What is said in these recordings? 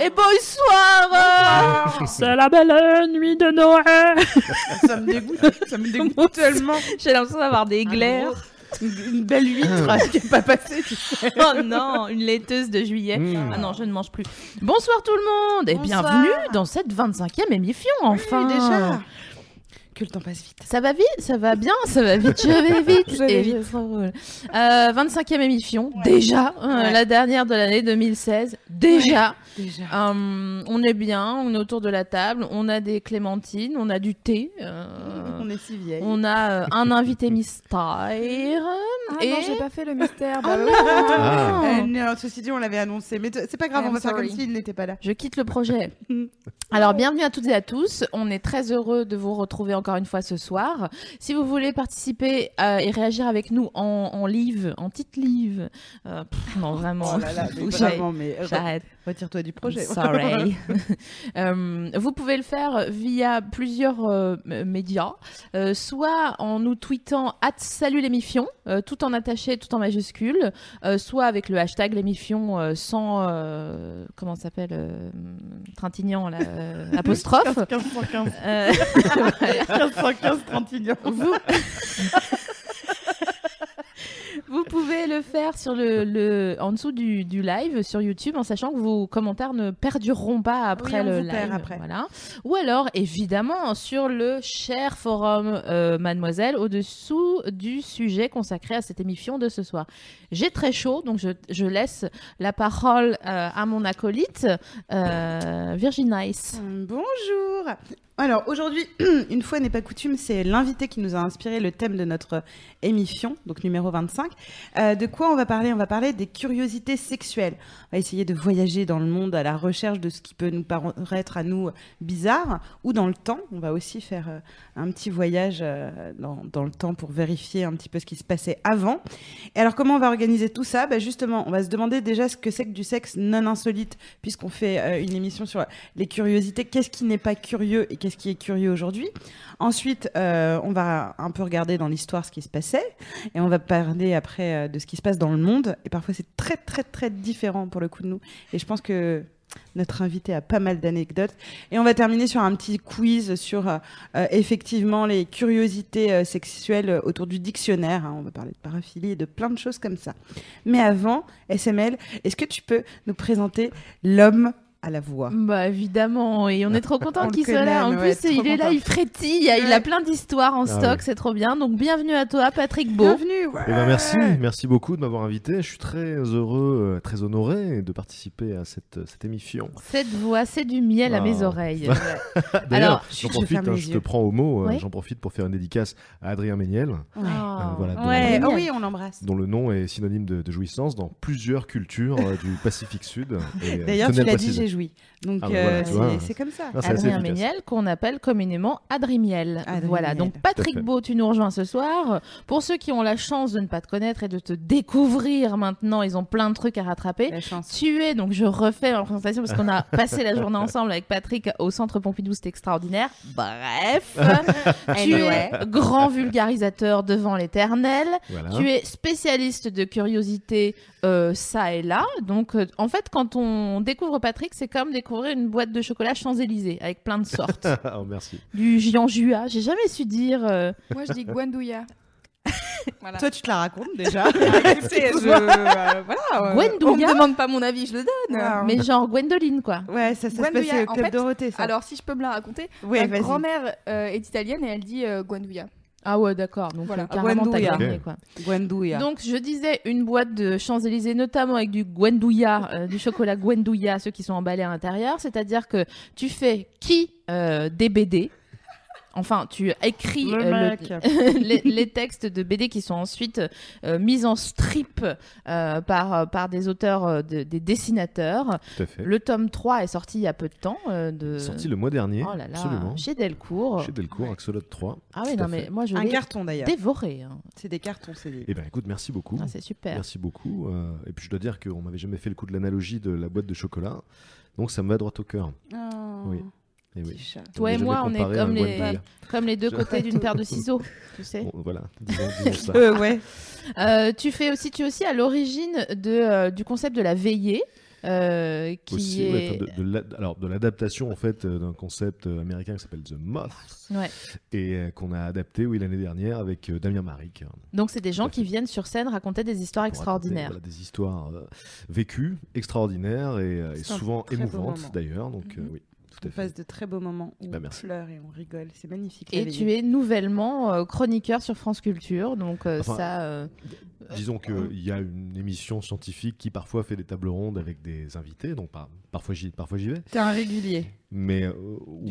Et bonsoir euh, C'est la belle nuit de Noël Ah, Ça me dégoûte, ça me dégoûte tellement. J'ai l'impression d'avoir des glaires. Une une belle Ah. huître qui n'est pas passée. tu sais. Oh non, une laiteuse de juillet. Ah non, je ne mange plus. Bonsoir tout le monde et Bonsoir. bienvenue dans cette 25e émission enfin. Oui, déjà. Que le temps passe vite. Ça va vite, ça va bien, ça va vite, je vais vite. Je vais et vite. vite. Euh, 25e émission, déjà, euh, Ouais. la dernière de l'année 2016, déjà. Déjà. Euh, on est bien, on est autour de la table, on a des clémentines, on a du thé, euh, On est si vieille. on a euh, un invité mystère. Ah Et- non, j'ai pas fait le mystère. Oh bah oui. non Ah. Euh, non, ceci dit, on l'avait annoncé, mais t- c'est pas grave, I'm on va faire sorry. comme s'il n'était pas là. Je quitte le projet. Alors, bienvenue à toutes et à tous. On est très heureux de vous retrouver encore une fois ce soir. Si vous voulez participer euh, et réagir avec nous en, en live, en petite live, euh, pff, non, vraiment, Oh là là, mais faut que vraiment, mais j'aille- re- j'arrête. retire-toi du projet. I'm Sorry. Euh, vous pouvez le faire via plusieurs euh, m- médias, Euh, soit en nous tweetant salut les mifions, euh, tout en attaché, tout en majuscule, euh, soit avec le hashtag les mifions euh, sans euh, comment ça s'appelle euh, trintignant là, euh, apostrophe. 15, 15, Euh, 15, 15, 31. vous... Vous pouvez le faire sur le, le- en dessous du, du live sur YouTube en sachant que vos commentaires ne perdureront pas après on le vous live. perd après. Voilà. Ou alors, évidemment, sur le cher forum euh, Mademoiselle au-dessous du sujet consacré à cette émission de ce soir. J'ai très chaud, donc je, je laisse la parole euh, à mon acolyte euh, Virginie. Bonjour. Alors aujourd'hui, une fois n'est pas coutume, c'est l'invité qui nous a inspiré le thème de notre émission, donc numéro 25. Euh, de quoi on va parler On va parler des curiosités sexuelles. On va essayer de voyager dans le monde à la recherche de ce qui peut nous paraître à nous bizarre ou dans le temps. On va aussi faire euh, un petit voyage euh, dans, dans le temps pour vérifier un petit peu ce qui se passait avant. Et alors comment on va organiser tout ça Bah, Justement, on va se demander déjà ce que c'est que du sexe non insolite puisqu'on fait euh, une émission sur les curiosités, qu'est-ce qui n'est pas curieux et qu'est-ce qui est curieux aujourd'hui. Ensuite, euh, on va un peu regarder dans l'histoire ce qui se passait et on va parler après euh, de ce qui se passe dans le monde. Et parfois, c'est très, très, très différent pour le coup de nous. Et je pense que notre invité a pas mal d'anecdotes. Et on va terminer sur un petit quiz sur euh, euh, effectivement les curiosités euh, sexuelles euh, autour du dictionnaire. hein. On va parler de paraphilie et de plein de choses comme ça. Mais avant, SML, est-ce que tu peux nous présenter l'homme à la voix Bah évidemment, et on est trop On content le qu'il soit connaît, là. En mais plus, ouais, trop il est là, content. il frétille, il a Ouais. plein d'histoires en Ah stock, oui. c'est trop bien. Donc bienvenue à toi, Patrick Beau. Bienvenue. ouais. Eh ben, merci, Ah. merci beaucoup de m'avoir invité. Je suis très heureux, euh, très honoré de participer à cette, euh, cette émission. Cette voix, c'est du miel à Ah. mes oreilles. D'ailleurs, Ah, Alors, j'en je profite, ferme hein, les je te yeux. prends au mot, euh, Ouais. j'en profite pour faire une dédicace à Adrien Méniel, Ouais. Ah. Euh, voilà, donc- Ouais, Génial. oh oui, on l'embrasse. dont le nom est synonyme de, de jouissance dans plusieurs cultures euh, du Pacifique Sud. Et, euh, D'ailleurs, je tenais tu l'as à le dit, préciser. j'ai joui. Donc, Ah, bah voilà, euh, tu c'est- vois. c'est comme ça. Non, c'est assez Adrien efficace. Méniel, qu'on appelle communément Adrimiel. Adrien voilà, Méniel. donc Tout Patrick à fait. Beau, tu nous rejoins ce soir. Pour ceux qui ont la chance de ne pas te connaître et de te découvrir maintenant, ils ont plein de trucs à rattraper. La chance. Tu es, donc je refais ma présentation parce qu'on a passé la journée ensemble avec Patrick au Centre Pompidou, c'était extraordinaire. Bref, tu es Anyway. grand vulgarisateur devant l'éternel. Ah. Voilà. Tu es spécialiste de curiosité euh, ça et là. Donc, euh, en fait, quand on découvre Patrick, c'est comme découvrir une boîte de chocolat Champs-Élysées avec plein de sortes. Ah, merci. du Gianjua, j'ai jamais su dire. euh, Moi, je dis Gwendouya. voilà. Toi, tu te la racontes déjà. Écoutez, je- euh, voilà, euh, Gwendouya. on me demande pas mon avis, je le donne. Ah, mais genre Gwendoline, quoi. Ouais, ça, ça se Gwendouya, passait au en Club fait, Dorothée, ça. Alors, si je peux me la raconter, ouais, ma vas-y. grand-mère euh, est italienne et elle dit euh, Gwendouya. Ah ouais, d'accord. Donc, Voilà. euh, carrément, t'as Gwendouya. gagné, Ok. quoi. Gwendouya. Donc, je disais une boîte de Champs-Élysées, notamment avec du Gwendouya, euh, du chocolat Gwendouya, ceux qui sont emballés à l'intérieur. C'est-à-dire que tu fais qui euh, des BD Enfin, tu écris Le euh, le- mec. les, les textes de BD qui sont ensuite euh, mis en strip euh, par, par des auteurs, euh, de- des dessinateurs. Tout à fait. Le tome 3 est sorti il y a peu de temps. euh, de... Euh. Sorti le mois dernier, Oh là oh. là, absolument. chez Delcourt. Chez Delcourt, Axolot 3. Ah oui, Tout à non, mais fait. moi je Un l'ai carton d'ailleurs. dévoré. hein. C'est des cartons, c'est des... Eh bien, écoute, merci beaucoup. Ah, c'est super. Merci beaucoup. euh, et puis, je dois dire qu'on m'avait jamais fait le coup de l'analogie de la boîte de chocolat. Donc, ça me va droit au cœur. Oui. Oh, Et Petit Eh oui. chat. Toi et J'avais moi, on est comparé un comme mois de les, bière. comme les deux Je- côtés d'une paire de ciseaux, tu sais. Bon, voilà, disons, disons ça. Euh, ouais. Euh, tu fais aussi, tu es aussi à l'origine de, euh, du concept de la veillée, euh, qui Aussi, est ouais, enfin, de, de l'ad- alors, de l'adaptation en fait euh, d'un concept euh, américain qui s'appelle The Moth Ouais. et euh, qu'on a adapté oui l'année dernière avec euh, Damien Maric hein, donc c'est des gens à qui fait. viennent sur scène raconter des histoires pour extraordinaires. raconter, voilà, des histoires euh, vécues extraordinaires et, euh, et C'est un souvent très beau moment. émouvantes d'ailleurs donc euh, Mhm. oui tout On à fait passe de très beaux moments où Bah, on merci. pleure et on rigole. C'est magnifique. Et tu es nouvellement euh, chroniqueur sur France Culture, donc euh, Enfin, ça. euh, disons qu'il y a une émission scientifique qui parfois fait des tables rondes avec des invités donc par- parfois j'y parfois j'y vais T'es un régulier. mais euh,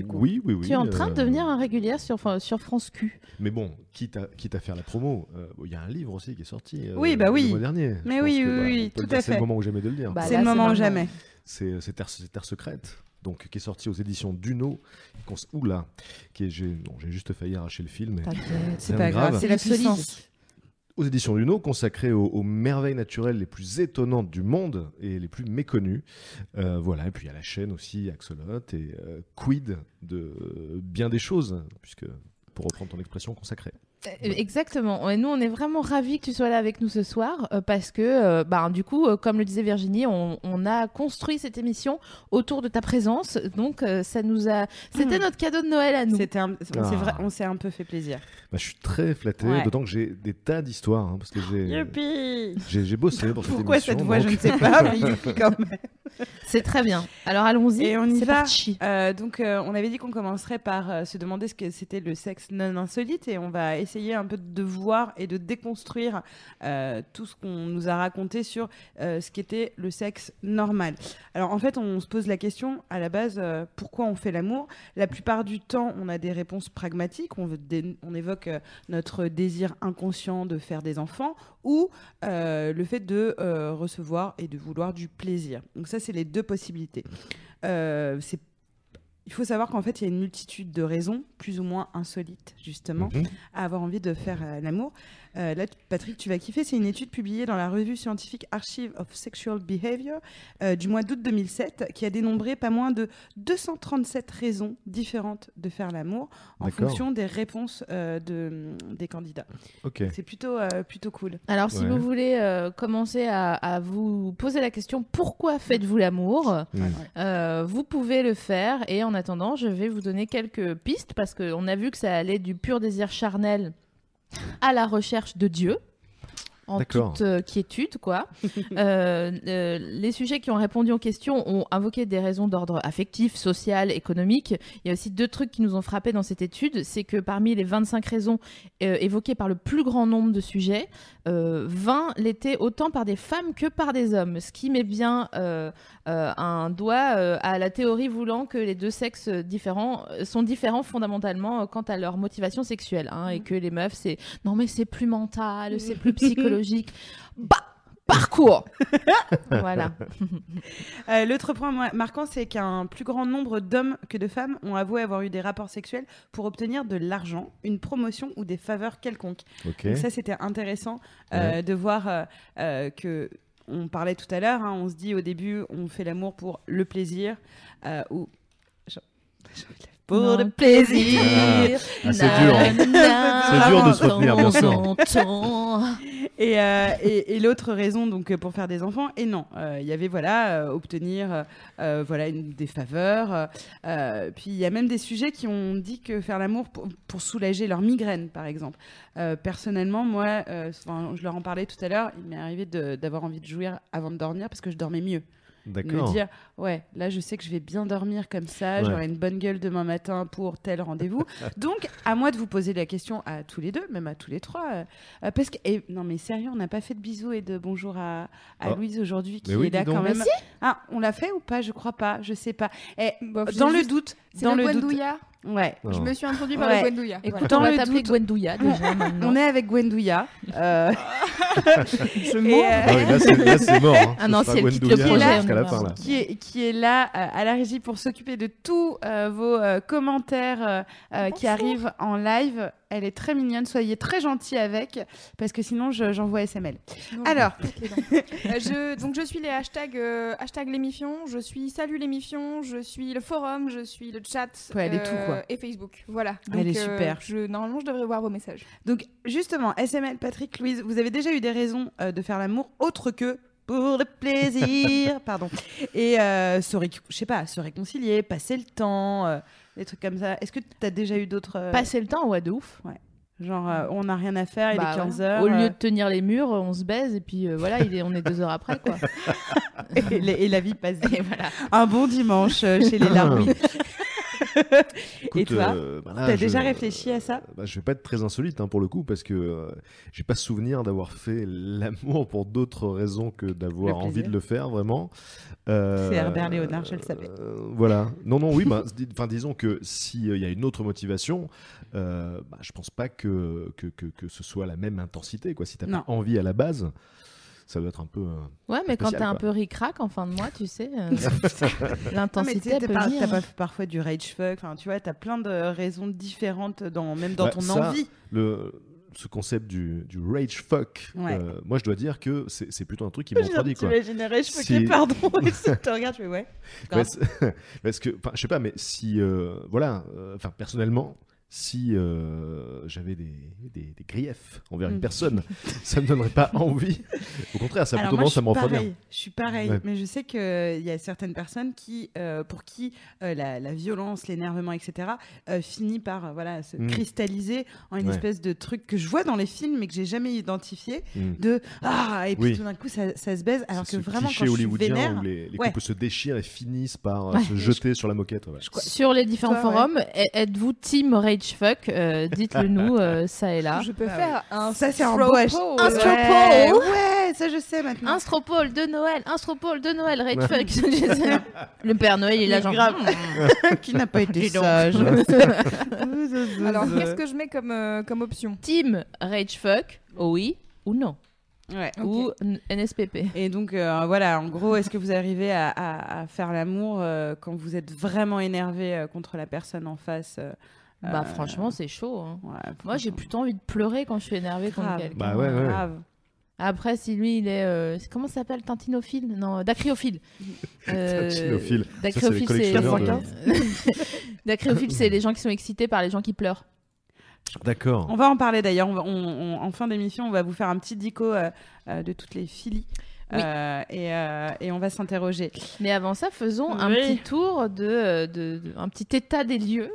coup, oui oui oui tu es en train de euh, devenir un régulier sur, Fran- sur France Q. Mais bon, quitte à, quitte à faire la promo, euh, il y a un livre aussi qui est sorti euh, Oui, bah oui. le mois dernier. Je Mais pense oui, que, oui, voilà, oui, on peut le tout dire, à C'est fait. le moment où jamais de le dire. Bah, c'est là, le moment c'est ou le moment. jamais. C'est c'est Terre, c'est Terre Secrète, donc, qui est sorti aux éditions Duno. qu'on s- Oula qui est- j'ai non, j'ai juste failli arracher le film. mais- T'inquiète. C'est Rien pas de grave. grave. C'est la Le solide. puissance. Aux éditions Duno, consacrées aux, aux merveilles naturelles les plus étonnantes du monde et les plus méconnues. Euh, voilà, et puis il y a la chaîne aussi, Axolot, et euh, Quid de euh, bien des choses, puisque, pour reprendre ton expression, consacrée. Euh, Exactement. Et nous, on est vraiment ravis que tu sois là avec nous ce soir euh, parce que, euh, bah, du coup, euh, comme le disait Virginie, on, on a construit cette émission autour de ta présence. Donc, euh, ça nous a. C'était Mhm. notre cadeau de Noël à nous. C'était un- c'est Ah. vrai, on s'est un peu fait plaisir. Bah, je suis très flatté, Ouais. d'autant que j'ai des tas d'histoires, hein, parce que j'ai Youpi j'ai- j'ai bossé pour cette Pourquoi émission. cette voix, je donc- ne sais pas, mais youpi quand même. C'est très bien. Alors, allons-y. Et on y C'est va. parti. Euh, donc, euh, on avait dit qu'on commencerait par euh, se demander ce que c'était le sexe non insolite et on va essayer un peu de voir et de déconstruire euh, tout ce qu'on nous a raconté sur euh, ce qu'était le sexe normal. Alors, en fait, on se pose la question à la base euh, pourquoi on fait l'amour La plupart du temps, on a des réponses pragmatiques. On, veut dé- on évoque euh, notre désir inconscient de faire des enfants ou euh, le fait de euh, recevoir et de vouloir du plaisir. Donc, ça, c'est les deux possibilités. Euh, c'est il faut savoir qu'en fait, il y a une multitude de raisons, plus ou moins insolites, justement, Mhm. à avoir envie de faire euh, l'amour. Euh, là, tu- Patrick, tu vas kiffer. C'est une étude publiée dans la revue scientifique Archive of Sexual Behavior euh, du mois d'août 2007 qui a dénombré pas moins de 237 raisons différentes de faire l'amour en D'accord. fonction des réponses euh, de, des candidats. Ok. C'est plutôt, euh, plutôt cool. Alors, si Ouais. vous voulez euh, commencer à, à vous poser la question pourquoi faites-vous l'amour Mm. Euh, vous pouvez le faire et en attendant, je vais vous donner quelques pistes parce qu'on a vu que ça allait du pur désir charnel à la recherche de Dieu. En D'accord. toute euh, quiétude, quoi. Euh, euh, les sujets qui ont répondu aux questions ont invoqué des raisons d'ordre affectif, social, économique. Il y a aussi deux trucs qui nous ont frappés dans cette étude. C'est que parmi les 25 raisons euh, évoquées par le plus grand nombre de sujets, euh, 20 l'étaient autant par des femmes que par des hommes. Ce qui met bien euh, euh, un doigt euh, à la théorie voulant que les deux sexes différents euh, sont différents fondamentalement euh, quant à leur motivation sexuelle hein, Mhm. et que les meufs c'est non mais c'est plus mental, c'est plus psychologique. Bah parcours. voilà. Euh, L'autre point mar- marquant, c'est qu'un plus grand nombre d'hommes que de femmes ont avoué avoir eu des rapports sexuels pour obtenir de l'argent, une promotion ou des faveurs quelconques. Ok. Donc ça, c'était intéressant euh, de voir euh, euh, que on parlait tout à l'heure. hein, on se dit au début, on fait l'amour pour le plaisir euh, ou Je- je me lève. pour Non, le plaisir. Ah, c'est dur. hein. C'est dur de se retenir, bien sûr. Et, euh, et- et l'autre raison, donc, euh, pour faire des enfants, et non, Euh, il y avait, voilà, euh, obtenir, euh, euh, voilà, une, des faveurs. euh, euh, puis il y a même des sujets qui ont dit que faire l'amour pour, pour soulager leur migraine, par exemple. Euh, personnellement, moi, euh, enfin, je leur en parlais tout à l'heure, il m'est arrivé de- d'avoir envie de jouir avant de dormir parce que je dormais mieux. De me euh, D'accord. dire, ouais, là, je sais que je vais bien dormir comme ça, Ouais. j'aurai une bonne gueule demain matin pour tel rendez-vous. Donc, à moi de vous poser la question à tous les deux, même à tous les trois. euh, euh, parce que, et- non, mais sérieux, on n'a pas fait de bisous et de bonjour à, à Ah. Louise aujourd'hui, qui Mais oui, est là dis donc. quand Mais même. Ah, on l'a fait ou pas Je crois pas, je sais pas. Eh, Bon, je dans dis le juste, doute, c'est dans le la doute. Gwendouillard Ouais. Je Non. me suis introduite par Ouais. le Gwendouya. Écoute, Dans on va le t'appeler doute- Gwendouya déjà maintenant. On est avec Gwendouya. euh, Je et, euh, Ah oui, là, c'est- là, c'est mort. hein. Ah Ce non, sera si elle quitte le Gwendoulière projet, jusqu'à on la va fin, voir. là. qui est, qui est là euh, à la régie pour s'occuper de tous euh, vos euh, commentaires euh, euh, qui Bonjour. arrivent en live. Elle est très mignonne, soyez très gentils avec, parce que sinon je- j'envoie SML. Non, Alors. je me pète les dents. Euh, je, donc je suis les hashtags euh, hashtag l'émission, je suis salut l'émission, je suis le forum, je suis le chat euh, Ouais, elle est tout, quoi. et Facebook. Voilà. Elle Donc, euh, est super. Je, normalement, je devrais voir vos messages. Donc justement, SML, Patrick, Louise, vous avez déjà eu des raisons euh, de faire l'amour autre que pour le plaisir, pardon, et euh, se, réc- je sais pas, se réconcilier, passer le temps, euh, des trucs comme ça. Est-ce que tu as déjà eu d'autres... euh, Passer le temps, ouais, de ouf. Genre, euh, on n'a rien à faire, il Bah, est ouais. euh, 15h. Au lieu de tenir les murs, on se baise et puis euh, voilà, il est, on est deux heures après quoi. et, la- et la vie passe vite. Et voilà. Un bon dimanche euh, chez les larmes. Et Ah. Écoute, toi, euh, bah là, t'as je- déjà réfléchi à ça euh, bah, Je vais pas être très insolite hein, pour le coup parce que euh, j'ai pas souvenir d'avoir fait l'amour pour d'autres raisons que Le d'avoir envie plaisir. de le faire vraiment. Euh, C'est Herbert Léonard, je le savais. euh, voilà. Non, non, oui. bah, dis- enfin, disons que s'il y a une autre motivation, euh, bah, je pense pas que, que, que, que ce soit la même intensité. Quoi. Si t'as Non. pas envie à la base, ça doit être un peu. euh, Ouais, mais quand spécial, t'es un quoi. peu ric-rac en fin de mois, tu sais, euh, Non, mais tu l'intensité sais, elle t'es peut par- venir. t'as pas parfois du rage fuck. Enfin, tu vois, t'as plein de raisons différentes, dans, même dans Bah, ton ça, envie. le, ce concept du, du rage fuck, Ouais. euh, moi je dois dire que c'est c'est plutôt un truc qui m'entraîne. quoi. T'imagines rage C'est- fucké, pardon. Et si tu regardes, tu fais ouais. Ouais, c'est- parce que, enfin, je sais pas, mais si, euh, voilà, euh, enfin, personnellement, si euh, j'avais des, des, des griefs envers Mm. une personne, ça me donnerait pas envie. Au contraire, ça a Alors plutôt moi, je tendance à suis me refroidir. pareil, Je suis pareil, Ouais. mais je sais qu'il y a certaines personnes qui, euh, pour qui euh, la, la violence, l'énervement, etc., euh, finit par euh, voilà, se Mm. cristalliser en une Ouais. espèce de truc que je vois dans les films mais que j'ai jamais identifié. Mm. De ah, et puis Oui. tout d'un coup, ça, ça se baise, alors C'est que ce vraiment, cliché quand je suis hollywoodien vénère. où les, les ouais. couples se déchirent et finissent par euh, Ouais. se jeter sur la moquette. ouais. quoi. Sur les différents Toi, ouais. forums, e- êtes-vous team rage fuck Euh, Dites-le nous, euh, ça et là. Je peux Ah faire un Ça, c'est un beau propos. hashtag. Un Ouais. stropole. Ouais, ouais, ça je sais maintenant. Instropole de Noël, Instropole de Noël, rage fuck. Je sais. le Père Noël, il est là, Mais genre. grave. Mm. qui n'a pas été Dis donc. sage. Alors, qu'est-ce que je mets comme, euh, comme option team rage fuck, oh oui ou non Ouais. Ou n- NSPP. Et donc euh, voilà, en gros, est-ce que vous arrivez à, à- à faire l'amour euh, quand vous êtes vraiment énervé euh, contre la personne en face euh, Bah euh, franchement, c'est chaud. hein. ouais, Moi, j'ai franchement. plutôt envie de pleurer quand je suis énervée contre Grave. quelqu'un. Bah ouais, ouais. Grave. Après, si lui, il est. euh, c'est- comment ça s'appelle Tintinophile Non, dacryophile. Euh, Tintinophile. Dacryophile, Ça, c'est les c'est. collectionneurs Dacryophile, c'est les gens qui sont excités par les gens qui pleurent. D'accord. On va en parler d'ailleurs. On va- on- on- en fin d'émission, on va vous faire un petit dico euh, euh, de toutes les filies. Oui. Euh, et, euh, et on va s'interroger. Mais avant ça, faisons un Oui. petit tour de, euh, de- de- un petit état des lieux.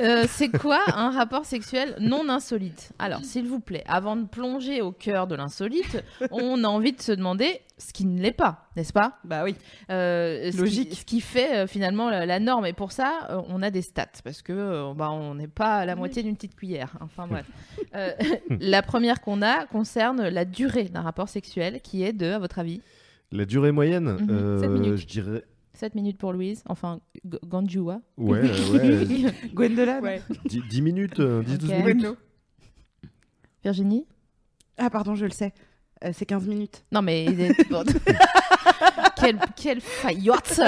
Euh, c'est quoi un rapport sexuel non insolite Alors, s'il vous plaît, avant de plonger au cœur de l'insolite, on a envie de se demander ce qui ne l'est pas, n'est-ce pas Bah oui. Euh, ce Logique. qui- Ce qui, fait euh, finalement la, la norme. Et pour ça, euh, on a des stats parce que euh, bah, on n'est pas à la moitié d'une petite cuillère. hein. Enfin bref. Euh, la première qu'on a concerne la durée d'un rapport sexuel qui est de, à votre avis, La durée moyenne, Mhm. euh, Sept minutes. je dirais. 7 minutes pour Louise, enfin G- Ganjua. Ouais, euh, ouais. Gwendola. Ouais. 10, minutes, 10-12 Ok. minutes. Gwendo. Virginie Ah pardon, je le sais. Euh, c'est 15 minutes. Non mais quelle, quelle faillotte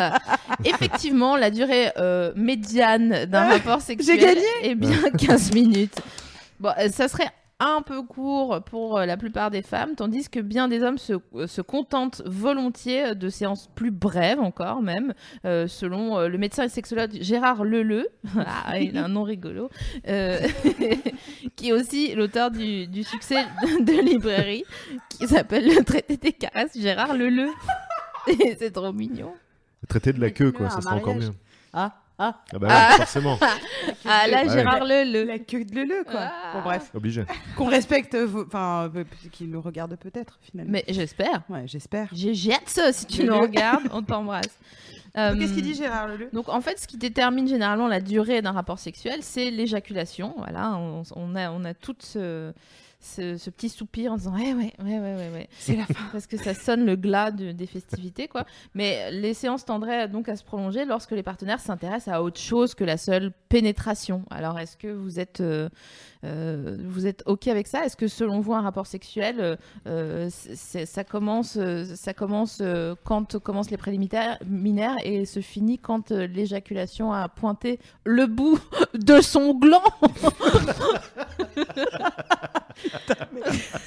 Effectivement, la durée euh, médiane d'un Ah, rapport sexuel gagné est bien 15 minutes. Bon, euh, ça serait un peu court pour euh, la plupart des femmes, tandis que bien des hommes se, euh, se contentent volontiers de séances plus brèves encore même, euh, selon euh, le médecin et sexologue Gérard Leleu, ah, il a un nom rigolo, euh, qui est aussi l'auteur du, du succès de librairie, qui s'appelle Le traité des caresses Gérard Leleu. Et C'est trop mignon. Traité de la Mais queue, tu veux quoi, ça un sera encore mariage mieux. Ah ah. Ah bah Ah. oui, forcément, Ah là, Ouais. Gérard Leleu. La queue de leleu quoi. Ah. Bon bref, obligé. qu'on respecte, vos- enfin, euh, qui nous regarde peut-être finalement. Mais j'espère. Ouais, j'espère. J'ai jette ça si tu Leleu. nous regardes, on t'embrasse. Euh, Qu'est-ce qu'il dit Gérard Leleu Donc en fait, ce qui détermine généralement la durée d'un rapport sexuel, c'est l'éjaculation. Voilà, on, on a, on a toute ce- ce, ce petit soupir en disant, eh ouais, ouais, ouais, ouais, ouais. C'est la fin. parce que ça sonne le glas de- des festivités quoi. Mais les séances tendraient donc à se prolonger lorsque les partenaires s'intéressent à autre chose que la seule pénétration. Alors est-ce que vous êtes euh, euh, vous êtes ok avec ça Est-ce que selon vous un rapport sexuel euh, c'est- ça commence euh, ça commence euh, quand commencent les préliminaires minaires et se finit quand euh, l'éjaculation a pointé le bout de son gland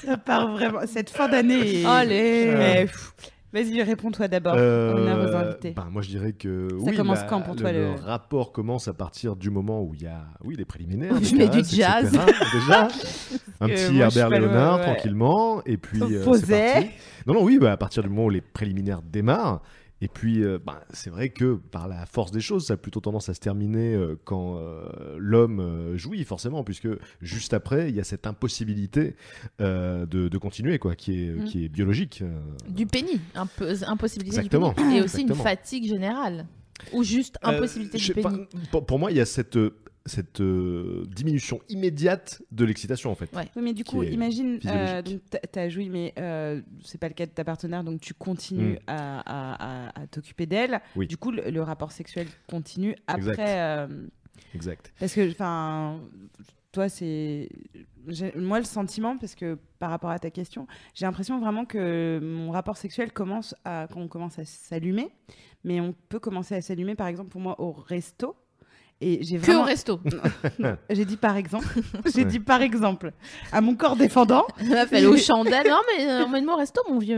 Ça part vraiment. Cette fin d'année. est- Allez. Eh, pff. Vas-y, réponds-toi d'abord. Euh, On a vos invités. ben, moi je dirais que Ça oui, commence la- quand pour toi, le- le, rapport commence à partir du moment où il y a oui les préliminaires, Je les mets du caresses, jazz. etc., déjà un que petit moi, je suis Herbert pas loin, Léonard ouais. tranquillement et puis euh, c'est Posez. parti. non non oui bah, à partir du moment où les préliminaires démarrent et puis euh, bah, c'est vrai que par la force des choses ça a plutôt tendance à se terminer euh, quand euh, l'homme euh, jouit forcément puisque juste après il y a cette impossibilité euh, de, de continuer quoi qui est Mm. qui est biologique euh, du pénis, un peu- impossibilité Exactement. du pénis et aussi Exactement. une fatigue générale ou juste impossibilité Euh, je du sais pas, pénis. pour, pour moi, il y a cette, euh, cette euh, diminution immédiate de l'excitation, en fait. Ouais. Oui, mais du coup, est imagine, euh, physiologique. donc t'as- t'as joui, mais euh, c'est pas le cas de ta partenaire, donc tu continues Mm. à, à- à- à t'occuper d'elle. Oui. Du coup, le, le rapport sexuel continue Exact. après. euh, Exact. Parce que, enfin, toi, c'est. j'ai- Moi, le sentiment, parce que par rapport à ta question, j'ai l'impression vraiment que mon rapport sexuel commence à. quand on commence à s'allumer. Mais on peut commencer à s'allumer, par exemple, pour moi, au resto. Et j'ai Que au vraiment. resto. J'ai dit par exemple. j'ai Ouais. dit par exemple. À mon corps défendant. La meuf, elle est aux chandelles. Non, mais euh, emmène-moi au resto, mon vieux.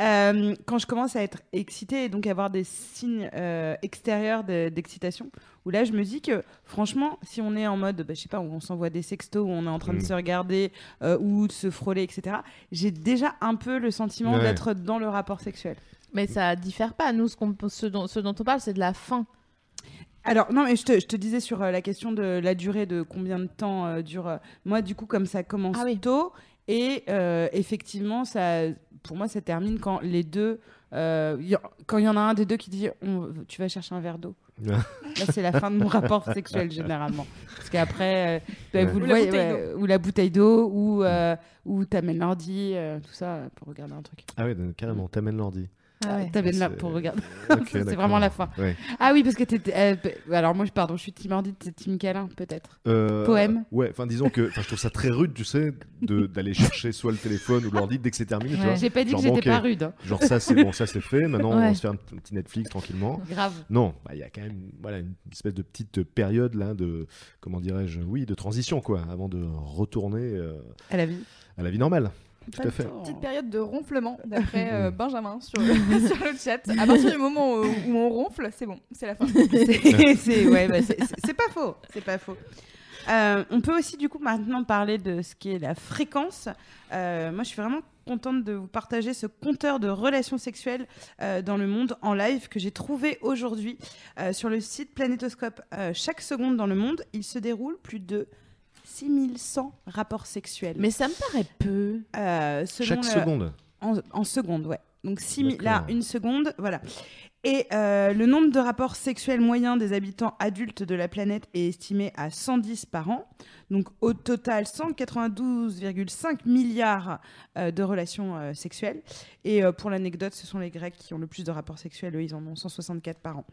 Euh, quand je commence à être excitée et donc avoir des signes euh, extérieurs de- d'excitation, où là je me dis que franchement, si on est en mode, bah, je sais pas, où on s'envoie des sextos, où on est en train Mm. de se regarder euh, ou de se frôler, etc., j'ai déjà un peu le sentiment Ouais. d'être dans le rapport sexuel. Mais ça diffère pas. Nous, ce, qu'on- ce dont, ce dont on parle, c'est de la faim. Alors, non, mais je te, je te disais sur euh, la question de la durée, de combien de temps euh, dure. euh, moi, du coup, comme ça commence Ah oui. tôt, et euh, effectivement, ça, pour moi, ça termine quand les deux. euh, y en- quand il y en a un des deux qui dit On- Tu vas chercher un verre d'eau. Là, c'est la fin de mon rapport sexuel, généralement. Parce qu'après, euh, bah, Ouais. vous le Ou la voyez, bouteille ouais, ou la bouteille d'eau, ou, euh, ou t'amènes l'ordi, euh, tout ça, euh, pour regarder un truc. Ah ouais, donc, carrément, t'amènes l'ordi. Ah T'amènes là C'est- pour regarder. Ok, Mm. c'est d'accord. vraiment la fin. Ouais. Ah oui, parce que t'étais. euh, p- alors, moi, je- pardon, je suis team ordi, t'es team câlin, peut-être. Euh, Poème. Ouais, enfin disons que enfin, je trouve ça très rude, tu sais, de- d'aller chercher soit le téléphone ou l'ordi dès que c'est terminé, tu Ouais. vois. J'ai pas dit Genre, que j'étais bon, pas ok. rude. hein. Genre ça c'est bon, ça c'est fait, maintenant Ouais. on se fait un p- un petit Netflix tranquillement. Grave. Non, bah, il y a quand même voilà, une espèce de petite période là de, comment dirais-je, oui, de transition quoi, avant de retourner euh, À la vie. Oh. à la vie normale. Pas à le fait. temps. Petite période de ronflement d'après Mm. euh, Benjamin sur, sur le chat. À partir du moment où, où on ronfle, c'est bon, c'est la fin. Euh, C'est- c'est ouais, bah, c'est- c'est- c'est pas faux. C'est pas faux. Euh, on peut aussi du coup maintenant parler de ce qui est la fréquence. Euh, moi, je suis vraiment contente de vous partager ce compteur de relations sexuelles euh, dans le monde en live que j'ai trouvé aujourd'hui euh, sur le site Planétoscope. Euh, chaque seconde dans le monde, il se déroule plus de 6100 rapports sexuels. Mais ça me paraît peu. Euh, selon Chaque le- seconde. En, en seconde, ouais. Donc six mi- D'accord. là, une seconde, voilà. Et euh, le nombre de rapports sexuels moyens des habitants adultes de la planète est estimé à 110 par an. Donc au total, 192,5 milliards euh, de relations euh, sexuelles. Et euh, pour l'anecdote, ce sont les Grecs qui ont le plus de rapports sexuels. Eux, ils en ont 164 par an.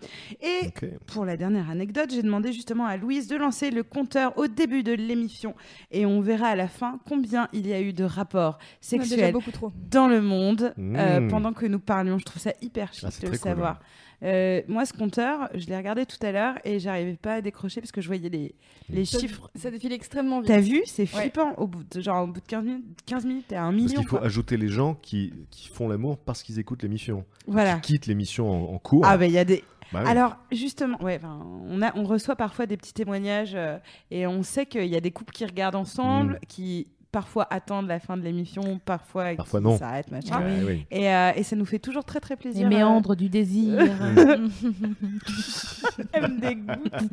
Et Ok. pour la dernière anecdote, j'ai demandé justement à Louise de lancer le compteur au début de l'émission. Et on verra à la fin combien il y a eu de rapports On a déjà sexuels beaucoup trop. dans le monde euh, Mmh. pendant que nous parlions. Je trouve ça hyper chic Ah, c'est de le très cool, hein. savoir. Euh, moi, ce compteur, je l'ai regardé tout à l'heure et j'arrivais pas à décrocher parce que je voyais les, les Ça- chiffres. Ça défile extrêmement vite. T'as vu C'est flippant. Au, bout de, genre, au bout de 15 minutes, 15 minutes t'es à un Parce million. qu'il faut quoi. ajouter les gens qui, qui font l'amour parce qu'ils écoutent l'émission, Voilà. quittent l'émission en, en cours. Ah, ben il y a des. Bah oui. Alors, justement, ouais, ben, on, a, on reçoit parfois des petits témoignages euh, et on sait qu'il y a des couples qui regardent ensemble, Mm. qui parfois attendent la fin de l'émission, parfois, Parfois qui non. s'arrêtent, machin. Ouais, Bah oui. Et, euh, et ça nous fait toujours très très Les plaisir. euh, méandres du désir. Elle me dégoûte. Bon.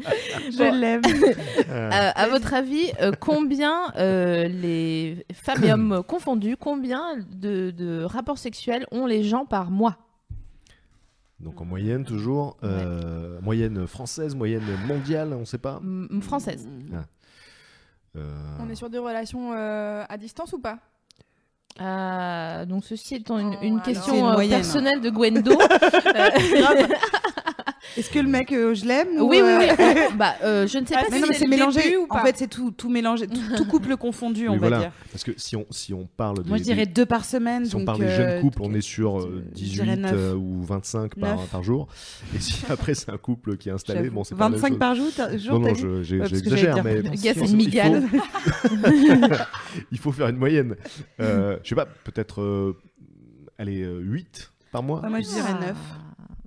Je l'aime. Euh, à votre avis, euh, combien euh, les femmes et hommes confondus, combien de, de rapports sexuels ont les gens par mois Donc en moyenne toujours, Mm. euh, moyenne française, moyenne mondiale, on ne sait pas. M- Française. Euh, On est sur des relations euh, à distance ou pas Ah, donc ceci étant une, Oh, une alors. question C'est une euh, moyenne. personnelle de Gwendo. Euh, Est-ce que le mec, euh, je l'aime ou, oui, oui, oui. euh, Oh, bah, euh, je ne sais Ah, pas Mais si non, mais c'est c'est le mélangé. début ou En pas fait, c'est tout, tout mélangé, tout, tout couple confondu, on Oui, va voilà. dire. Parce que si on, si on parle des, Moi, je dirais deux par semaine. des- si on donc, parle des euh, jeunes couples, on est sur euh, je dirais 18 neuf. euh, ou 25 par, Neuf. par jour. Et si après c'est un couple qui est installé, j'avoue. bon, c'est pas la même 25 chose. par jour, t'as- jour, Non, t'as non, dit je- j'ai- parce que j'exagère, j'allais dire, mais pardon. Le gars, c'est pense une qu'il migale. il faut faire une moyenne. Euh, je sais pas, peut-être euh, allez, euh, 8 par mois. Ouais, moi, je dirais Ah. neuf.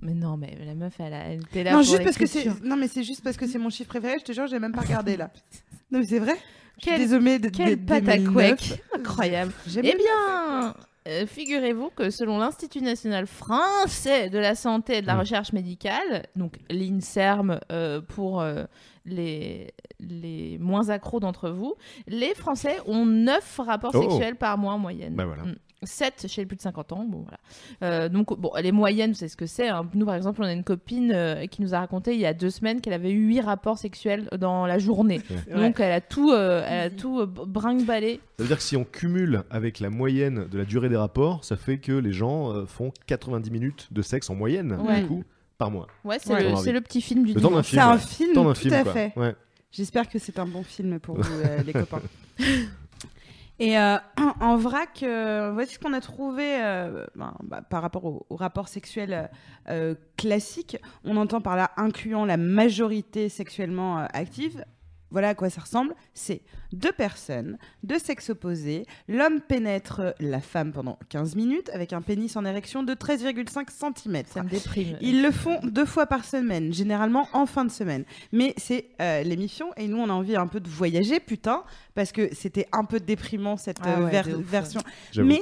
Mais non, mais la meuf, elle, a- elle était là. Non, pour juste parce que c'est. l'écriture. Non, mais c'est juste parce que c'est mon chiffre préféré. Je te jure, j'ai même pas regardé là. Non, mais c'est vrai. Quelle- Désolée de. Quelle de- pâte à 2009. couec Incroyable. J'aime Eh bien, euh, figurez-vous que selon l'Institut national français de la santé et de la Mm. recherche médicale, donc l'INSERM euh, pour euh, les, les moins accros d'entre vous, les Français ont 9 rapports Oh. sexuels par mois en moyenne. Bah voilà. 7 chez les plus de 50 ans. Bon, voilà. Euh, donc, bon, les moyennes, c'est ce que c'est. hein. Nous, par exemple, on a une copine euh, qui nous a raconté il y a deux semaines qu'elle avait eu 8 rapports sexuels dans la journée. Ouais. Donc, elle a tout, euh, elle a tout euh, brinque-ballé. Ça veut dire que si on cumule avec la moyenne de la durée des rapports, ça fait que les gens euh, font 90 minutes de sexe en moyenne, Ouais. du coup, par mois. Ouais, c'est Ouais. le, J'en ai c'est le petit film du Le temps d'un dimanche. film. C'est un ouais. film, Temps d'un Hmm, tout film, à quoi. fait. Ouais. J'espère que c'est un bon film pour vous, euh, les copains. Et euh, en- en vrac, euh, voici ce qu'on a trouvé euh, ben, bah, par rapport au, au rapport sexuel euh, euh, classique. On entend par là incluant la majorité sexuellement euh, active. Voilà à quoi ça ressemble. C'est deux personnes de sexe opposé. L'homme pénètre la femme pendant 15 minutes avec un pénis en érection de 13,5 cm. Ça me déprime. Ils le font deux fois par semaine, généralement en fin de semaine. Mais c'est euh, l'émission et nous on a envie un peu de voyager, putain, parce que c'était un peu déprimant cette Ah euh, ouais, ver- de ouf, version. J'avoue. Mais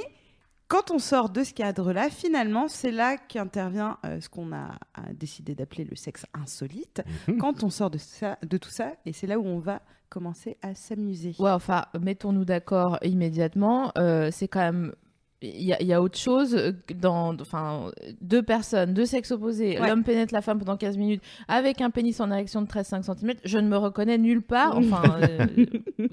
quand on sort de ce cadre-là, finalement, c'est là qu'intervient euh, ce qu'on a, a décidé d'appeler le sexe insolite. Mhm. Quand on sort de, ça, de tout ça, et c'est là où on va commencer à s'amuser. Ouais, enfin, mettons-nous d'accord immédiatement. euh, c'est quand même. Il y, a- il y a autre chose que dans. Enfin, deux personnes, deux sexes opposés, Ouais. l'homme pénètre la femme pendant 15 minutes avec un pénis en érection de 13,5 cm. Je ne me reconnais nulle part. Enfin, euh,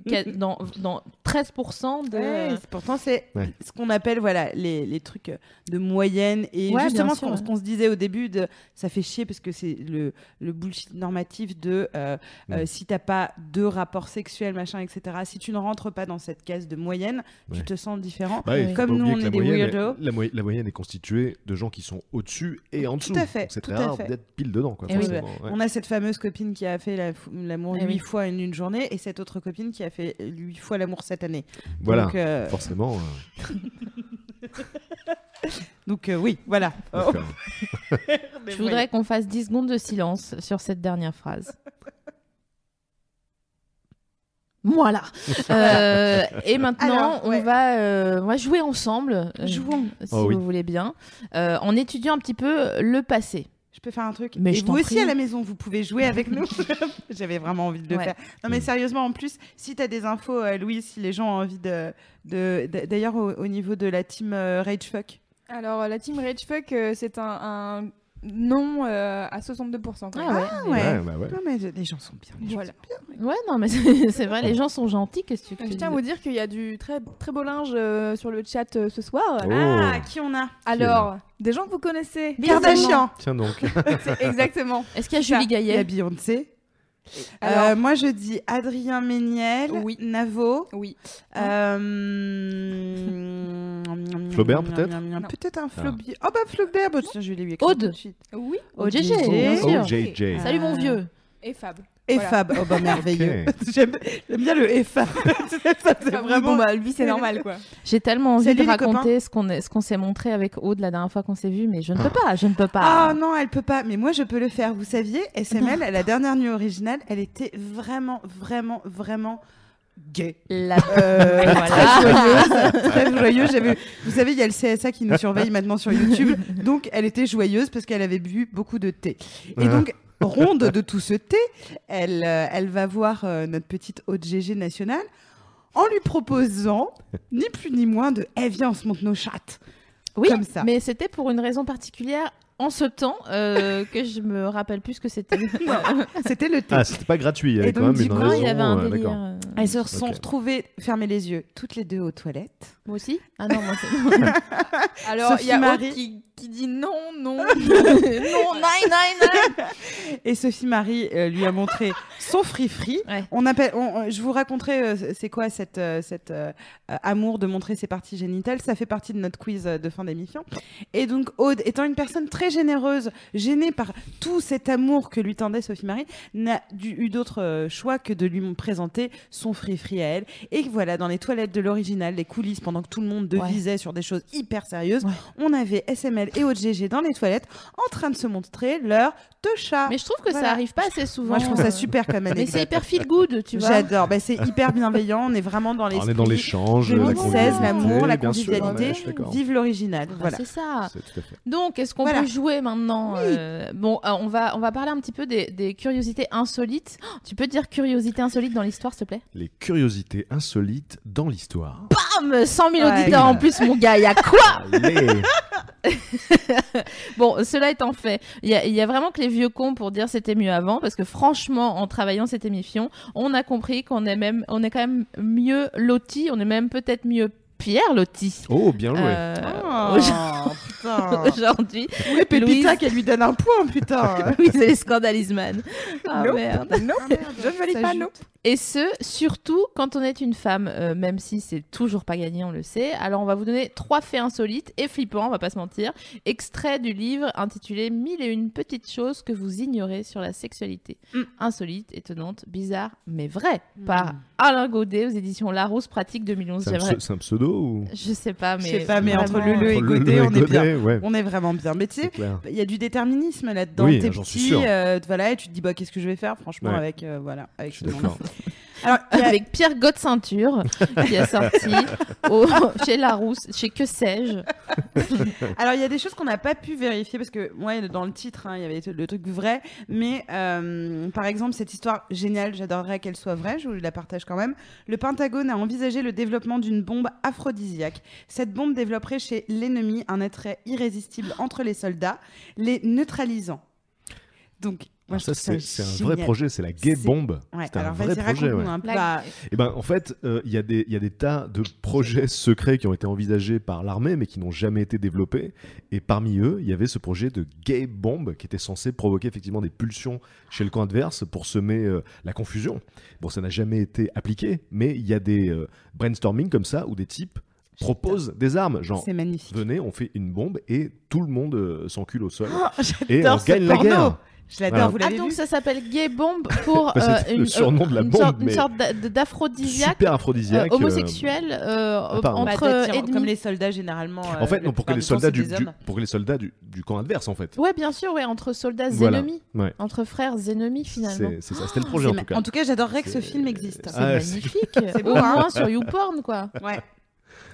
qu'à- dans, dans 13% de. Ouais, c'est- pourtant, c'est Ouais. ce qu'on appelle voilà les, les trucs euh, de moyenne et Ouais, justement bien ce sûr, qu'on ouais. ce qu'on se disait au début de ça fait chier parce que c'est le, le bullshit normatif de euh, euh, Ouais. si t'as pas deux rapports sexuels machin etc si tu ne rentres pas dans cette case de moyenne tu Ouais. te sens différent Bah ouais, Oui. faut Comme pas nous, on oublier que est la des moyenne, weirdos. La, moy- la moyenne est constituée de gens qui sont au-dessus et en dessous. à fait, Donc C'est tout très à rare fait. d'être pile dedans, quoi, Eh oui, forcément. ouais. On a cette fameuse copine qui a fait la fou- l'amour Eh huit oui. fois en une journée et cette autre copine qui a fait huit fois l'amour cette année. Voilà, Donc, euh, forcément. euh, donc, euh, oui, voilà. d'accord. Je voudrais qu'on fasse 10 secondes de silence sur cette dernière phrase. Voilà. Euh, et maintenant, Alors, ouais. on, va, euh, on va jouer ensemble, euh, Jouons. si Oh oui. vous voulez bien, euh, en étudiant un petit peu le passé. Je peux faire un truc. Mais et je vous t'en aussi prie. à la maison, vous pouvez jouer avec nous. J'avais vraiment envie de le Ouais. faire. Non mais Mm. sérieusement, en plus, si tu as des infos, euh, Louise, si les gens ont envie de... de- d- D'ailleurs, au, au niveau de la team euh, Ragefuck. Alors, euh, la team Ragefuck, euh, c'est un, un non euh, à 62%. quand même. Ah Ouais, bah ouais. Non mais euh, les gens sont bien. les gens Voilà. sont Ouais, non, mais c'est c'est vrai, les gens sont gentils. Qu'est-ce que tu Je veux tiens à vous dire qu'il y a du très, très beau linge euh, sur le chat euh, ce soir. Oh. bien. Ah, qui on a Alors, des gens que vous connaissez. Kardashian. Tiens donc. C'est Exactement. Est-ce qu'il y a Julie Il y a Gaillet Beyoncé. Alors, Euh, moi, je dis Adrien Méniel, Oui. Navo. oui. euh, Flaubert, peut-être Ah. Peut-être un Flaubert. Oh bah Flaubert, bah, tiens, je vais lui écrire Aude. tout de suite. Oui. Aude OJJ, Gégé. bien Oh, sûr. JJ. Ah. Salut mon vieux. Et Fab. Et Voilà. Fab, oh bah merveilleux. Ok. J'aime j'aime bien le et Fab. Ça, c'est Ah oui, vraiment. Bon, bah, lui, c'est normal, quoi. J'ai tellement envie Salut, de les raconter ce qu'on est- ce qu'on s'est montré avec Aude la dernière fois qu'on s'est vu, mais je ne peux pas, je ne peux pas. Ah non, elle peut pas, mais moi je peux le faire. Vous saviez, SML, à la dernière nuit originale, elle était vraiment, vraiment, vraiment gay. La... Euh, Voilà. joyeuse, très joyeuse. J'avais- Vous savez, il y a le CSA qui nous surveille maintenant sur YouTube. Donc, elle était joyeuse parce qu'elle avait bu beaucoup de thé. Et donc, ronde de tout ce thé, elle, euh, elle va voir euh, notre petite OGG nationale en lui proposant, ni plus ni moins, de Eh, viens, on se monte nos chattes. Oui, Comme ça. mais c'était pour une raison particulière en ce temps euh, que je me rappelle plus ce que c'était. C'était le thé. Ah, c'était pas gratuit, il y avait Et quand donc, même du une coup, Non, raison. il avait un euh, délire. d'accord. euh, Elles se sont Ok. retrouvées, fermées les yeux, toutes les deux aux toilettes. Moi aussi Ah non, moi c'est. Alors, il y Sophie a Aude Marie. qui, qui dit non, non, non, non, nine, nine, Et Sophie-Marie euh, lui a montré son free-free. Ouais. On appelle, on- on- je vous raconterai euh, c'est quoi cette, euh, cette euh, euh, amour de montrer ses parties génitales. Ça fait partie de notre quiz euh, de fin d'émission. Et donc Aude, étant une personne très généreuse, gênée par tout cet amour que lui tendait Sophie-Marie, n'a dû- eu d'autre euh, choix que de lui présenter son free-free à elle. Et voilà, dans les toilettes de l'original, les coulisses, pendant que tout le monde devisait sur des choses hyper sérieuses, Ouais. on avait SML et OGG dans les toilettes en train de se montrer leur deux chats. Mais je trouve que ça Voilà. arrive pas assez souvent. Moi, je trouve ça euh, super comme Mais c'est anecdote. hyper feel good, tu vois. J'adore. Bah, c'est hyper bienveillant. On est vraiment dans Alors, l'esprit. on est dans l'échange, la 2016, convivialité, l'amour, la bien sûr, convivialité, ouais, je suis d'accord. Vive l'original. Ah, Voilà. C'est ça. C'est tout à fait. Donc, est-ce qu'on Voilà. peut jouer maintenant euh, Bon, euh, on va on va parler un petit peu des, des curiosités insolites. Oh, tu peux dire curiosité insolite dans l'histoire, s'il te plaît Les curiosités insolites dans l'histoire. Ah, mais 100 000 Ouais. auditeurs en plus, mon gars, il y a quoi Bah Allez. Bon, cela étant fait, il y, a- il y a vraiment que les vieux cons pour dire c'était mieux avant, parce que franchement, en travaillant cette émission, on a compris qu'on est même, on est quand même mieux loti, on est même peut-être mieux Pierre loti. Oh, bien joué. Euh, Oh, aujourd'hui- putain. aujourd'hui, Oui, Pépita Louise. qui lui donne un point, putain. oui, c'est les scandalisman. Ah Nope. merde. non, je ne valide Ça pas, joue. non. Et ce, surtout quand on est une femme, euh, même si c'est toujours pas gagné, on le sait. Alors on va vous donner trois faits insolites et flippants, on va pas se mentir. Extrait du livre intitulé Mille et une petites choses que vous ignorez sur la sexualité. Mm. Insolite, étonnante, bizarre, mais vrai. Par Alain Godet aux éditions Larousse Pratique 2011. C'est un J'aimerais... pse- c'est un pseudo ou Je sais pas, Je mais. sais pas, Ah, mais entre vraiment, Lulu et Entre le- Godet, le on est bien. Godet, ouais, On est vraiment bien. Mais tu c'est sais, clair. il y a du déterminisme là-dedans. Oui, T'es j'en suis petit, sûr. euh, voilà, et tu te dis, bah, qu'est-ce que je vais faire, franchement, Ouais. avec, euh, voilà, avec Je suis ce monde-là. d'accord. Alors, il y a- Avec Pierre Gotte Ceinture, qui a sorti au- chez Larousse, chez Que sais-je. Alors, il y a des choses qu'on n'a pas pu vérifier parce que, ouais, dans le titre, hein, il y avait le truc vrai. Mais, euh, par exemple, cette histoire géniale, j'adorerais qu'elle soit vraie, je vous la partage quand même. Le Pentagone a envisagé le développement d'une bombe aphrodisiaque. Cette bombe développerait chez l'ennemi un attrait irrésistible entre les soldats, les neutralisant. Donc, moi, je ça, trouve ça c'est c'est un génial. vrai projet, c'est la gay C'est- bombe. Ouais, c'est un alors, vrai vas-y, projet. raconte-nous ouais. un peu. La- Bah, Et ben, en fait, euh, il y, a des- il y a des tas de projets secrets qui ont été envisagés par l'armée, mais qui n'ont jamais été développés. Et parmi eux, il y avait ce projet de gay bomb qui était censé provoquer effectivement des pulsions chez le camp adverse pour semer euh, la confusion. Bon, ça n'a jamais été appliqué, mais il y a des euh, brainstorming comme ça où des types proposent des armes, genre c'est magnifique. venez, on fait une bombe et tout le monde euh, s'encule au sol Oh, et on J'adore gagne ce la porno. guerre. Je l'adore, Voilà. vous Ah l'avez donc vu ça s'appelle gay bomb pour Bah, c'est euh, le surnom de la une bombe, sorte, une mais- sorte d'a- d'aphrodisiaque Super euh, aphrodisiaque. euh, homosexuel euh, apparemment. entre Bah, t'attires- ennemis. comme les soldats généralement. euh, En fait, non, pour que les soldats du, du- hommes. pour que les soldats du, du camp adverse, en fait. Ouais bien sûr ouais entre soldats Voilà. ennemis, Ouais. entre frères ennemis finalement. C'est c'est ça, c'était le projet en tout cas. En tout cas, j'adorerais que ce C'est- film existe. C'est Ah, ouais, c'est- magnifique. beau, Au hein. moins sur YouPorn quoi. Ouais.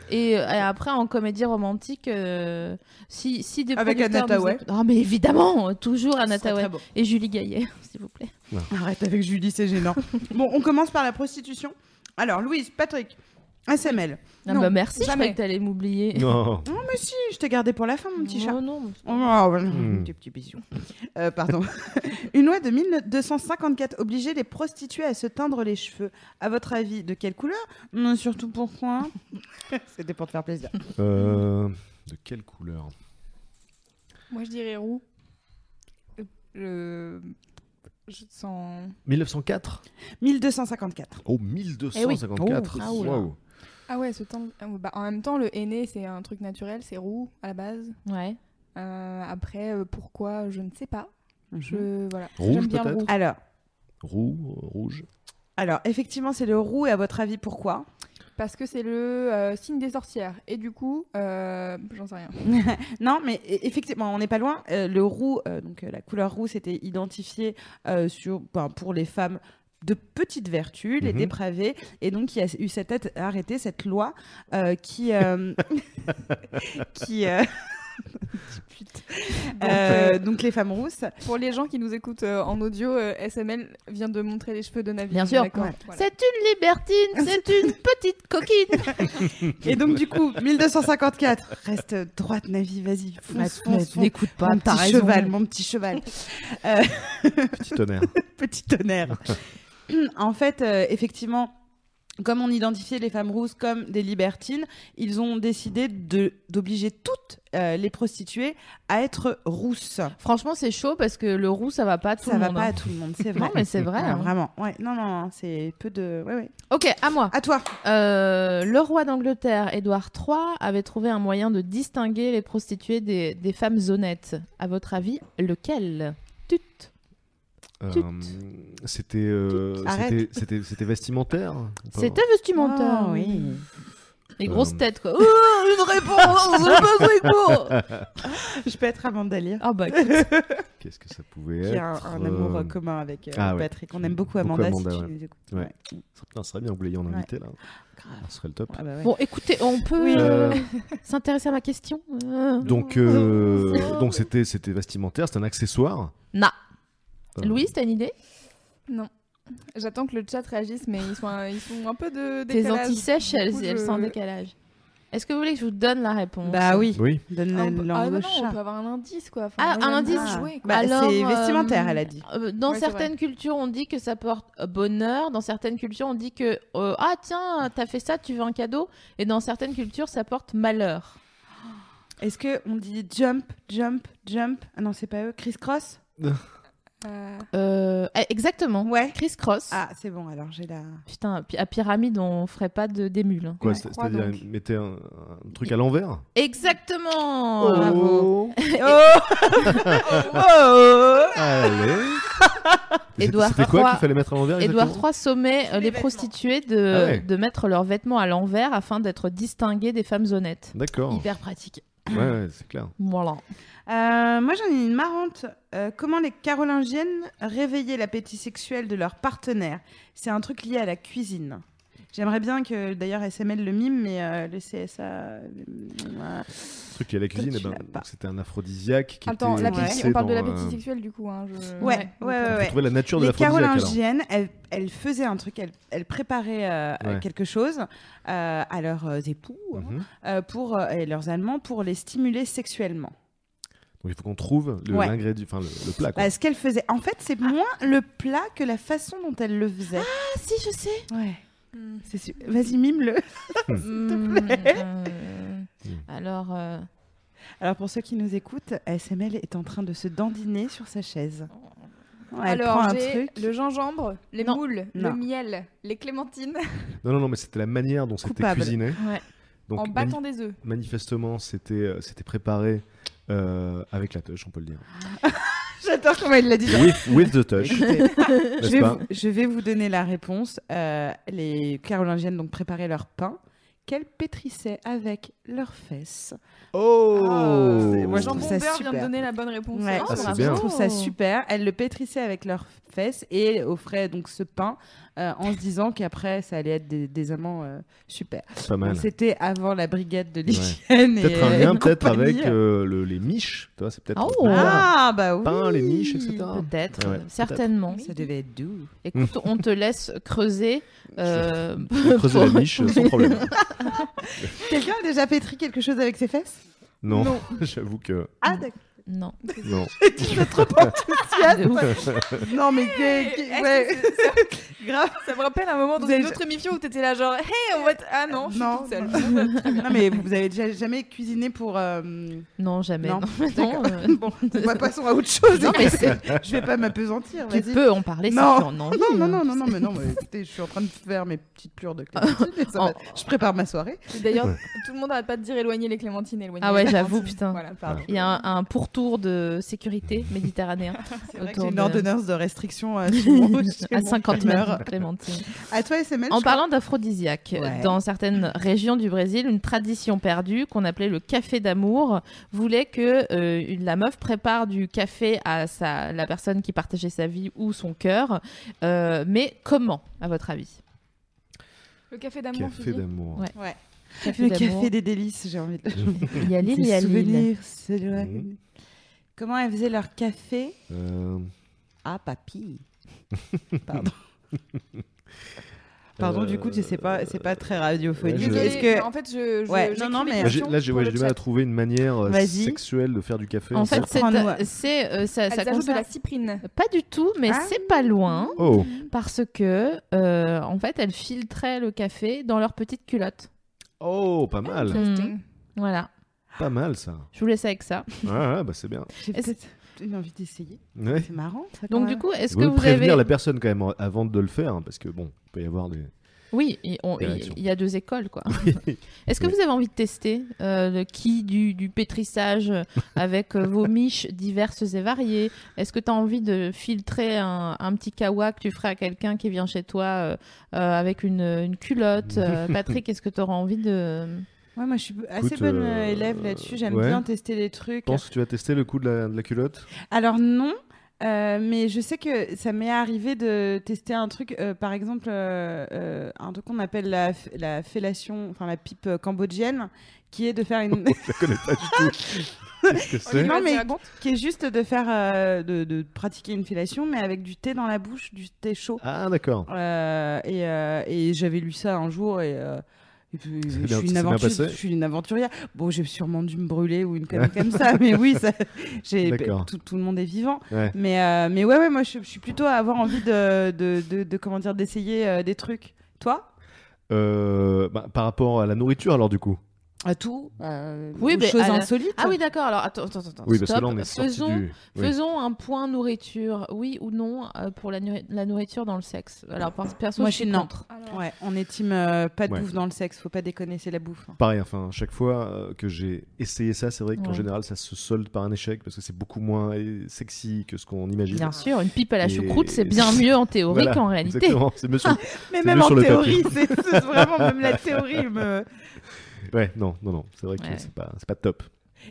Et, euh, et après en comédie romantique euh, si si des Avec producteurs Anna nous Thaoué. écoutent- Ah mais évidemment euh, toujours Anna Ce serait Thaoué. très beau. et Julie Gaillet s'il vous plaît. Arrête avec Julie, c'est gênant. bon, on commence par la prostitution. Alors, Louise, Patrick, SML. Ah, Non, bah, merci je jamais. croyais que t'allais m'oublier. Non. Non, Oh, mais si, je t'ai gardé pour la fin, mon petit chat. Oh, non. Oh, oh, oh, Hmm. Des petits bisous. Euh, pardon. Une loi de 1254 obligeait les prostituées à se teindre les cheveux. À votre avis, de quelle couleur Non, Surtout pourquoi C'était pour te faire plaisir. Euh, de quelle couleur Moi, je dirais roux. Euh, Je, je sens. 1904 1254. Oh, 1254 Eh oui. Ah, oula. Waouh. Ah ouais, ce temps. ah ouais, bah, en même temps, le aîné, c'est un truc naturel, c'est roux à la base. Ouais. Euh, après, euh, pourquoi Je ne sais pas. Je voilà. Rouge, J'aime bien le peut-être roux. Alors, Roux, euh, rouge. alors, effectivement, c'est le roux. Et à votre avis, pourquoi Parce que c'est le euh, signe des sorcières. Et du coup, euh, j'en sais rien. Non, mais e- effectivement, on n'est pas loin. Euh, le roux, euh, donc euh, la couleur roux, c'était identifié euh, sur, ben, pour les femmes de petite vertu, les Mhm. dépravées, et donc il y a eu cette tête arrêtée, cette loi euh, qui euh, qui euh, Donc, Euh, euh, donc les femmes rousses. pour les gens qui nous écoutent euh, en audio, euh, SML vient de montrer les cheveux de Navi. Bien sûr. D'accord. Ouais. Voilà. C'est une libertine, c'est une petite coquine. Et donc du coup, 1254, reste droite, Navi, vas-y, fonce, fonce, fonce. n'écoute pas, mon t'as petit raison. cheval, mon petit cheval. Petit tonnerre. petit tonnerre. en fait, euh, effectivement, comme on identifiait les femmes rousses comme des libertines, ils ont décidé de- d'obliger toutes euh, les prostituées à être rousses. Franchement, c'est chaud parce que le roux, ça va pas à tout Ça le va monde. pas hein. à tout le monde, c'est vrai. Non, mais c'est vrai. Ah, hein. Vraiment, ouais. Non, non, non, c'est peu de. Ouais, ouais. Ok, à moi. À toi. Euh, le roi d'Angleterre, Édouard III, avait trouvé un moyen de distinguer les prostituées des, des femmes honnêtes. À votre avis, lequel Tut. Tut. Euh, C'était euh, Tut. Arrête. c'était- c'était- c'était vestimentaire ou pas C'était vestimentaire. Ah, oui. Les Euh. grosses têtes, quoi. Oh, une réponse oh, c'est pas quoi Je peux être Amanda Lear, Ah bah, Qu'est-ce que ça pouvait qui être a un, un amour euh, euh, commun avec euh, ah ouais. Patrick. On aime beaucoup Beaucoup Amanda, Amanda, si tu ouais. nous écoutes. Ouais. ça- putain, ça serait bien, vous l'ayez en Ouais. invité là. Grave. Ce serait le top. Ah bah ouais. bon, écoutez, on peut Oui. euh, s'intéresser à ma question Euh, Donc, euh, donc c'était c'était vestimentaire, c'est un accessoire. Non. Euh, Louise, t'as une idée J'attends que le chat réagisse, mais ils sont un, ils sont un peu de Tes décalage. antisèches, elles, coup, elles je- sont en décalage. Est-ce que vous voulez que je vous donne la réponse Bah oui, Oui. donne Ah, la on peut- ah, langue au non, on chat. peut avoir un indice quoi. Enfin, Ah, moi, un j'aime bien indice. jouer. Bah, Alors, c'est euh, vestimentaire, elle a dit. Euh, dans Ouais, c'est certaines cultures, on dit que ça porte euh, bonheur. Dans certaines cultures, on dit que euh, ah tiens, t'as fait ça, tu veux un cadeau. Et dans certaines cultures, ça porte malheur. Est-ce que on dit jump, jump, jump Ah non, c'est pas eux. Criss Cross Bah, Euh, Euh, eh, exactement. Ouais. Chris Cross. Ah, c'est bon, alors j'ai la. Putain, pi- à pyramide, on ferait pas de d'émule. hein. Quoi, Ouais, c'est- croix, c'est-à-dire, donc. ils mettaient un, un truc à l'envers Exactement. Oh. bravo. Oh! Et- Allez Et c'était- Édouard C'était quoi III- qu'il fallait mettre à l'envers Édouard exactement III sommait euh, les les vêtements. prostituées de, Ah ouais. de mettre leurs vêtements à l'envers afin d'être distinguées des femmes honnêtes. D'accord. Hyper pratique. Ouais, ouais, c'est clair. Voilà. Euh, moi, j'en ai une marrante. Euh, comment les Carolingiennes réveillaient l'appétit sexuel de leur partenaire C'est un truc lié à la cuisine. J'aimerais bien que d'ailleurs SML le mime, mais euh, le CSA. euh, Ce truc qui est à la cuisine, tu eh ben, l'as pas. donc c'était un aphrodisiaque qui Attends, était la glissé on parle de dans, l'appétit euh, sexuel du coup. hein, je- Ouais, ouais, ouais. Il faut trouver la nature de Les l'aphrodisiaque alors. Carolingiennes, elles, elles faisaient un truc, elles, elles préparaient euh, Ouais. quelque chose euh, à leurs époux hein, Mhm. euh, pour, euh, et leurs Allemands pour les stimuler sexuellement. Donc il faut qu'on trouve le- Ouais. l'ingrédient, enfin le, le plat. quoi. Bah, ce qu'elle faisait. En fait, c'est moins le plat que la façon dont elle le faisait. Ah si, je sais. ouais. Hmm. C'est su- Vas-y, mime-le. Mm, euh, alors, euh, Alors, pour ceux qui nous écoutent, ASML est en train de se dandiner sur sa chaise. Ouais, elle Alors, prend un j'ai truc. le gingembre, les Non. moules, Non. le miel, les clémentines, Non, non, non, mais c'était la manière dont c'était Coupable. cuisiné. ouais. Donc en mani- battant des œufs. manifestement, c'était euh, c'était préparé euh, avec la touche, on peut le dire. J'adore comment elle l'a dit. With, with the touch, Écoutez, je, n'est-ce vais pas vous, je vais vous donner la réponse. Euh, les carolingiennes donc préparaient leur pain qu'elles pétrissaient avec leurs fesses. Oh Ah, c'est- moi, je Ah, Jean trouve ça Bombert vient de super. donner la bonne réponse. Ouais. Oh, Ah, c'est bravo. bien. Je trouve ça super. Elles le pétrissaient avec leurs fesses et offraient donc ce pain euh, en se disant qu'après ça allait être des, des amants euh, super. Pas mal. Donc, C'était avant la brigade de l'hygiène. et, Peut-être un euh, lien et peut-être compagnie. avec euh, le- les miches, tu vois, c'est peut-être Oh. Ah, Ah bah oui. pain, les miches, etc. Peut-être, Ah ouais, euh, peut-être. certainement. Ça devait être doux. Écoute, on te laisse creuser. euh, Creuser la pour- miche euh, sans problème. Quelqu'un a déjà pétri quelque chose avec ses fesses Non, j'avoue que Ah d'accord. Non. non. De ouf. Non mais Eh, que- eh, que- c'est- ouais. c'est- c'est- grave. ça me rappelle un moment dans Vous avez- une autre émission où t'étais là genre hey on va être- ah non je suis Non, toute seule. Non mais vous avez déjà jamais cuisiné pour euh, Non, jamais. Non. Non, non, euh, bon, bah, passons à autre chose. non, mais c'est- Je vais pas m'apesantir, tu vas-y. peux en parler Non. si tu en as envie. Non, non, hein. non, non, non, mais non, mais écoutez, je suis en train de faire mes petites plures de clémentine. et ça va- Je prépare ma soirée. Et D'ailleurs tout le monde arrête pas de dire éloigner les clémentines éloigner. Ah les ouais, clémentines. j'avoue, putain. Voilà, pardon. Il y a un, un pourtour de sécurité méditerranéen C'est vrai vrai que j'ai une une ordonnance de restriction à, à 50 mètres, Clémentine. À toi, SML. En je crois. parlant d'aphrodisiaque, Ouais. dans certaines régions du Brésil, une tradition perdue qu'on appelait le café d'amour voulait que euh, une- la meuf prépare du café à sa, la personne qui partageait sa vie ou son cœur. Euh, mais comment, à votre avis Le café d'amour. tu Café dis d'amour. Ouais. Café Le d'amour. café des délices, j'ai envie de Mhm. Il y a Lille, il y Des a Lille. souvenirs s'éloignent. Comment elles faisaient leur café Euh, Ah, papy. Pardon. Pardon, du coup, tu sais pas, c'est pas très radiophonique. ouais, je- Est-ce Désolée, que mais en fait, je. je- Ouais, j'écris non, non, les mais- bah, j'ai- questions là, j'ai pour ouais, le j'ai du chat. mal à trouver une manière euh, Vas-y. sexuelle de faire du café. En fait, ensemble. c'est Reprends-nous. euh, c'est euh, ça, Elles ça ajoutent de concerne la cyprine. pas du tout, mais Ah. c'est pas loin oh, parce que euh, en fait, elles filtraient le café dans leur petite culotte. oh, pas mal, Interesting. Voilà. pas mal ça. Je vous laisse avec ça. Ah, ouais, bah c'est bien. j'ai Est-ce- peut-être une envie d'essayer Ouais. C'est marrant. ça, quand Donc du même. coup, est-ce Vous que vous prévenir avez la personne quand même en- avant de le faire, hein, parce que bon, il peut y avoir des. Oui, et on- Des il réactions. il y a deux écoles, quoi. Oui. Est-ce que Oui. vous avez envie de tester euh, le qui du, du pétrissage euh, avec euh, vos miches diverses et variées Est-ce que tu as envie de filtrer un, un petit kawa que tu ferais à quelqu'un qui vient chez toi euh, euh, avec une, une culotte Euh, Patrick, est-ce que tu auras envie de... Ouais, moi, je suis assez Écoute, bonne euh, euh, élève là-dessus. J'aime ouais. bien tester des trucs. Je pense que tu vas tester le coup de la, de la culotte. Alors non, euh, mais je sais que ça m'est arrivé de tester un truc, euh, par exemple, euh, euh, un truc qu'on appelle la, f- la fellation, enfin la pipe euh, cambodgienne, qui est de faire une, Je la connais pas du tout. Qu'est-ce que c'est Olivier, Non, mais- vas-y, raconte. qui est juste de faire, euh, de, de pratiquer une fellation, mais avec du thé dans la bouche, du thé chaud. Ah, d'accord. Euh, et euh, et j'avais lu ça un jour et. euh, et puis, C'est je, bien- suis c'est une bien aventure- passé. je suis une aventurière. Bon, j'ai sûrement dû me brûler ou une connerie comme ça, mais oui, ça, j'ai- D'accord. tout, tout le monde est vivant. Ouais. Mais, euh, mais ouais, ouais, moi, je, je suis plutôt à avoir envie de, de, de, de- comment dire, d'essayer euh, des trucs. Toi Euh, bah, par rapport à la nourriture, alors du coup. À tout euh, Oui, Aux mais choses à la- insolites Ah oui, d'accord, alors attends, attends, attends. Oui, Ah, stop. parce que là, on est sorti faisons, du. oui. faisons un point nourriture, oui ou non, euh, pour la, nu- la nourriture dans le sexe. Alors, par- perso, Moi, je suis non. contre. Alors, Ouais, on est team euh, pas de Ouais. bouffe dans le sexe, faut pas déconner, c'est la bouffe. hein. Pareil, enfin, chaque fois euh, que j'ai essayé ça, c'est vrai qu'en Ouais. général, ça se solde par un échec parce que c'est beaucoup moins euh, sexy que ce qu'on imagine. Bien sûr, une pipe à la Et- choucroute, c'est bien mieux en théorie Voilà, qu'en réalité. Exactement, c'est monsieur. Mais C'est même mieux en sur le théorie, c'est c'est vraiment même la théorie. me- ouais, non, non, non, c'est vrai que Ouais. c'est pas, c'est pas top.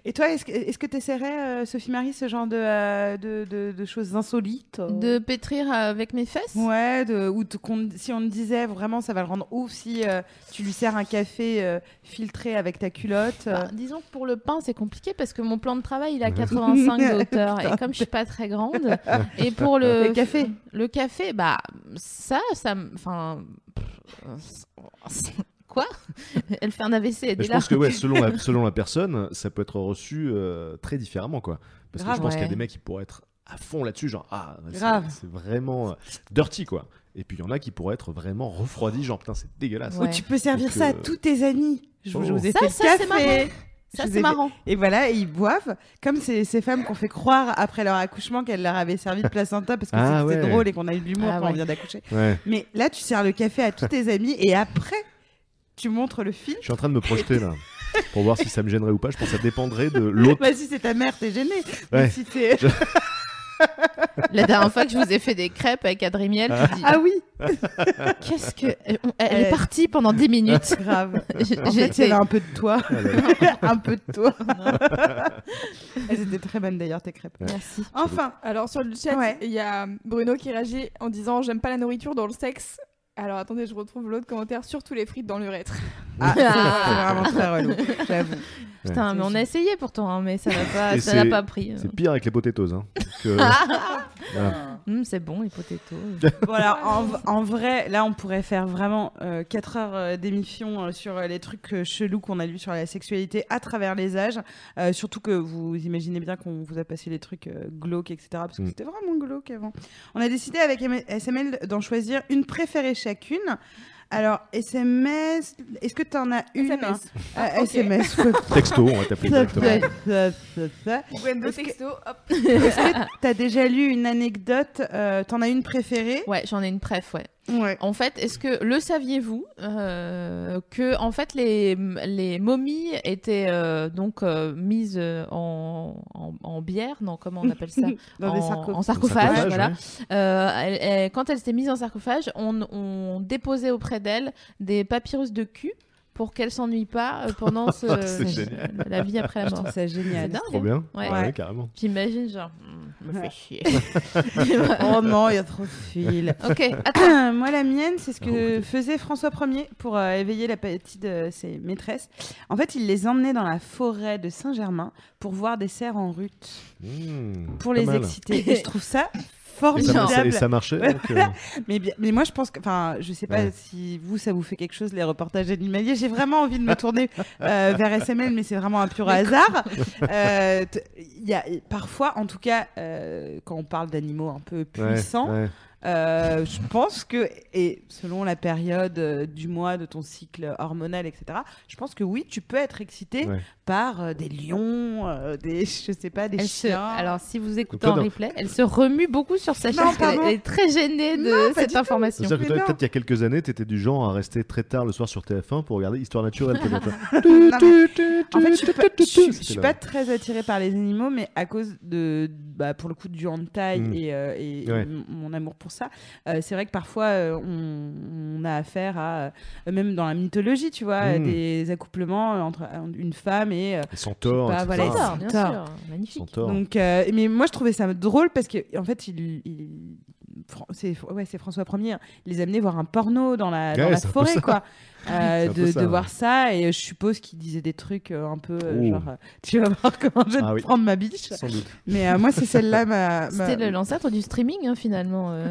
Et toi, est-ce que est-ce que t'essaierais, euh, Sophie Marie, ce genre de, euh, de, de, de choses insolites euh De pétrir avec mes fesses Ouais, de, ou te- qu'on- si on te disait vraiment ça va le rendre ouf si euh, tu lui sers un café euh, filtré avec ta culotte. euh. Bah, disons que pour le pain, c'est compliqué parce que mon plan de travail, il a 85 de hauteur. et Putain. comme je suis pas très grande, et pour le, Le café. le café, bah, ça, ça. m- Enfin. pff, euh, Quoi Elle fait un AVC, elle Mais est je là. pense que ouais, selon, la, selon la personne, ça peut être reçu euh, très différemment. quoi. Parce que Grave, je pense ouais. qu'il y a des mecs qui pourraient être à fond là-dessus, genre ah, c'est- Grave. c'est vraiment euh, dirty quoi. Et puis il y en a qui pourraient être vraiment refroidis, genre putain, c'est dégueulasse. Ou Ouais. tu peux servir Donc, ça à euh, tous tes amis. Je, vous- je oh. vous ai Ça, fait ça, le c'est café. marrant. Ça, Je vous ai c'est fait- marrant. Et voilà, et ils boivent comme ces, ces femmes qu'on fait croire après leur accouchement qu'elles leur avaient servi de placenta parce que Ah c'était ouais. drôle et qu'on a eu de l'humour Ah quand on ouais. vient d'accoucher. Ouais. Mais là, tu sers le café à tous tes amis et après, tu montres le film. Je suis en train de me projeter là pour voir si ça me gênerait ou pas. Je pense que ça dépendrait de l'autre. Bah, si c'est ta mère, t'es gêné. Ouais. Mais si t'es- La dernière fois que je vous ai fait des crêpes avec Adrien Miel, je me dis, Ah oui, qu'est-ce que. Elle, elle Euh, est partie pendant 10 minutes. grave. J'ai- En fait, J'étais elle a un peu de toi. Ah, là, là. un peu de toi. Elles étaient très bonnes d'ailleurs, tes crêpes. Merci. Enfin, Alors sur le chat, il Ouais. y a Bruno qui réagit en disant j'aime pas la nourriture dans le sexe. Alors attendez, je retrouve l'autre commentaire surtout les frites dans l'urètre. ah, c'est- Ah. c'est vraiment très relou, j'avoue. Putain, mais on a essayé pourtant, hein, mais ça n'a pas, Et ça n'a c'est- pas pris. euh. C'est pire avec les potatoes. Hein. Donc, euh, Ah. voilà. Hum, c'est bon, les potatoes. Bon, alors, en, v- en vrai, là, on pourrait faire vraiment 4 heures euh, d'émission euh, sur euh, les trucs euh, chelous qu'on a lus sur la sexualité à travers les âges. Euh, surtout que vous imaginez bien qu'on vous a passé les trucs euh, glauques, etc. Parce que Mm. c'était vraiment glauque avant. On a décidé avec M- SML d'en choisir une préférée chacune. Alors, SMS, est-ce que tu en as une SMS. Euh, Ah, Ah, ok. SMS, ouais. Texto, on va t'appeler Ça, directement. ça, ça, ça, ça. Brendo Est-ce que- texto, hop. Est-ce que t'as déjà lu une anecdote euh, T'en as une préférée Ouais, j'en ai une préf, ouais. Ouais. En fait, est-ce que le saviez-vous euh, que en fait les, les momies étaient euh, donc euh, mises euh, en, en, en bière, non comment on appelle ça Dans en, des sarcophages. en sarcophage, voilà. Euh, elles- elles- quand elles étaient mises en sarcophage, on, on déposait auprès d'elles des papyrus de cul pour qu'elles s'ennuient pas euh, pendant ce, Oh, C'est génial. la vie après la Je mort. trouve ça C'est génial. dingue. hein. Trop bien. Ouais. ouais, carrément. J'imagine genre. mm, me fais chier. Oh non, il y a trop de fils. ok, attends. Moi, la mienne, c'est ce Oh, que faisait François Ier pour euh, éveiller l'appétit de ses maîtresses. En fait, il les emmenait dans la forêt de Saint-Germain pour voir des cerfs en rut, Mmh, pour pas les mal. exciter. Et je trouve ça Et ça, ça- et formidable. ça marchait. Ouais, donc, euh, Mais, bien- mais moi, je pense que. Enfin, je sais pas Ouais. si vous, ça vous fait quelque chose, les reportages animaliers. J'ai vraiment envie de me tourner euh, vers SML, mais c'est vraiment un pur hasard. Euh, t- Il y a, parfois, en tout cas, euh, quand on parle d'animaux un peu ouais, puissants, ouais. euh, je pense que, et selon la période euh, du mois, de ton cycle hormonal, etc., je pense que oui, tu peux être excité Ouais. par euh, des lions, euh, des, je sais pas, des Elle se- chiens. Alors, si vous écoutez toi, en dans- replay, elle se remue beaucoup sur sa Non, chaise. Elle, pardon. elle est très gênée de Non, pas du cette tout. information. C'est-à-dire que toi, Mais non. peut-être il y a quelques années, t'étais du genre à rester très tard le soir sur TF1 pour regarder Histoire naturelle. peut-être. Non, mais- En fait, je suis pas, je suis- je C'était suis là. pas très attirée par les animaux, mais à cause de, bah, pour le coup, du hentai Mm. et, euh, et Ouais. m- mon amour pour ça, euh, c'est vrai que parfois euh, on, on a affaire à, euh, même dans la mythologie, tu vois, Mm. des acouplements entre euh, une femme et. euh, Les centaures, Je sais pas, etc. voilà. J'adore, bien J'adore. sûr. Magnifique. Centaures. donc, euh, mais moi, je trouvais ça drôle parce que, en fait, il. il- Fran- c'est ouais, c'est François Ier, hein. il les amenait voir un porno dans la, dans Ouais, la c'est un peu forêt, ça. quoi. Euh, C'est un peu de, ça, de ouais. voir ça, et je suppose qu'il disait des trucs euh, un peu euh, Oh. genre, euh, tu vas voir comment je vais Ah te oui. prendre ma biche. Sans doute. Mais euh, moi, c'est celle-là ma. ma- C'était le- l'ancêtre du streaming, hein, finalement, euh,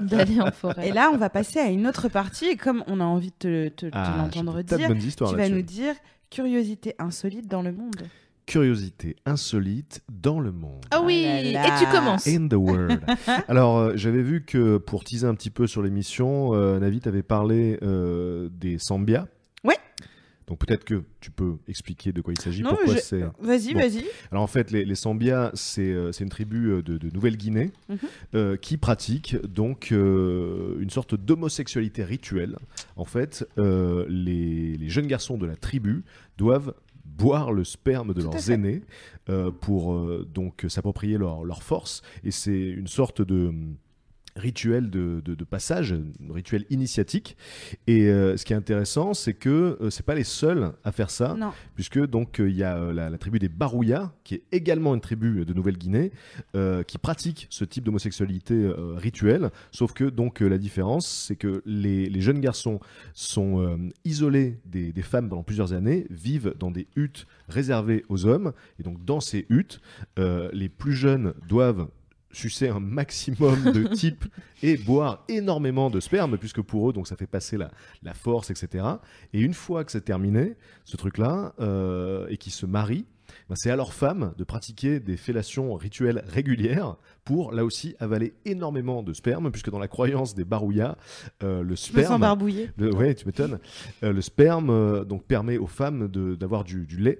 d'aller en forêt. Et là, on va passer à une autre partie. Et comme on a envie de te, te- te Ah, l'entendre j'ai des tas de dire, bonnes histoires tu vas là-dessus. nous dire curiosité insolite dans le monde. Curiosité insolite dans le monde. Ah oui, Ah là là. et tu commences. In the world. Alors, euh, j'avais vu que pour teaser un petit peu sur l'émission, euh, Navi t'avait parlé euh, des Sambia. Ouais. Donc peut-être que tu peux expliquer de quoi il s'agit, Non, pourquoi mais je- c'est. hein. Vas-y, Bon. vas-y. Alors en fait, les, les Sambia, c'est euh, c'est une tribu euh, de, de Nouvelle-Guinée Mhm. euh, qui pratique donc euh, une sorte d'homosexualité rituelle. En fait, euh, les, les jeunes garçons de la tribu doivent boire le sperme de Tout à leurs fait. aînés euh, pour euh, donc s'approprier leur, leur force. Et c'est une sorte de hum, rituel de, de- de passage, un rituel initiatique. Et euh, ce qui est intéressant, c'est que euh, c'est pas les seuls à faire ça Non. puisque donc euh, il y a euh, la, la tribu des Barouya, qui est également une tribu de Nouvelle-Guinée, euh, qui pratique ce type d'homosexualité euh, rituelle. Sauf que donc euh, la différence, c'est que les, les jeunes garçons sont euh, isolés des, des femmes pendant plusieurs années, vivent dans des huttes réservées aux hommes, et donc dans ces huttes, euh, les plus jeunes doivent sucer un maximum de types et boire énormément de sperme puisque pour eux donc ça fait passer la, la force etc et une fois que c'est terminé ce truc-là euh, et qui se marient, ben, c'est à leur femme de pratiquer des fellations rituelles régulières pour là aussi avaler énormément de sperme, puisque dans la croyance des barouillas, euh, le Je me sens sperme. barbouillée. Le- ouais, tu m'étonnes. Euh, le sperme euh, donc permet aux femmes de- d'avoir du, du lait.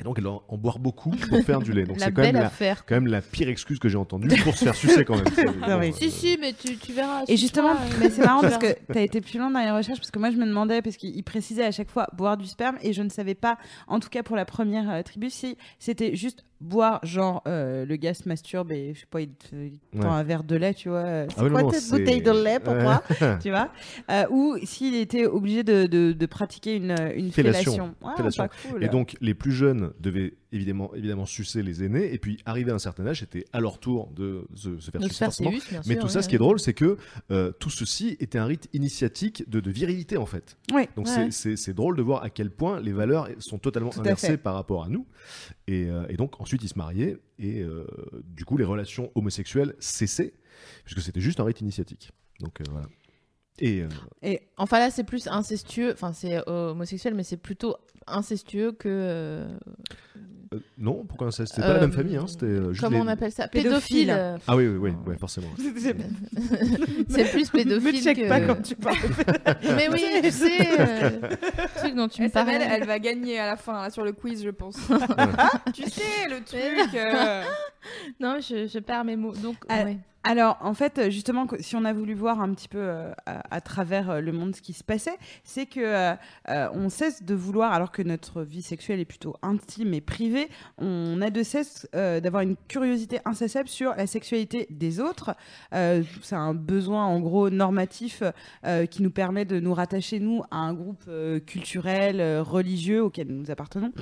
Et donc, elles doivent en boire beaucoup pour faire du lait. Donc, la c'est quand belle même la, affaire. quand même la pire excuse que j'ai entendue pour se faire sucer quand même. C'est- Non, mais- bon, euh, Si, si, mais tu, tu verras. suis-toi, Et justement, euh, mais c'est marrant parce que tu as été plus loin dans les recherches parce que moi je me demandais parce qu'il précisait à chaque fois boire du sperme et je ne savais pas en tout cas pour la première euh, tribu si c'était juste boire genre euh, le gars se masturbe et je sais pas il te, il te tend Ouais. un verre de lait tu vois euh, c'est Ah oui, non, quoi non, cette c'est- bouteille de lait pour Ouais. moi hein. tu vois Euh, ou s'il était obligé de, de- de pratiquer une, euh, une Fellation. fellation, Ah, Fellation. pas Oh cool. Et donc, les plus jeunes devaient évidemment, évidemment sucer les aînés, et puis, arrivé à un certain âge, c'était à leur tour de se, se faire de se sucer. faire forcément. séus, bien sûr. Mais tout ça, ce qui est drôle, c'est que euh, tout ceci était un rite initiatique de, de virilité, en fait. Ouais. Donc, Ouais, c'est- ouais. c'est c'est drôle de voir à quel point les valeurs sont totalement Tout à fait. inversées par rapport à nous. Et, euh, et donc, ensuite, ils se mariaient, et euh, du coup, les relations homosexuelles cessaient, puisque c'était juste un rite initiatique. Donc, euh, voilà. Et euh, Et Enfin là, c'est plus incestueux. Enfin, c'est euh, homosexuel, mais c'est plutôt incestueux que. euh, euh, non, pourquoi ça C'était pas la Euh, même famille, hein, c'était euh, juste. comment les- on appelle ça Pédophile. Pédophile. euh, Ah oui, oui, oui, ouais, forcément. C'est plus pédophile me check que- pas quand tu parles Mais oui, tu sais, euh, le truc dont tu me SML, parlais. elle va gagner à la fin là, sur le quiz, je pense. tu sais, le truc. euh, Non, je, je perds mes mots. Donc, Euh, Ah, ouais. Alors, en fait, justement, que- si on a voulu voir un petit peu euh, à, à travers euh, le monde ce qui se passait, c'est que euh, euh, on cesse de vouloir, alors que notre vie sexuelle est plutôt intime et privée, on a de cesse euh, d'avoir une curiosité insatiable sur la sexualité des autres. Euh, c'est un besoin, en gros, normatif euh, qui nous permet de nous rattacher, nous, à un groupe euh, culturel, euh, religieux auquel nous appartenons.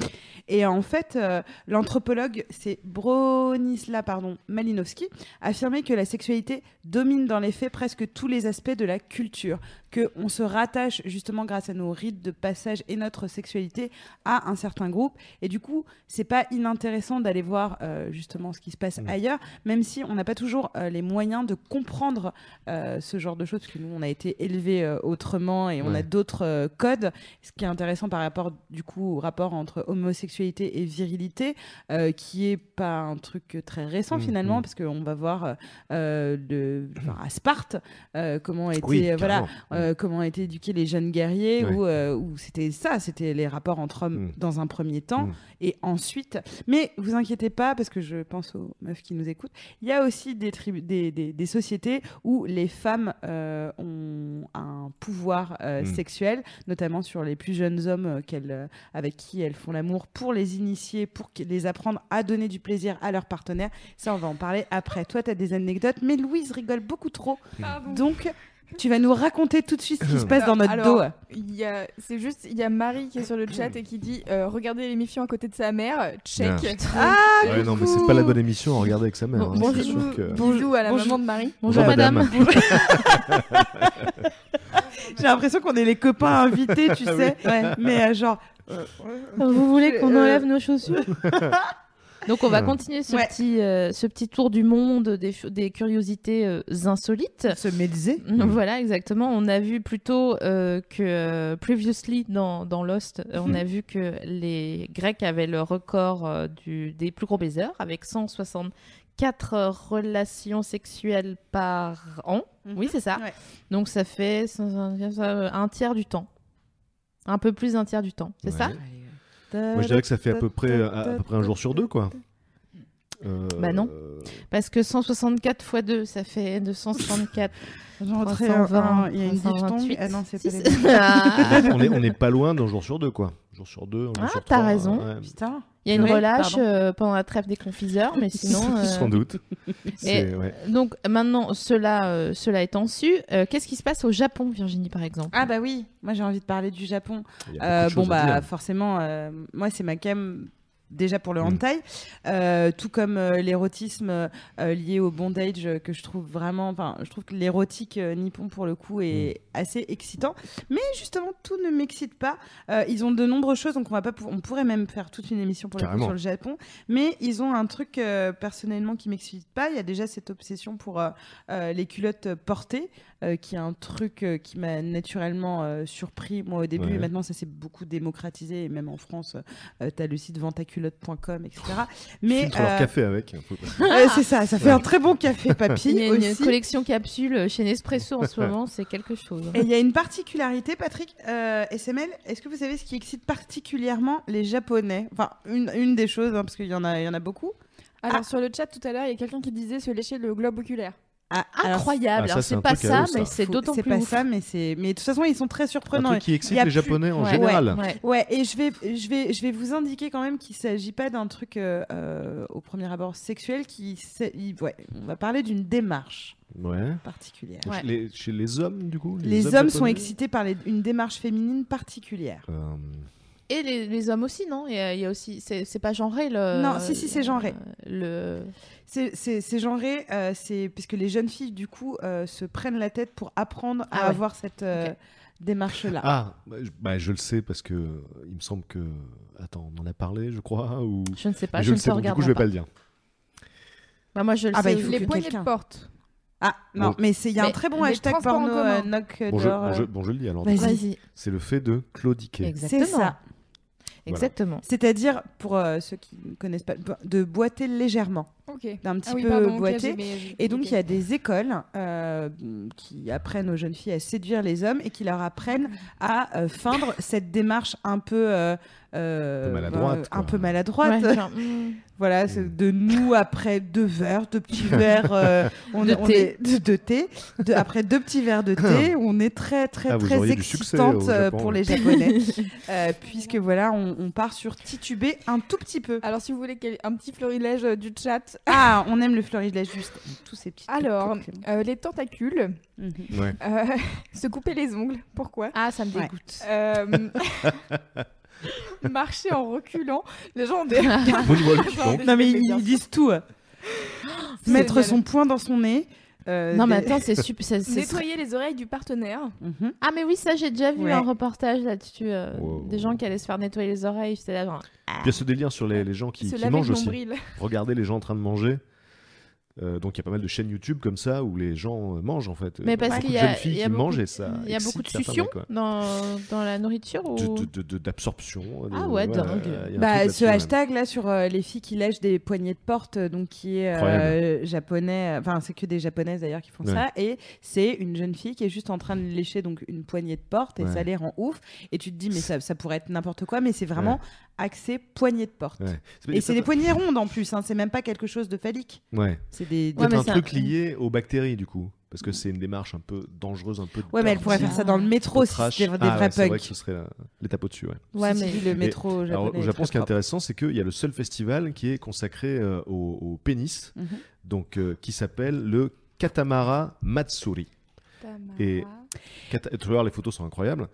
Et en fait, euh, l'anthropologue, c'est Bronisla pardon, Malinowski, affirmait que la sexualité domine dans les faits presque tous les aspects de la culture, que on se rattache justement grâce à nos rites de passage et notre sexualité à un certain groupe. Et du coup, c'est pas inintéressant d'aller voir euh, justement ce qui se passe Mm. ailleurs, même si on n'a pas toujours euh, les moyens de comprendre euh, ce genre de choses, parce que nous, on a été élevés euh, autrement et on Ouais. a d'autres euh, codes. Ce qui est intéressant par rapport du coup au rapport entre homosexualité et virilité, euh, qui est pas un truc très récent Mm, finalement, mm. parce qu'on va voir euh, euh, de, enfin, à Sparte euh, comment étaient Oui, euh, voilà carrément. euh, comment étaient éduqués les jeunes guerriers, Ouais. où, euh, où c'était ça, c'était les rapports entre hommes Mm. dans un premier temps Mm. et ensuite. Mais vous inquiétez pas, parce que je pense aux meufs qui nous écoutent, il y a aussi des, tribus- des, des- des sociétés où les femmes euh, ont un pouvoir euh, Mm. sexuel, notamment sur les plus jeunes hommes euh, qu'elles, euh, avec qui elles font l'amour, pour les initier, pour qu- les apprendre à donner du plaisir à leur partenaire. Ça, on va en parler après. Toi, tu as des anecdotes, mais Louise rigole beaucoup trop. Pardon. Donc, tu vas nous raconter tout de suite ce qui se passe dans notre Alors, dos. Il y a- C'est juste, il y a Marie qui est sur le chat et qui dit euh, Regardez l'émission à côté de sa mère, check. Ah, Ah, Ouais, non, mais c'est pas la bonne émission à regarder avec sa mère. Bon- hein, bonjour. c'est sûr que- Bisous à la Bonjour. maman de Marie. Bonjour, madame. J'ai l'impression qu'on est les copains invités, tu sais. Mais euh, genre. euh, Vous voulez qu'on Euh, enlève nos chaussures Donc on va Ouais. continuer ce, Ouais. petit, euh, ce petit tour du monde des, cho- des curiosités euh, insolites. se méliser. Voilà, exactement. On a vu plutôt euh, que euh, previously dans, dans Lost, euh, on a Mm. vu que les Grecs avaient le record euh, du, des plus gros baisers avec 164 relations sexuelles par an. Oui, c'est ça. Mm-hmm. Ouais. Donc ça fait 164, euh, un tiers du temps. Un peu plus d'un tiers du temps, c'est Ouais. ça Moi, je dirais que ça fait à peu près, à, à peu près un jour sur deux, quoi. Euh, Bah non. Parce que 164 fois 2, ça fait 264. J'en rentrais un- 320, euh, un- Il y a une 328. diphtongue. Ah non, c'est pas Si, les si. Ah, on, est, on est pas loin d'un jour sur deux, quoi. Un jour sur deux, un jour Ah, sur t'as trois, raison. euh, ouais. Putain. Il y a une Oui, relâche pardon. euh, pendant la trêve des confiseurs, mais sinon. euh, Sans doute. C'est- ouais. Donc maintenant, cela, euh, cela étant su, euh, qu'est-ce qui se passe au Japon, Virginie, par exemple Ah bah oui, moi j'ai envie de parler du Japon. Il y Euh, a beaucoup de bon choses à bah dire. forcément, euh, moi c'est ma cam déjà pour le Mm. hentai, euh, tout comme euh, l'érotisme euh, euh, lié au bondage euh, que je trouve vraiment, enfin je trouve que l'érotique euh, nippon pour le coup est Mm. assez excitant. Mais justement tout ne m'excite pas. Euh, ils ont de nombreuses choses, donc on va pas, pou- on pourrait même faire toute une émission pour le coup Carrément. sur le Japon. Mais ils ont un truc euh, personnellement qui m'excite pas. Il y a déjà cette obsession pour euh, euh, les culottes portées, euh, qui est un truc euh, qui m'a naturellement euh, surpris moi au début. Ouais. Et maintenant, ça s'est beaucoup démocratisé. Et même en France, euh, t'as le site ventaculotte.com, etc. Mais Filtre leur euh, café avec. euh, c'est ça, ça fait un très bon café papy Il y a une aussi. collection capsule chez Nespresso en ce moment, c'est quelque chose. Et il y a une particularité, Patrick, euh, SML, est-ce que vous savez ce qui excite particulièrement les Japonais Enfin, une, une des choses, hein, parce qu'il y, en a- il y en a beaucoup. Ah. Alors, sur le chat tout à l'heure, il y a quelqu'un qui disait se lécher le globe oculaire. alors, Incroyable, Ah, ça, alors c'est c'est un pas truc à ça, eux, ça. mais c'est faut- d'autant plus. C'est pas ouf. ça, mais c'est. Mais de toute façon, ils sont très Un surprenants. truc qui y excite a les Japonais en Ouais. général. Ouais. Ouais, et je vais, je vais, je vais vous indiquer quand même qu'il s'agit pas d'un truc euh, euh, au premier abord sexuel. Qui, s'est- il- ouais, on va parler d'une démarche Ouais. particulière. Donc, Ouais. les- chez les hommes, du coup Les, hommes sont japonais excités par les- une démarche féminine particulière. Euh, Et les, les hommes aussi, non Et, euh, Il y a aussi, c'est c'est pas genré le. Non, si, si, c'est genré. euh, Le. C'est- C'est c'est genré, euh, c'est puisque les jeunes filles du coup euh, se prennent la tête pour apprendre à Ah ouais. avoir cette euh, Ok. démarche-là. Ah, bah, je, bah, je le sais parce que euh, il me semble que. Attends, on en a parlé, je crois ou... Je ne sais pas, Mais je, je le ne sais, te donc du regarde coup, je vais pas le dire. Bah, moi, je le Ah bah, sais. il faut les que poignées de quelqu'un- porte. Ah, non, Bon. mais c'est- il y a un Mais très bon les hashtag transports en porno euh, commun. knock Bon, je, door, bon, euh, je- bon, je le dis alors. vas-y. Vas-y. C'est le fait de claudiquer. Exactement. c'est ça. Exactement. C'est-à-dire, pour euh, ceux qui ne connaissent pas, de boiter légèrement. Ok. d'un petit Ah oui, peu pardon, ok, boité. j'ai- mais- Et donc, il ok. y a des écoles euh, qui apprennent aux jeunes filles à séduire les hommes et qui leur apprennent à euh, feindre cette démarche un peu, euh, euh, Un peu maladroite, un quoi. peu maladroite. Ouais, genre, mm. Voilà, c'est de nous après deux verres, deux petits verres euh, on, De on thé. est- de, de thé. De- après deux petits verres de thé, on est très très Ah, vous très auriez du succès excitante au euh, Japon, pour ouais. les Japonais, Euh, puisque voilà, on, on part sur tituber un tout petit peu. Alors, si vous voulez quel- un petit fleurilège euh, du chat, Ah, on aime le florilège juste tous ces petits. alors, euh, les tentacules, Mhm. Ouais. euh, se couper les ongles, pourquoi Ah, ça me Ouais. dégoûte. Euh, Marcher en reculant, les gens ont des. Moonwalk, Genre donc. des- non mais des- ils, ils disent tout. hein. C'est Mettre mal. son poing dans son nez. euh, non, mais des- attends, c'est super. c'est- c'est- Nettoyer les oreilles du partenaire. Mhm. Ah, mais oui, ça, j'ai déjà vu Ouais. un reportage là-dessus. euh, Wow. Des gens qui allaient se faire nettoyer les oreilles. J'étais là, genre. Il y a ce délire sur les, les gens qui, se qui laver mangent le aussi. nombril. Regardez les gens en train de manger. Euh, donc il y a pas mal de chaînes YouTube comme ça où les gens euh, mangent en fait. Mais Euh, parce beaucoup qu'il de y jeunes a, filles il y a qui beaucoup, mangent et ça. il y a beaucoup de excite certains succion mecs, quoi. dans, dans la nourriture ou... De- de- de- de- D'absorption. Ah de- ouais, dingue. il y a un Bah, truc là-dessus, ce ouais. hashtag là sur euh, les filles qui lâchent des poignées de porte, euh, donc qui est euh, Incroyable. japonais, euh, enfin c'est que des japonaises d'ailleurs qui font Ouais. ça, et c'est une jeune fille qui est juste en train de lécher donc une poignée de porte et Ouais. ça les rend ouf. Et tu te dis mais ça, ça pourrait être n'importe quoi, mais c'est vraiment axé poignée de porte. Ouais. Et c'est peut-être- des poignées rondes en plus, hein, c'est même pas quelque chose de phallique. Ouais. C'est des, des- Peut-être mais un ça- truc lié aux bactéries du coup. Parce que c'est une démarche un peu dangereuse, un peu. Ouais, mais elle pourrait dirty, faire ça dans le un peu métro si trash. c'était des Ah, vrais ouais, C'est vrai punks. que ce serait la- l'étape au-dessus, ouais. Ouais, Si mais tu lis le métro Alors, japonais. au est Japon, très ce qui est propre. intéressant, c'est qu'il y a le seul festival qui est consacré euh, au, au pénis, Mhm. donc euh, qui s'appelle le Katamara Matsuri. Et- Kata- Tu vas voir, les photos sont incroyables.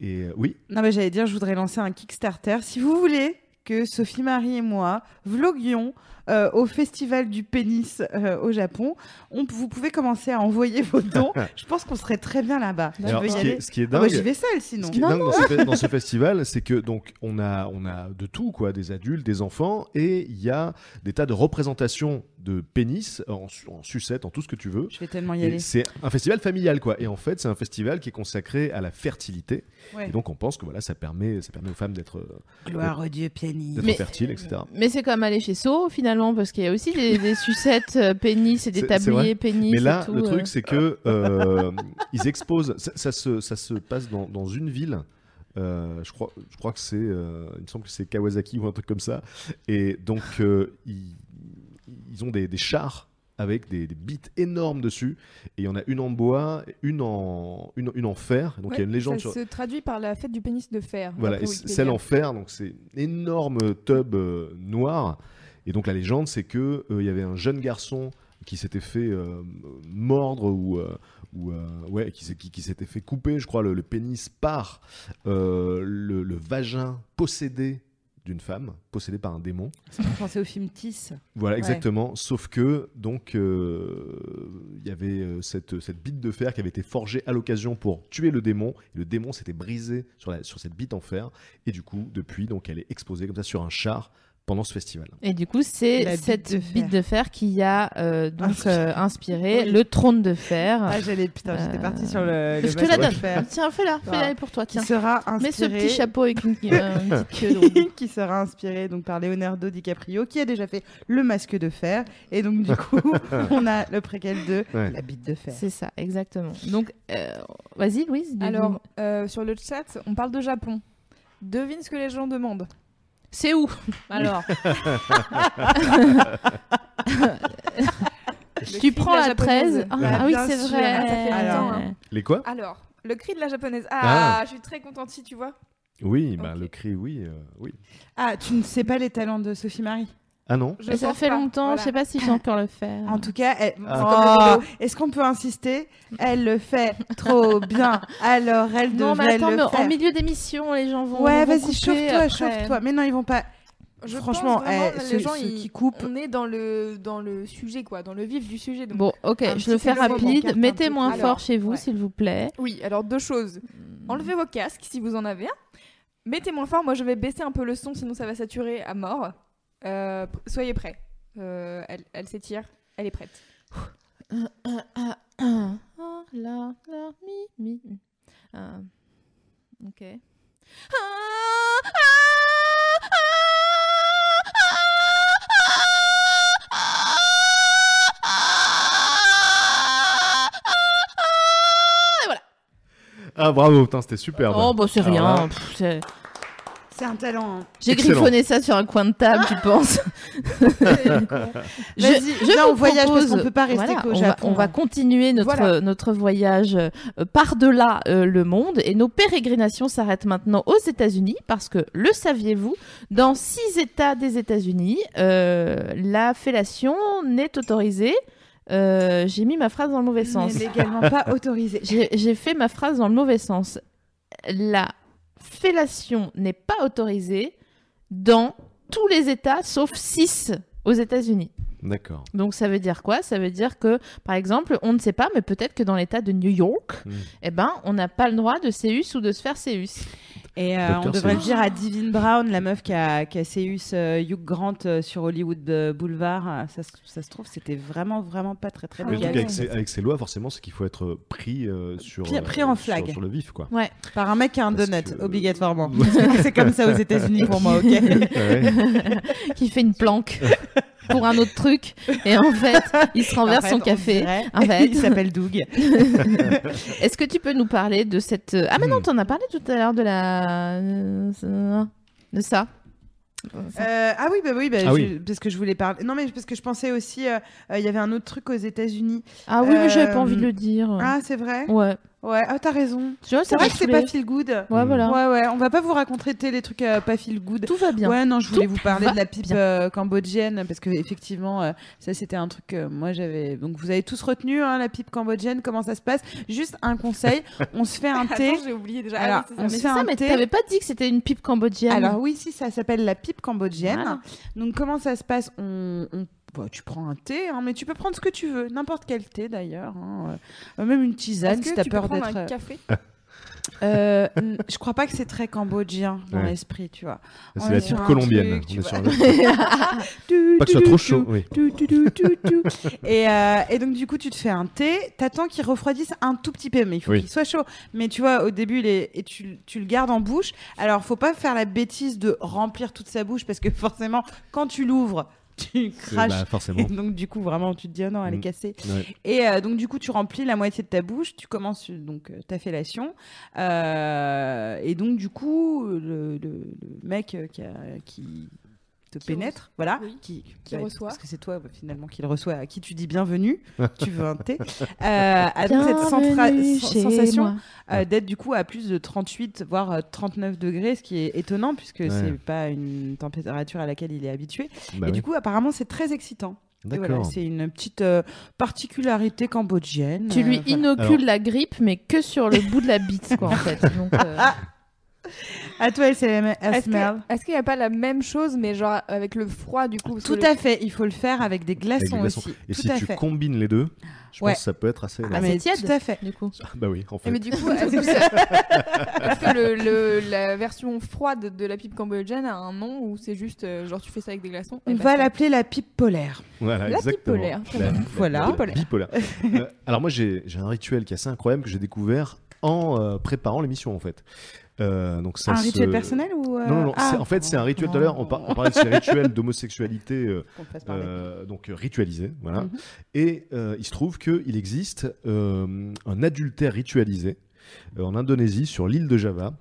Et euh, oui, Non, mais j'allais dire, je voudrais lancer un Kickstarter. Si vous voulez que Sophie Marie et moi vloguions euh, au festival du pénis euh, au Japon, on, vous pouvez commencer à envoyer vos dons. je pense qu'on serait très bien là-bas. Tu Alors, veux y ce, qui aller est, ce qui est Ah bah, dingue, J'y vais seule ce sinon. qui est dingue dans, ce, fe- dans ce festival, c'est que donc on a, on a de tout, quoi, des adultes, des enfants, et il y a des tas de représentations de pénis en, su- en sucette, en tout ce que tu veux. Je vais tellement y Et aller. C'est un festival familial, quoi. Et en fait, c'est un festival qui est consacré à la fertilité. Ouais. Et donc, on pense que voilà, ça permet, ça permet aux femmes d'être euh, Gloire au Dieu pénis. d'être Mais- fertiles, etc. Mais c'est comme aller chez So finalement, parce qu'il y a aussi des, des sucettes euh, pénis et des C'est- c'est vrai. tabliers pénis. Mais là, et tout, le euh. truc, c'est que euh, ils exposent. Ça, ça se, ça se passe dans, dans une ville. Euh, je crois, je crois que c'est, euh, il me semble que c'est Kawasaki ou un truc comme ça. Et donc, euh, ils, ils ont des, des chars avec des, des bites énormes dessus. Et il y en a une en bois, une en, une, une en fer. Donc il y a une légende ça sur. se traduit par la fête du pénis de fer. Voilà, d'après et c- Wikipédia. celle en fer, donc c'est une énorme tub euh, noir. Et donc la légende, c'est que euh, il y avait un jeune garçon qui s'était fait euh, mordre ou, euh, ou euh, ouais, qui, s'est- qui, qui s'était fait couper, je crois, le, le pénis par euh, le, le vagin possédé d'une femme, possédé par un démon. Ça me fait penser au film Tis. Voilà, Ouais. exactement. Sauf que, donc, euh, il y avait euh, cette, cette bite de fer qui avait été forgée à l'occasion pour tuer le démon. Et le démon s'était brisé sur, la, sur cette bite en fer. Et du coup, depuis, donc, elle est exposée comme ça sur un char pendant ce festival. Et du coup, La c'est bite cette de fer. bite de fer qui a euh, donc Inspiré. euh, inspiré Oui. le trône de fer. Ah, j'allais, putain, j'étais Euh, partie sur le. le je te la basket donne. de fer. Tiens, fais-la, fais-la Voilà. pour toi, Qui tiens. sera inspiré. Mets ce petit chapeau avec une, euh, une petite queue. donc. qui sera inspiré donc par Leonardo DiCaprio qui a déjà fait le masque de fer et donc du coup on a le préquel de Ouais. la bite de fer. C'est ça, exactement. Donc, euh, vas-y, Louise. dis-nous. Alors, euh, sur le chat, on parle de Japon. Devine ce que les gens demandent. c'est où Alors, tu prends la 13. Ah, Ah, ah oui, bien c'est sûr. vrai. Euh, Ah, ça fait longtemps, hein. Les quoi Alors, le cri de la japonaise. Ah, Ah. je suis très contente si tu vois. Oui, bah, Ok. le cri, oui. euh, oui. Ah, tu ne sais pas les talents de Sophie Marie. Ah non Je Mais ça pense fait pas. longtemps, Voilà. je sais pas si je vais encore le faire. En tout cas, elle- Ah. Oh, est-ce qu'on peut insister Elle le fait trop bien. Alors elle non, mais devrait attends, le mais en faire. milieu d'émission, les gens vont. Ouais, vont vas-y, couper chauffe-toi, après. chauffe-toi. Mais non, ils vont pas. Je Franchement, pense vraiment, eh, les ceux, gens, ceux ils- qui coupent. on est dans le dans le sujet quoi, dans le vif du sujet. donc. Bon, ok, Un je le petit fais peu de moment, rapide. carte un Mettez peu. moins Alors, fort chez vous, ouais. s'il vous plaît. Oui, alors deux choses. Hmm. Enlevez vos casques si vous en avez un. Mettez moins fort. Moi, je vais baisser un peu le son, sinon ça va saturer à mort. Euh, pr- soyez prêts. Euh, elle elle s'étire. Elle est prête. Un, un, un. Ah, la, la, mi, mi. Un. Ok. Ah, ah, ah, ah, ah, ah, Ah bravo, putain, c'était super. Oh, bah c'est Alors rien. là- pff, c'est- C'est un talent. hein. J'ai Excellent. griffonné ça sur un coin de table, tu penses Je- Vas-y, je là, vous on voyage parce propose- qu'on peut pas rester voilà, qu'au on va- Japon, on va hein. continuer notre, Voilà. notre voyage euh, par-delà euh, le monde et nos pérégrinations s'arrêtent maintenant aux États-Unis parce que, le saviez-vous, dans six États des États-Unis, euh, la fellation n'est autorisée. Euh, J'ai mis ma phrase dans le mauvais On sens. n'est légalement pas autorisé. J'ai j'ai fait ma phrase dans le mauvais sens. La fellation n'est pas autorisée dans tous les États sauf six aux États-Unis. D'accord. Donc ça veut dire quoi Ça veut dire que, par exemple, on ne sait pas, mais peut-être que dans l'État de New York, Mm. eh ben, on n'a pas le droit de séus ou de se faire séus. Et euh, Docteur on devrait le Seuss. dire à Divine Brown, la meuf qui a, qui a séus euh, Hugh Grant euh, sur Hollywood euh, Boulevard. Euh, Ça, se- ça se trouve, c'était vraiment, vraiment pas très, très Ah Mais bien. le truc oui, d'accord. avec ces, avec ces lois, forcément, c'est qu'il faut être pris euh, sur Pris- pris en euh, flag. sur, sur le vif, quoi. Par un mec qui a un Parce donut, que- obligatoirement. Ouais. C'est comme ça aux États-Unis pour moi, ok Ouais. Qui fait une planque pour un autre truc, et en fait, il se renverse En fait, son on café. dirait- En fait. Il s'appelle Doug. Est-ce que tu peux nous parler de cette... Ah mais non, Hmm. t'en as parlé tout à l'heure de la... De ça. Euh, ah oui, bah oui, bah, je- Ah oui. parce que je voulais parler. Non, mais parce que je pensais aussi, euh, euh, il y avait un autre truc aux États-Unis. Ah oui, mais j'avais pas Euh, envie de le dire. Ah, c'est vrai Ouais. Ouais, ah, t'as raison. Tu vois, C'est ça vrai m'a que c'est saoulée. pas feel good. Ouais, voilà. Ouais, ouais, on va pas vous raconter tu sais, les trucs euh, pas feel good. Tout va bien. Ouais, non, je voulais vous parler va de la pipe bien. euh, cambodgienne parce que effectivement, euh, ça c'était un truc que moi j'avais. Donc vous avez tous retenu hein, la pipe cambodgienne, comment ça se passe Juste un conseil, on se fait un thé. Attends, j'ai oublié déjà. Alors, Ah oui, c'est Mais on se ça. c'est fait ça, un mais thé. t'avais pas dit que c'était une pipe cambodgienne. Alors oui, si ça s'appelle la pipe cambodgienne. Voilà. Donc comment ça se passe On, on- bah, tu prends un thé, hein, mais tu peux prendre ce que tu veux, n'importe quel thé d'ailleurs, hein, euh, même une tisane Est-ce si que t'as tu peur peux prendre d'être. un café Euh, n- je crois pas que c'est très cambodgien dans Ouais. l'esprit, tu vois. On C'est la est type sur un colombienne. truc, on tu est vois. sur un autre truc. Pas que ce soit trop chaud. Oui. Tout, tout, tout, tout, tout. et, euh, et donc du coup tu te fais un thé, t'attends qu'il refroidisse un tout petit peu, mais il faut Oui. qu'il soit chaud. Mais tu vois au début il est- et tu, tu le gardes en bouche, alors faut pas faire la bêtise de remplir toute sa bouche parce que forcément quand tu l'ouvres tu C'est- craches. bah, Et forcément. donc du coup vraiment tu te dis Ah non elle est Mm. cassée. Ouais. Et euh, donc du coup tu remplis la moitié de ta bouche, tu commences euh, donc euh, ta fellation. Euh, et donc du coup le, le- le mec euh, qui, a- qui te Qui pénètre, voilà, oui. qui, Qui reçoit. parce que c'est toi bah, finalement qui le reçoit, à qui tu dis bienvenue, tu veux un thé, euh, Ah, a donc cette centra- Bienvenue sen- chez sensation moi. euh, d'être du coup à plus de 38 voire euh, 39 degrés, ce qui est étonnant puisque Ouais. c'est pas une température à laquelle il est habitué. Bah et oui. du coup apparemment c'est très excitant. Et voilà, D'accord. c'est une petite euh, particularité cambodgienne. Tu lui euh, voilà. inocules Alors- la grippe, mais que sur le bout de la bite, quoi, en fait. Donc, euh, À toi, SLM, Est-ce que- Asmel. est-ce qu'il n'y a pas la même chose, mais genre avec le froid du coup parce que Tout le- à fait, il faut le faire avec des glaçons, Avec des glaçons. aussi. Et tout si à tu fait. combines les deux, je Ouais. pense que ça peut être assez. Ah, énorme. mais C'est tiède. Tout à fait. du coup. Bah oui, en Et fait. mais du coup, est-ce que, ça- est-ce que le, le- la version froide de la pipe cambodgienne a un nom ou c'est juste euh, genre tu fais ça avec des glaçons et On basta va l'appeler la pipe polaire. Voilà, La exactement. bipolaire, très La- bien. la- Voilà. la- la Bipolaire. Euh, alors moi, j'ai j'ai un rituel qui est assez incroyable que j'ai découvert en euh, préparant l'émission, en fait. Euh, donc ça un se- rituel personnel ou euh, Non, non, non, ah, c'est- en fait, c'est un rituel. Tout à non, l'heure, on, par- non, on parlait de ces rituels d'homosexualité, euh, qu'on fasse parler. euh, donc euh, ritualisés, voilà. Mhm. Et euh, il se trouve qu'il existe euh, un adultère ritualisé euh, en Indonésie, sur l'île de Java.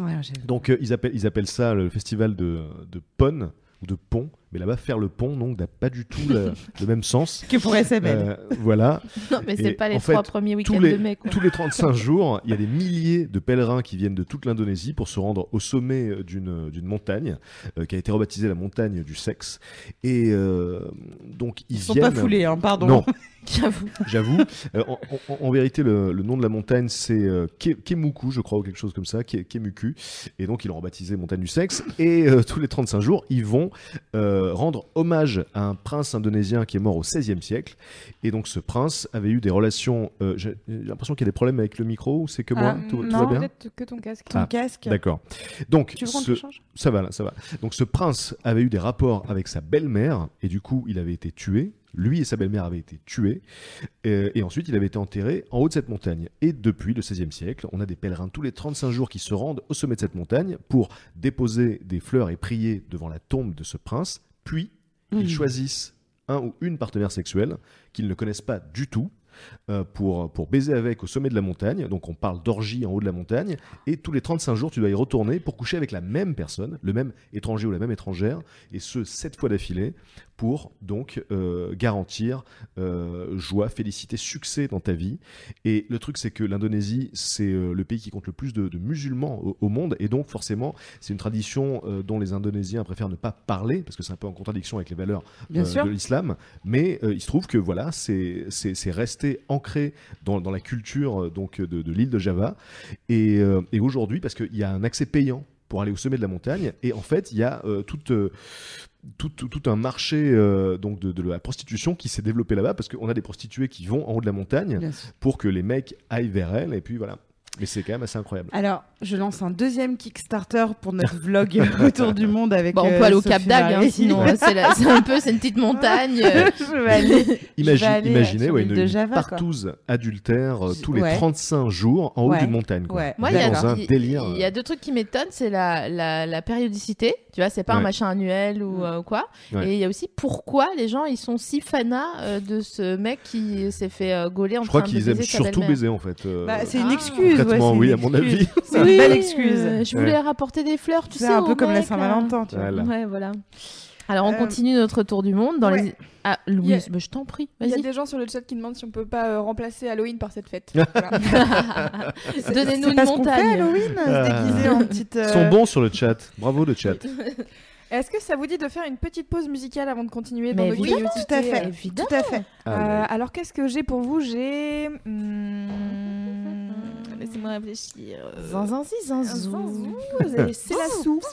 Ouais, j'ai- Donc euh, ils, appellent, ils appellent ça le festival de, de Pon ou de Pont, mais là-bas faire le pont donc n'a pas du tout le, le même sens. Que pour SML. Euh, voilà, Non, mais c'est Et pas les en fait, trois premiers week-ends tous les, de mai, quoi. tous les 35 jours, il y a des milliers de pèlerins qui viennent de toute l'Indonésie pour se rendre au sommet euh, d'une d'une montagne euh, qui a été rebaptisée la montagne du sexe. Et euh, donc ils, Ils sont viennent. pas foulés, hein, pardon. Non, J'avoue. J'avoue. Euh, en, en- en vérité, le, le nom de la montagne, c'est euh, Ke- Kemuku, je crois, ou quelque chose comme ça, Ke- Kemuku. Et donc, ils l'ont rebaptisé Montagne du Sexe. Et euh, tous les 35 jours, ils vont euh, rendre hommage à un prince indonésien qui est mort au XVIe siècle. Et donc, ce prince avait eu des relations. euh, J'ai j'ai l'impression qu'il y a des problèmes avec le micro, ou c'est que moi Ah, tout, tout non, va Non, bien Mm, peut-être que ton casque. Ton Ah, casque. D'accord. Donc, Tu veux qu'on ce- te change ça va là, ça va. Donc ce prince avait eu des rapports avec sa belle-mère et du coup il avait été tué. Lui et sa belle-mère avaient été tués Euh, et ensuite il avait été enterré en haut de cette montagne. Et depuis le XVIe siècle, on a des pèlerins tous les 35 jours qui se rendent au sommet de cette montagne pour déposer des fleurs et prier devant la tombe de ce prince, puis Mhm. ils choisissent un ou une partenaire sexuelle qu'ils ne connaissent pas du tout euh, pour, pour baiser avec au sommet de la montagne. Donc on parle d'orgie en haut de la montagne. Et tous les 35 jours, tu dois y retourner pour coucher avec la même personne, le même étranger ou la même étrangère, et ce, 7 fois d'affilée, pour donc euh, garantir euh, joie, félicité, succès dans ta vie. Et le truc, c'est que l'Indonésie, c'est euh, le pays qui compte le plus de, de musulmans au, au monde, et donc forcément, c'est une tradition euh, dont les Indonésiens préfèrent ne pas parler, parce que c'est un peu en contradiction avec les valeurs Bien euh, sûr. de l'islam. Mais euh, il se trouve que voilà, c'est c'est- c'est resté ancré dans, dans la culture euh, donc de, de l'île de Java. Et, euh, et aujourd'hui, parce qu'il y a un accès payant pour aller au sommet de la montagne, et en fait, il y a euh, toute, euh, tout, tout- tout un marché euh, donc de, de la prostitution qui s'est développé là-bas, parce qu'on a des prostituées qui vont en haut de la montagne Bien sûr. pour que les mecs aillent vers elles, et puis voilà. Mais c'est quand même assez incroyable. Alors, je lance un deuxième Kickstarter pour notre vlog autour du monde avec. Bon, on euh, peut aller au Sophie Cap d'Agde, hein, Marie. sinon euh, c'est la- c'est un peu c'est une petite montagne. euh, je vais aller. Imagine- aller, euh, imaginez sur ouais, l'île une, de une Java, quoi. partouze adultère euh, tous Ouais. les 35 jours en haut Ouais. d'une montagne. Quoi. Ouais. Moi, il y, a- dans un il- délire. il y a deux trucs qui m'étonnent, c'est la, la, la périodicité, tu vois, c'est pas un Ouais. machin annuel ou Mm. euh, quoi. Ouais. Et il y a aussi pourquoi les gens ils sont si fanas euh, de ce mec qui s'est fait euh, gauler en Je crois train de qu'ils aiment baiser sa surtout belle-mère. baiser en fait. euh, Bah, c'est une Ah. excuse. ouais, concrètement, c'est une oui, à mon excuse. avis. C'est Oui, une belle excuse. euh, je voulais rapporter des fleurs, tu sais. C'est un au peu comme la mec, là. Saint-Valentin, tu vois. Voilà. Ouais, voilà. Alors on Euh, continue notre tour du monde dans les. Ah Louise, Il y a- bah, je t'en prie, Il y a vas-y. des gens sur le chat qui demandent si on peut pas euh, remplacer Halloween par cette fête. Voilà. Donnez-nous C'est une pas ce qu'on fait à montagne. Halloween, se déguiser en petite. Ils euh, Euh, sont bons sur le chat. Bravo le chat. Est-ce que ça vous dit de faire une petite pause musicale avant de continuer dans Mais nos évidemment, curiosités, tout à fait. euh, Évidemment. Tout à fait. Ah, Euh, ouais. alors qu'est-ce que j'ai pour vous J'ai. hmm, Laissez-moi réfléchir. Zinzinzi, zinzou. Zinzou, C'est Oh, la soupe.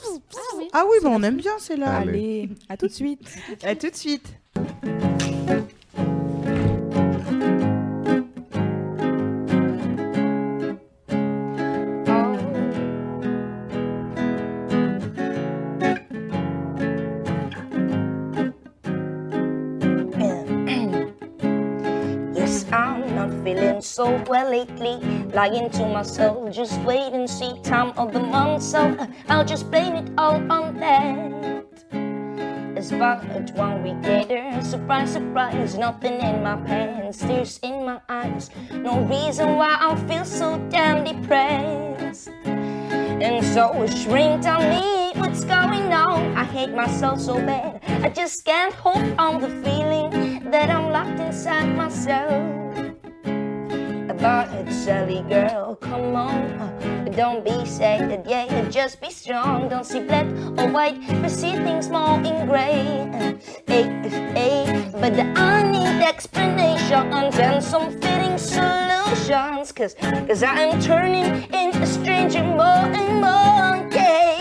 Ah oui, bah, on aime bien, c'est là. Allez. Allez, à tout de suite. À tout de suite. Yes, I'm not feeling so well lately. Lying to myself, just wait and see time of the month. So uh, I'll just blame it all on that. It's about one week later. Surprise, surprise, nothing in my pants, tears in my eyes. No reason why I feel so damn depressed. And so shrink tell me what's going on. I hate myself so bad. I just can't hold on the feeling that I'm locked inside myself. About it, silly girl, come on. uh, Don't be sad, yeah, yeah, just be strong. Don't see black or white, but see things more in gray. Uh, Hey, hey, eh, but I need explanation and some fitting solutions. Cause, cause I am turning into a stranger more and more, yeah.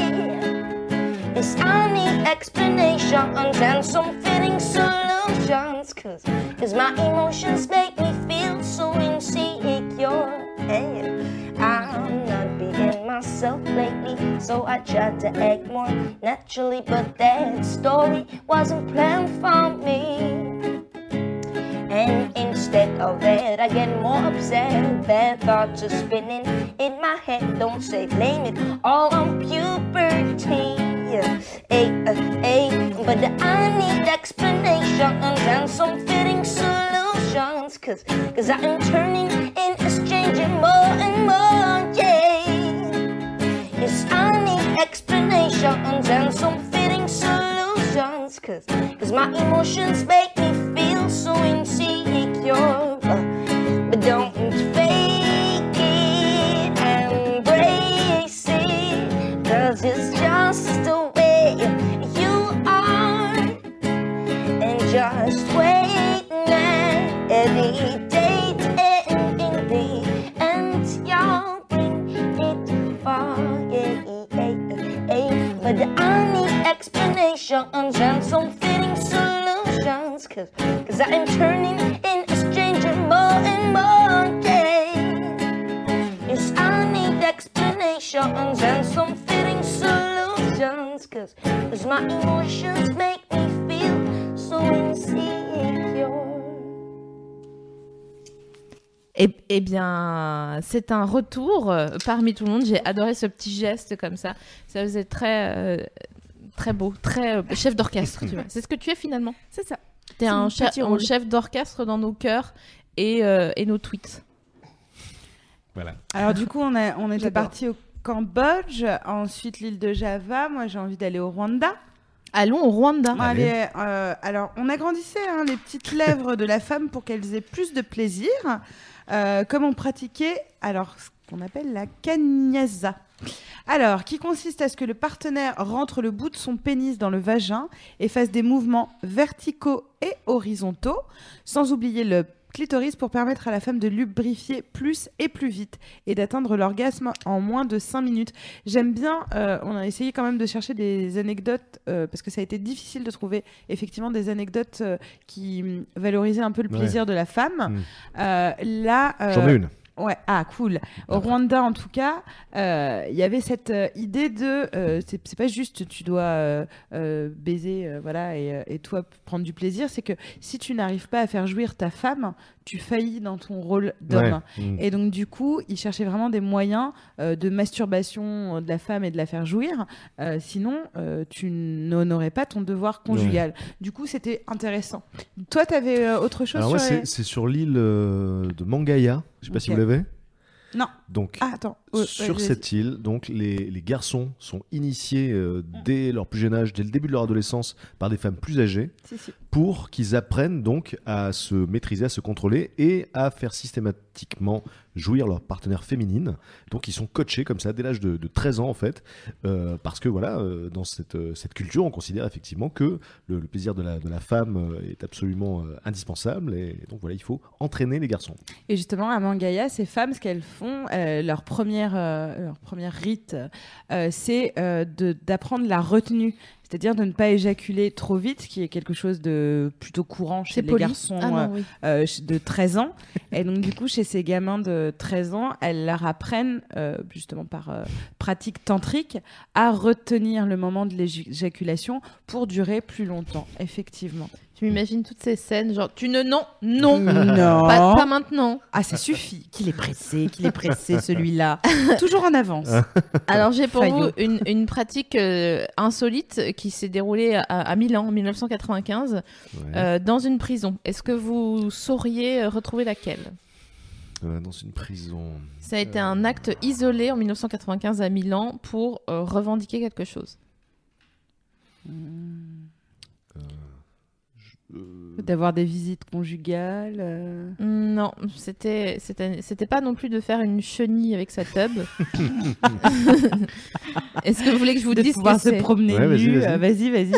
Yes, I need explanation and some fitting solutions. Cause, cause my emotions make me feel so insecure. Hey, I'm not being myself lately, so I tried to act more naturally, but that story wasn't planned for me. And instead of that, I get more upset. Bad thoughts are spinning in my head. Don't say blame it all on puberty. Hey, uh, hey, but I need explanations and some fitting solutions. Cause, cause I'm turning into a stranger more and more. Yeah. Yes, I need explanations and some fitting solutions. Cause, cause my emotions make me feel so insecure. But, but don't fake it, embrace it. Cause it's just the way you are and just wait now. Any date and in the end, y'all bring it far. Yeah, yeah, yeah, yeah. But I need explanations and some fitting solutions. Cause, cause I'm turning in a stranger more and more. Yeah. Yes, I need explanations and some fitting solutions. Cause, 'cause my emotions make me feel so insecure. Eh, eh bien, c'est un retour euh, parmi tout le monde. J'ai adoré ce petit geste comme ça. Ça faisait très, euh, très beau, très euh, chef d'orchestre. tu vois. C'est ce que tu es finalement. C'est ça. T'es C'est un mon che- petit un rôle. chef d'orchestre dans nos cœurs et, euh, et nos tweets. Voilà. Alors du coup, on, a, on était J'adore. parti au Cambodge, ensuite l'île de Java. Moi, j'ai envie d'aller au Rwanda. Allons au Rwanda. Bon, Allez. allez, euh, alors, on agrandissait hein, les petites lèvres de la femme pour qu'elles aient plus de plaisir, euh, comme on pratiquait alors ce qu'on appelle la cagnazza. Alors, qui consiste à ce que le partenaire rentre le bout de son pénis dans le vagin et fasse des mouvements verticaux et horizontaux, sans oublier le clitoris pour permettre à la femme de lubrifier plus et plus vite et d'atteindre l'orgasme en moins de 5 minutes. J'aime bien, euh, on a essayé quand même de chercher des anecdotes, euh, parce que ça a été difficile de trouver effectivement des anecdotes euh, qui hum, valorisaient un peu le Ouais. plaisir de la femme. Mm. Euh, là, euh, J'en ai une. Ouais, ah cool. Au Rwanda en tout cas, euh, il y avait cette euh, idée de euh, c'est c'est pas juste tu dois euh, euh, baiser euh, voilà et, euh, et toi p- prendre du plaisir, c'est que si tu n'arrives pas à faire jouir ta femme, tu faillis dans ton rôle d'homme. Ouais. Mm. Et donc du coup, ils cherchaient vraiment des moyens euh, de masturbation euh, de la femme et de la faire jouir, euh, sinon euh, tu n'honorais pas ton devoir conjugal. Du coup, c'était intéressant. Toi, t'avais euh, autre chose Alors sur moi, c'est- les- c'est sur l'île euh, de Mangaya. Je sais pas si Ok. vous l'avez. Non. Donc, Ah attends. Ouais, ouais, sur vas-y. cette île, donc les, les garçons sont initiés euh, dès leur plus jeune âge, dès le début de leur adolescence, par des femmes plus âgées, Si, si. pour qu'ils apprennent donc à se maîtriser, à se contrôler et à faire systématiquement jouir leur partenaire féminine. Donc ils sont coachés comme ça dès l'âge de, de 13 ans en fait, euh, parce que voilà, euh, dans cette, euh, cette culture, on considère effectivement que le, le plaisir de la, de la femme euh, est absolument euh, indispensable et donc voilà, il faut entraîner les garçons. Et justement, à Mangaya, ces femmes, ce qu'elles font, euh, leur, première, euh, leur première rite, euh, c'est euh, de- d'apprendre la retenue. C'est-à-dire de ne pas éjaculer trop vite, ce qui est quelque chose de plutôt courant chez C'est les poli. garçons Ah euh, non, oui. euh, ch- de 13 ans. Et donc, du coup, chez ces gamins de 13 ans, elles leur apprennent, euh, justement par euh, pratique tantrique, à retenir le moment de l'éjaculation pour durer plus longtemps, effectivement. Tu m'imagines toutes ces scènes, genre tu ne non, non, Non. pas, pas maintenant. Ah, ça suffit qu'il est pressé, qu'il est pressé, celui-là. Toujours en avance. Hein Alors j'ai pour vous Faillot. une, une pratique euh, insolite qui s'est déroulée à, à Milan en 1995 euh, dans une prison. Est-ce que vous sauriez euh, retrouver laquelle Euh, dans une prison. Ça a été Euh. un acte isolé en 1995 à Milan pour euh, revendiquer quelque chose. Euh, D'avoir des visites conjugales. euh. Non, c'était c'était c'était pas non plus de faire une chenille avec sa tub. Est-ce que vous voulez que je vous de dise ce que pouvoir se c'est promener Ouais, vas-y, nu. vas-y. euh, Vas-y, vas-y.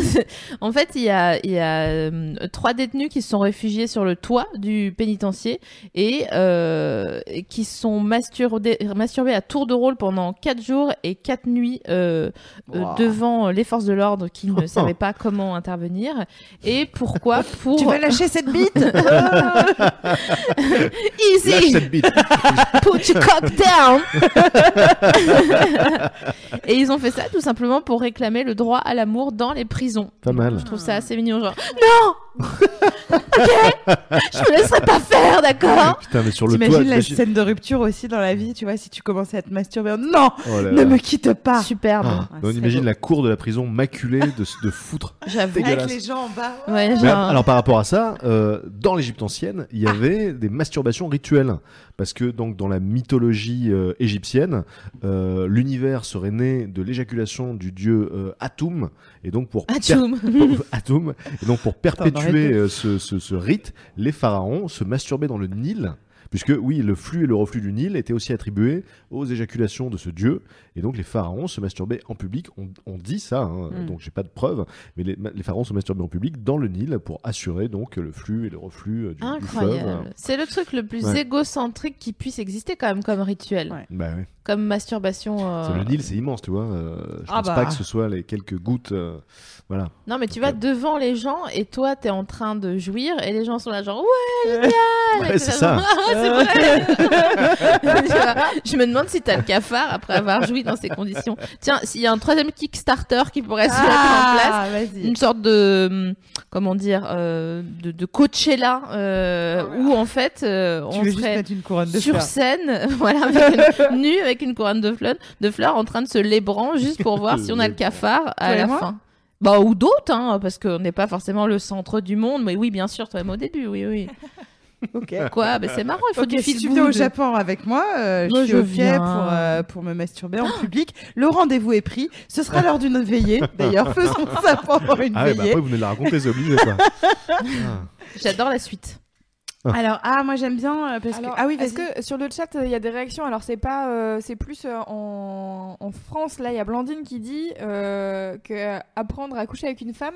En fait, il y a, il y a euh, trois détenus qui se sont réfugiés sur le toit du pénitencier et euh, et qui se sont masturbés, masturbés à tour de rôle pendant quatre jours et quatre nuits euh, euh, Wow. devant euh, les forces de l'ordre qui ne savaient pas comment intervenir et pourquoi pour Tu vas lâcher cette bite Lâche easy cette bite. put your cock down et ils ont fait ça tout simplement pour réclamer le droit à l'amour dans les prisons. Pas mal. Je trouve ça assez mignon, genre non, ok, je me laisserai pas faire, d'accord. Putain, mais sur le toit. T'imagines la t'imagines- scène de rupture aussi dans la vie, tu vois, si tu commençais à te masturber. Non, Oh là ne là. me quitte pas Superbe, Ah, Ouais, on c'est imagine beau. la cour de la prison maculée de, de foutre. j'avoue. Dégueulasse. Avec les hein. gens en bas. Ouais, Mais genre, Ah. alors par rapport à ça, euh, dans l'Égypte ancienne, il y avait des masturbations rituelles parce que donc dans la mythologie euh, égyptienne, euh, l'univers serait né de l'éjaculation du dieu euh, Atum et donc ah, pour per- Atchoum. Atum. Et donc pour arrête de- perpétuer euh, ce, ce- ce rite, les pharaons se masturbaient dans le Nil. Puisque oui, le flux et le reflux du Nil étaient aussi attribués aux éjaculations de ce dieu, et donc les pharaons se masturbaient en public. On, on dit ça, hein, Mm. donc j'ai pas de preuves, mais les, ma- les pharaons se masturbaient en public dans le Nil pour assurer donc le flux et le reflux euh, du, du fleuve. Incroyable. C'est le truc le plus Ouais. égocentrique qui puisse exister quand même comme rituel, Ouais. Bah ouais. comme masturbation. euh, C'est- Le Nil, c'est immense, tu vois. euh, je Ah pense bah. pas que ce soit les quelques gouttes. euh, voilà. Non, mais tu Ok. vas devant les gens et toi, t'es en train de jouir et les gens sont là, genre, ouais, Ouais. génial! Ouais, Et t'es c'est là, ça. genre, Ah, c'est vrai! Tu vois, je me demande si t'as le cafard après avoir joui dans ces conditions. Tiens, s'il y a un troisième Kickstarter qui pourrait se mettre en place, Ah, vas-y. une sorte de, hum, comment dire, euh, de, de Coachella, euh, où en fait, euh, Tu on veux juste serait mettre une couronne de sur fleurs. scène, voilà, avec une, nue avec une couronne de fleurs, de fleurs en train de se lébrant juste pour voir si on a le cafard à Toi et la moi fin. Bah ou d'autres, hein, parce qu'on n'est pas forcément le centre du monde, mais oui, bien sûr, toi-même au début, oui, oui. Ah, Ok. Quoi Bah, C'est marrant, il faut Ok, du si feel tu viens au good. Japon avec moi, euh, Moi, je suis je ok viens. pour, euh, pour me masturber en public. Le rendez-vous est pris. Ce sera l'heure d'une veillée. D'ailleurs, faisons ça pendant une Ah ouais, bah veillée. après, vous venez de la raconter, c'est obligé, quoi. Ah. J'adore la suite. Alors, ah, moi j'aime bien euh, parce Alors, que. Ah oui, est-ce vas-y. que sur le chat, il y a des réactions Alors, c'est pas, euh, c'est plus euh, en, en France. Là, il y a Blandine qui dit euh, que apprendre à coucher avec une femme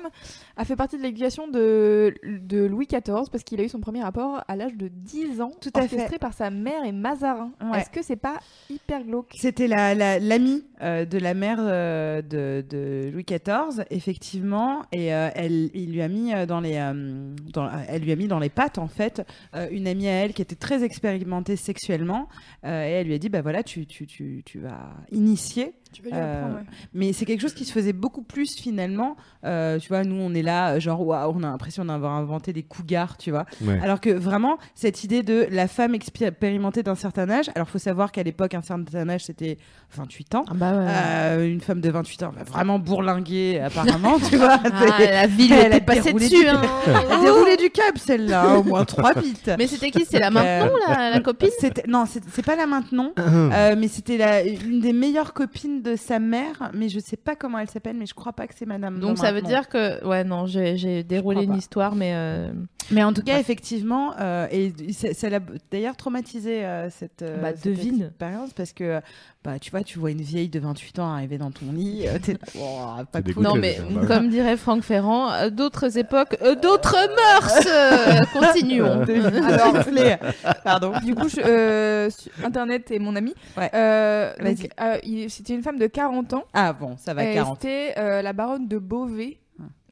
a fait partie de l'éducation de, de Louis XIV parce qu'il a eu son premier rapport à l'âge de 10 ans, Tout à fait. orchestré par sa mère et Mazarin. Ouais. Est-ce que c'est pas hyper glauque C'était la- la- l'amie euh, de la mère euh, de, de Louis XIV, effectivement, et euh, elle, il lui a mis euh, dans les, euh, dans- euh, elle lui a mis dans les pattes en fait euh, une amie à elle qui était très expérimentée sexuellement, euh, et elle lui a dit bah voilà tu, tu, tu, tu vas initier, Tu veux lui apprendre, ouais. mais c'est quelque chose qui se faisait beaucoup plus finalement. Euh, tu vois nous on est là euh, genre waouh on a l'impression d'avoir inventé des cougars tu vois, Ouais. alors que vraiment, cette idée de la femme expé- expérimentée d'un certain âge, alors faut savoir qu'à l'époque, un certain âge, c'était 28 ans. Ah bah ouais. Euh, une femme de 28 ans va vraiment bourlinguer, apparemment, tu vois. Ah, C'est- la ville Elle elle a est passée déroulé dessus. du- hein. Elle a déroulé du câble, celle-là, hein, au moins 3 bits. Mais c'était qui C'est la Donc, maintenant, la, la copine C'était- Non, c'est c'est pas la maintenant, Oh euh, mais c'était la- une des meilleures copines de sa mère, mais je sais pas comment elle s'appelle, mais je crois pas que c'est madame. Donc non, ça veut maintenant. dire que ouais non j'ai j'ai déroulé crois une pas. histoire mais euh, Mais en tout cas, effectivement, euh, et ça ça l'a d'ailleurs traumatisé euh, cette, euh, Bah, cette devine. expérience parce que bah tu vois, tu vois une vieille de 28 ans arriver dans ton lit, euh, t'es Ouah, pas T'es cool. non Écoutez, mais c'est normal. comme dirait Franck Ferrand euh, d'autres époques euh, d'autres mœurs euh, continuons Devine. Alors- Ah, bah, Siffler. pardon. Du coup, je- euh, su- Internet est mon ami. Ouais. Euh, donc, Vas-y. euh, il- C'était une femme de 40 ans. Ah bon, ça va et 40. C'était euh, la baronne de Beauvais.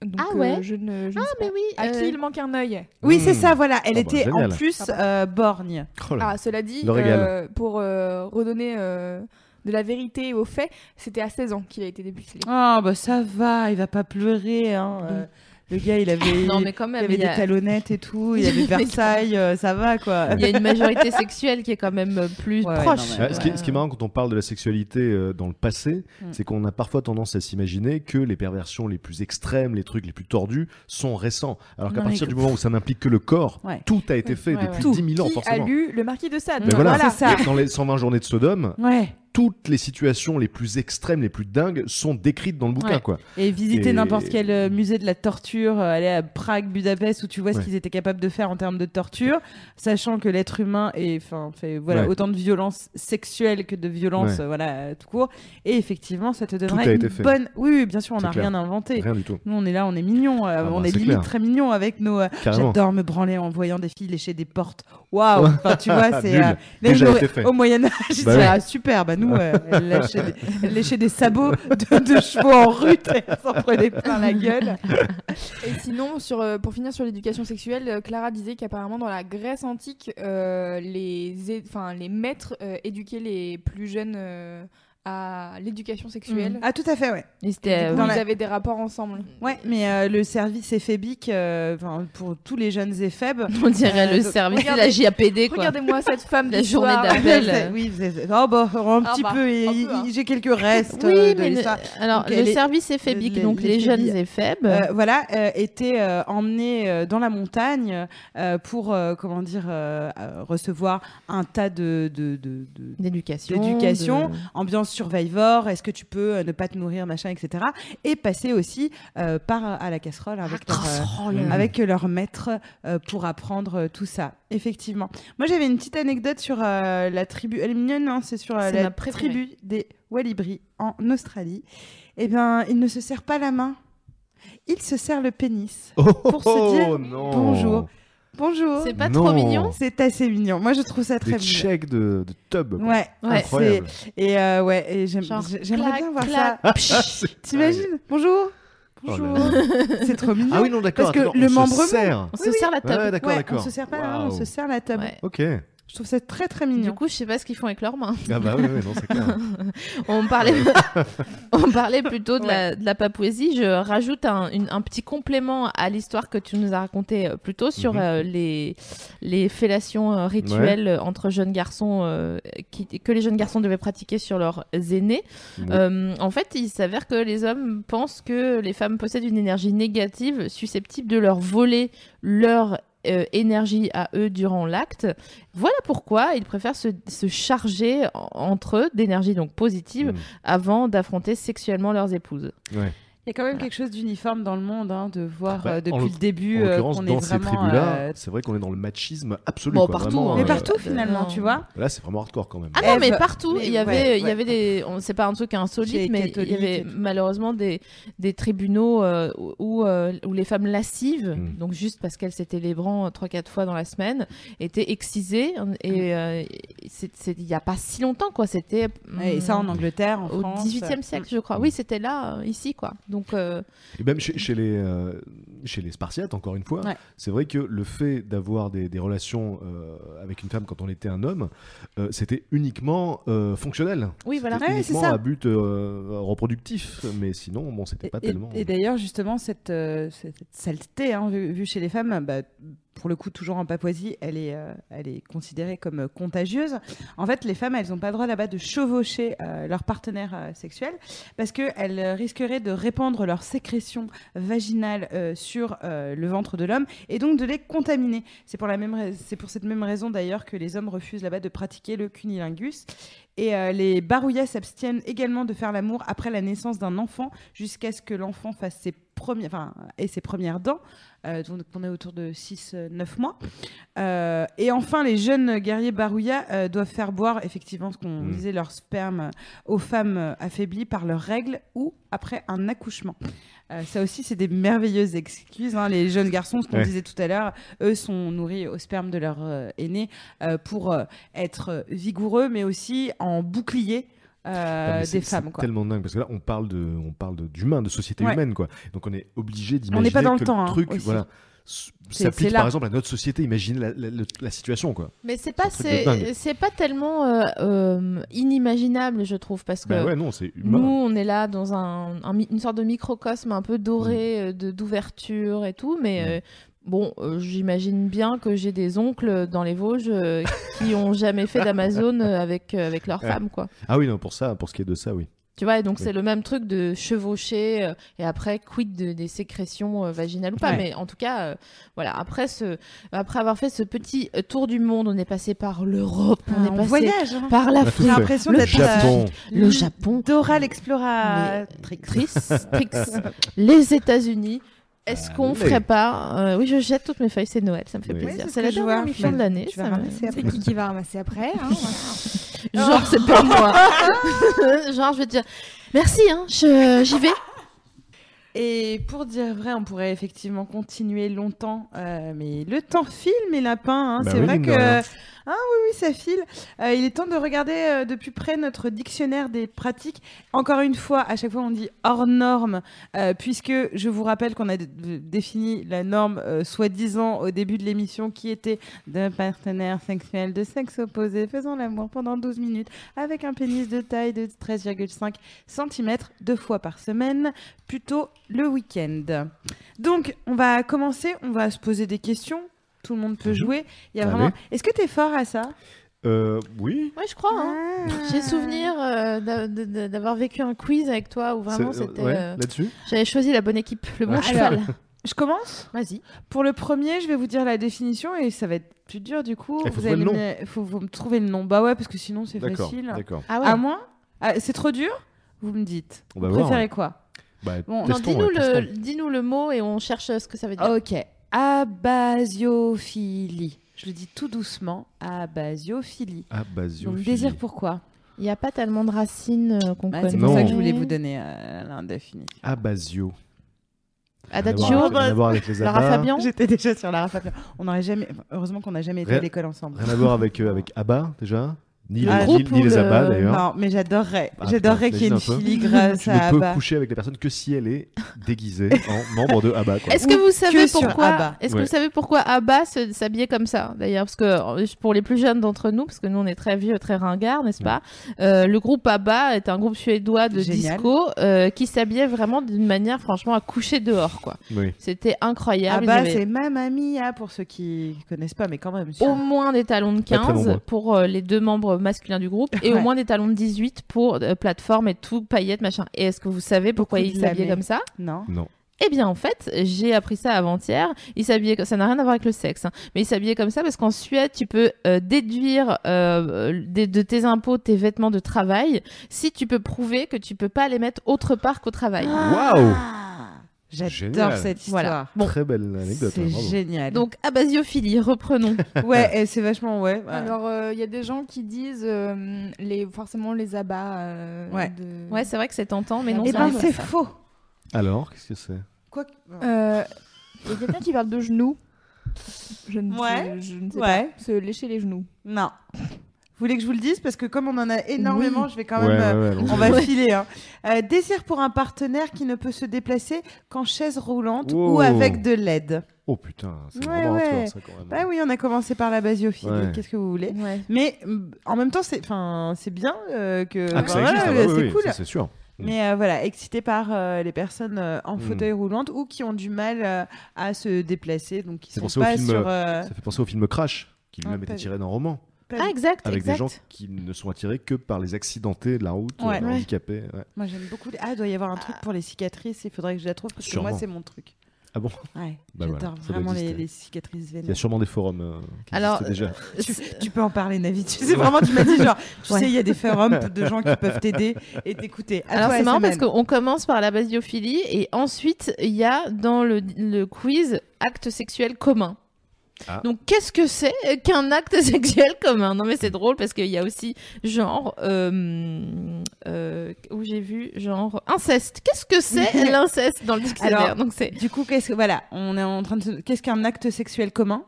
Donc, Ah ouais. euh, je ne, je ne sais pas. oui euh, À Euh, qui il manque un œil Oui, Mmh. c'est ça, voilà. Elle Ah bah, était en génial. plus euh, borgne. Oh là là. Ah, cela dit, Le régal. euh, pour euh, redonner euh, de la vérité aux faits, c'était à 16 ans qu'il a été dépucelé. Ah bah ça va, il va pas pleurer hein. euh, le gars, il avait non mais quand il même avait il y, des a, talonnettes et tout, il avait Versailles, euh, ça va quoi. il y a une majorité sexuelle qui est quand même euh, plus Ouais, proche non, mais- Ah, ce, qui, ce qui est marrant quand on parle de la sexualité euh, dans le passé, Mm. c'est qu'on a parfois tendance à s'imaginer que les perversions les plus extrêmes, les trucs les plus tordus sont récents. Alors qu'à Non, mais partir du que- moment où ça n'implique que le corps, Ouais. tout a été fait Ouais, depuis ouais. 10 000 ans, qui a forcément. lu Le Marquis de Sade Mais voilà, Voilà, c'est ça. dans les 120 journées de Sodome, Ouais. toutes les situations les plus extrêmes, les plus dingues sont décrites dans le bouquin. Ouais. Quoi. Et visiter Et- n'importe quel euh, musée de la torture, euh, aller à Prague, Budapest, où tu vois ce Ouais. qu'ils étaient capables de faire en termes de torture, sachant que l'être humain est, enfin, fait voilà, Ouais. autant de violence sexuelle que de violence, Ouais. euh, voilà, euh, tout court. Et effectivement, ça te Tout a donnerait une été fait. bonne. Oui, oui, bien sûr, on C'est n'a clair. rien inventé. Rien du tout. Nous, on est là, on est mignons, euh, Ah on bah, est c'est limite clair. très mignons avec nos. euh, Carrément. J'adore me branler en voyant des filles lécher des portes. Waouh Enfin, tu vois, c'est. Nul. euh, Déjà même au- été fait. Au Moyen-Âge, ils Bah disaient, oui. ah, super, bah nous, euh, elles, lâchaient des, elles léchaient des sabots de, de chevaux en rut et elles s'en prenaient plein la gueule. Et sinon, sur, euh, pour finir sur l'éducation sexuelle, euh, Clara disait qu'apparemment dans la Grèce antique, euh, les, é- enfin, les maîtres euh, éduquaient les plus jeunes euh, à l'éducation sexuelle. Ah, tout à fait, ouais. Et Et du c'était coup, dans ils la- avaient des rapports ensemble. Ouais, mais euh, le service éphébique, euh, enfin, pour tous les jeunes éphèbes. on dirait le Euh, service de la regardez- JAPD quoi Regardez-moi cette femme La du journée soir. d'après. Belle. Oui, c'est- c'est- oh bah, un Ah petit bah, peu, et- un peu, hein. j'ai quelques restes oui euh, de mais le- ça. alors Donc, le elle est- service éphébique les- donc les les jeunes phobies. et faibles Euh, voilà, euh, était euh, emmené euh, dans la montagne euh, pour, euh, comment dire, euh, euh, recevoir un tas de- de- de- de, d'éducation d'éducation, de- ambiance survivor, est-ce que tu peux euh, ne pas te nourrir, machin, etc. Et passer aussi euh, par euh, à la casserole avec, leur, euh, Mm. avec leur maître euh, pour apprendre euh, tout ça. Effectivement. Moi, j'avais une petite anecdote sur euh, la tribu. Elle est mignonne, hein, c'est sur euh, C'est la ma préférée. tribu des Walibris en Australie. Eh bien, ils ne se serrent pas la main. Ils se serrent le pénis. Oh, Pour se dire non. bonjour. oh. Bonjour. Oh, c'est pas Non. trop mignon C'est assez mignon. Moi, je trouve ça très Des mignon. checks de, de tub. quoi. Ouais, Ouais. Incroyable. et euh, ouais, et j'aime- Genre, j'aimerais clac, bien voir ça. Ah, clac, psh. T'imagines Bonjour Oh là Bonjour là. C'est trop mignon Ah oui, non, d'accord. Parce que attends, le on se membrement- serre. on se sert la Ouais, table d'accord, Ouais, d'accord. On se serre pas la main, on Waouh. se serre la table. Ouais. Ok. Je trouve ça très très mignon. Du coup, je sais pas ce qu'ils font avec leurs mains. Ah bah oui, oui, non, c'est clair. On parlait, on parlait plutôt de, la, de la Papouasie. Je rajoute un, une- un petit complément à l'histoire que tu nous as racontée euh, plus tôt sur Mhm. euh, les, les fellations euh, rituelles euh, entre jeunes garçons euh, qui- que les jeunes garçons devaient pratiquer sur leurs aînés. Oui. Euh, en fait, il s'avère que les hommes pensent que les femmes possèdent une énergie négative susceptible de leur voler leur euh, énergie à eux durant l'acte. Voilà pourquoi ils préfèrent se, se charger en- entre eux d'énergie donc positive Mm. avant d'affronter sexuellement leurs épouses. Il y a quand même quelque chose d'uniforme dans le monde, hein, de voir Bah, euh, en depuis l'oc- le début En euh, l'occurrence, qu'on est dans ces vraiment. tribus-là, euh, c'est vrai qu'on est dans le machisme absolu. Bon, quoi, partout, vraiment, hein. Mais euh, partout hein. euh, finalement, non. tu vois. Là, c'est vraiment hardcore quand même. Ah non, Ève, mais partout, mais il y avait, ouais, il y ouais. avait des, on- c'est pas un truc J'ai insolite, été mais il y catholique et avait tout. malheureusement des, des tribunaux euh, où- où, euh, où les femmes lascives, Mm. donc juste parce qu'elles s'étaient les bras 3-4 fois dans la semaine, étaient excisées. Mm. Et euh, c'est- c'est- il n'y a pas si longtemps, quoi. C'était Et ça en mm. hum, Angleterre, en au France. euh, mm. 18e siècle, je crois. Oui, c'était là, euh, ici, quoi. Donc, euh, Et même chez, chez les, euh, chez les Spartiates, encore une fois, Ouais. c'est vrai que le fait d'avoir des, des relations euh, avec une femme quand on était un homme, euh, c'était uniquement euh, fonctionnel. oui, voilà. C'était Ouais, c'est uniquement ça. à but euh, reproductif, mais sinon, bon, c'était Et, pas et- tellement. et d'ailleurs, justement, cette, euh, cette cette saleté hein, vue, vue chez les femmes, bah, pour le coup, toujours en Papouasie, elle est, euh, elle est considérée comme euh, contagieuse. En fait, les femmes, elles n'ont pas le droit là-bas de chevaucher euh, leur partenaire euh, sexuel parce qu'elles euh, risqueraient de répandre leur sécrétion vaginale euh, sur euh, le ventre de l'homme et donc de les contaminer. C'est pour, la même rais- c'est pour cette même raison d'ailleurs que les hommes refusent là-bas de pratiquer le cunilingus. Et euh, les barouillats s'abstiennent également de faire l'amour après la naissance d'un enfant jusqu'à ce que l'enfant fasse ses premiers, enfin, et ses premières dents. Euh, donc on est autour de 6-9 mois. Euh, et enfin, les jeunes guerriers barouillas euh, doivent faire boire effectivement ce qu'on Mm. disait leur sperme aux femmes euh, affaiblies par leurs règles ou après un accouchement. Euh, ça aussi, c'est des merveilleuses excuses. hein. Les jeunes garçons, ce qu'on Ouais. disait tout à l'heure, eux sont nourris au sperme de leurs euh, aînés euh, pour euh, être euh, vigoureux, mais aussi en bouclier euh, Ah, mais c'est- des femmes. c'est Quoi. tellement dingue parce que là on parle de on parle de- d'humains de société Ouais. humaine quoi donc on est obligé On d'imaginer n'est pas dans le que temps, hein, truc aussi. voilà s- C'est- s'applique c'est là. par exemple à notre société imaginez la, la- la- la situation quoi Mais c'est pas, C'est un truc de dingue. c'est c'est pas tellement euh, euh, inimaginable, je trouve, parce que. bah ouais non c'est humain Nous, on est là dans un, un mi- une sorte de microcosme un peu doré euh, de d'ouverture et tout, mais Mm. euh, bon, euh, j'imagine bien que j'ai des oncles dans les Vosges euh, qui ont jamais fait d'Amazon euh, avec, euh, avec leur Ouais. femme, quoi. ah oui non pour ça pour ce qui est de ça oui Tu vois, et donc Oui. c'est le même truc de chevaucher euh, et après quid de- des sécrétions euh, vaginales ou pas. Ouais. Mais en tout cas, euh, voilà, après, ce, après avoir fait ce petit euh, tour du monde, on est passé par l'Europe, on Ah, est on passé voyage. hein. par On a Bah, tout l'Afrique, J'ai fait. l'impression Le d'être euh, Japon le Japon, Dora l'exploratrice. Euh, Trix, les États-Unis. Est-ce qu'on Allez. ferait pas euh, Oui, je jette toutes mes feuilles, c'est Noël, ça me fait Ah Oui. plaisir. Oui, c'est c'est ce la que je dernière vois. mission de Bah, l'année. tu vas Oh. ça me- ramasser après. C'est qui qui va ramasser après hein, voilà. Genre, c'est pas moi. Genre, je vais te dire merci, hein, je- j'y vais. Et pour dire vrai, on pourrait effectivement continuer longtemps, euh, mais le temps file, mes lapins. hein. Bah c'est oui, vrai mine que. de rien. Ah oui, oui, ça file. Euh, il est temps de regarder euh, de plus près notre dictionnaire des pratiques. Encore une fois, à chaque fois, on dit hors norme, euh, puisque je vous rappelle qu'on a d- d- défini la norme euh, soi-disant au début de l'émission qui était d'un partenaire sexuel de sexe opposé faisant l'amour pendant 12 minutes avec un pénis de taille de 13,5 cm deux fois par semaine plutôt le week-end. Donc, on va commencer, on va se poser des questions. Tout le monde peut Mhm. jouer. Il y a Allez. vraiment. Est-ce que t'es fort à ça Ah. Euh, oui Ouais, je crois. Hein. J'ai souvenir euh, d'a- de- de- d'avoir vécu un quiz avec toi où vraiment C'est- c'était. ouais, euh, là-dessus J'avais choisi la bonne équipe, le bon Ouais. cheval. Je commence. Vas-y. Pour le premier, je vais vous dire la définition et ça va être plus dur du coup. Il faut vous trouver le nom. me- faut, faut me trouver le nom. Bah ouais, parce que sinon c'est d'accord facile. d'accord Ah À moins, Ah, c'est trop dur. Vous me dites. on va vous voir hein. préférez ouais. quoi Bah, Bon, non, Non, testons, dis-nous ouais, le, testons. dis-nous le mot et on cherche euh, ce que ça veut dire. Ok. Abasiophilie. Je le dis tout doucement. Abasiophilie. ah bah Donc zoophilie. désir pourquoi Il n'y a pas tellement de racines euh, qu'on Bah, connaît. C'est pour ça que Non. je voulais vous donner euh, l'indéfini. Abasio. Adagio. euh, Rien à voir- rien à voir avec les Lara abats. Fabian. J'étais déjà sur Lara Fabian. On n'aurait jamais. Heureusement qu'on n'a jamais été Rien- à l'école ensemble. Rien à voir avec, euh, avec Abba, déjà. Ni, Le les, groupe ou ni- ni Ah, les le- Abba, d'ailleurs. Non, mais j'adorerais. Ah, j'adorerais putain, qu'il y ait une t'imagines un peu fille grâce Tu à ne peux Ah, Abba. coucher avec la personne que si elle est déguisée en membre de ABBA. Quoi. Est-ce que Ou vous savez que sur pourquoi Abba. Est-ce Ouais. que vous savez pourquoi Abba se- s'habillait comme ça D'ailleurs, parce que euh, pour les plus jeunes d'entre nous, parce que nous on est très vieux, très ringards, n'est-ce pas Euh, Le groupe Abba est un groupe suédois de Génial. disco euh, qui s'habillait vraiment d'une manière, franchement, à coucher dehors, quoi. Oui. C'était incroyable. Ils Abba, avaient c'est ma mamie, ah, pour ceux qui connaissent pas, mais quand même. au moins des talons de Pas très 15 nombreux. pour euh, les deux membres masculins du groupe et au Ouais. moins des talons de 18 pour euh, plateforme et tout, paillettes, machin. Et est-ce que vous savez pourquoi Beaucoup ils de s'habillaient lamets. comme ça Non. Non. Eh bien, en fait, j'ai appris ça avant-hier. Il s'habillait, co- ça n'a rien à voir avec le sexe, hein, mais il s'habillait comme ça parce qu'en Suède, tu peux euh, déduire euh, des- de tes impôts tes vêtements de travail si tu peux prouver que tu peux pas les mettre autre part qu'au travail. Waouh J'adore Génial. cette histoire. Voilà. Bon, Très belle anecdote. hein, C'est bravo. génial. donc abasiophilie, reprenons. ouais, et c'est vachement ouais. ouais. Alors, euh, il y a des gens qui disent euh, les, forcément les abats. euh, Ouais. de- ouais, c'est vrai que c'est tentant, mais non. eh ça ben arrive. c'est faux. Alors, qu'est-ce que c'est Quoi Euh, Il y a quelqu'un qui parle de genoux. Je ne, Ouais. je, je ne sais Ouais. pas. Se lécher les genoux. Non. Vous voulez que je vous le dise parce que comme on en a énormément, je vais quand Ouais, même. euh, ouais, ouais, allons-y. On va Ouais. filer. hein. Euh, désir pour un partenaire qui ne peut se déplacer qu'en chaise roulante ou Wow. avec de l'aide. Oh putain, c'est Ouais, vraiment un ouais. tour, ça, quand même. Bah oui, on a commencé par la basiophilie. Ouais. Qu'est-ce que vous voulez Ouais. Mais mm, en même temps, c'est, enfin, c'est bien euh, que. Ah, que ça voilà, existe, ah bah euh, oui, c'est oui, cool. ça, c'est sûr. Mais euh, voilà, excité par euh, les personnes euh, en Mm. fauteuil roulant ou qui ont du mal euh, à se déplacer, donc qui C'est sont pensé au pas film, sur. euh, Ça fait penser au film Crash, qui lui-même Ah, pas était vu. tiré d'un roman, pas- Ah, exact, avec exact. des gens qui ne sont attirés que par les accidentés de la route, euh, Ouais. les Ouais. handicapés. ouais. Moi j'aime beaucoup. les- Ah, il doit y avoir un truc pour les cicatrices. Il faudrait que je la trouve parce que moi Sûrement. c'est mon truc. Ah bon Ouais, Bah voilà, j'adore ça doit vraiment les, exister. les cicatrices Il y a vénères. sûrement des forums euh, qui Alors, existent déjà. Tu, tu peux en parler, Navi. Tu sais vraiment, tu m'as dit genre, tu Ouais. sais, il y a des forums de gens qui peuvent t'aider et t'écouter. À Alors toi, c'est marrant SML. parce qu'on commence par la basiophilie et ensuite il y a dans le, le quiz acte sexuel commun. Ah. Donc qu'est-ce que c'est qu'un acte sexuel commun Non mais c'est drôle parce qu'il y a aussi genre euh, euh, où j'ai vu genre inceste. Qu'est-ce que c'est l'inceste dans le dictionnaire Alors, Donc c'est Du coup, qu'est-ce que voilà, on est en train de se- qu'est-ce qu'un acte sexuel commun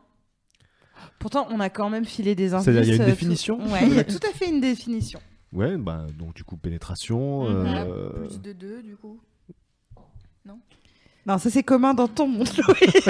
Pourtant, on a quand même filé des indices. C'est-à-dire, il y a une euh, tout- définition Ouais, il y a tout à fait une définition. Ouais, bah, donc du coup, pénétration. Mhm. euh, Plus de deux, du coup. Non, ça c'est commun dans ton monde. Loïc.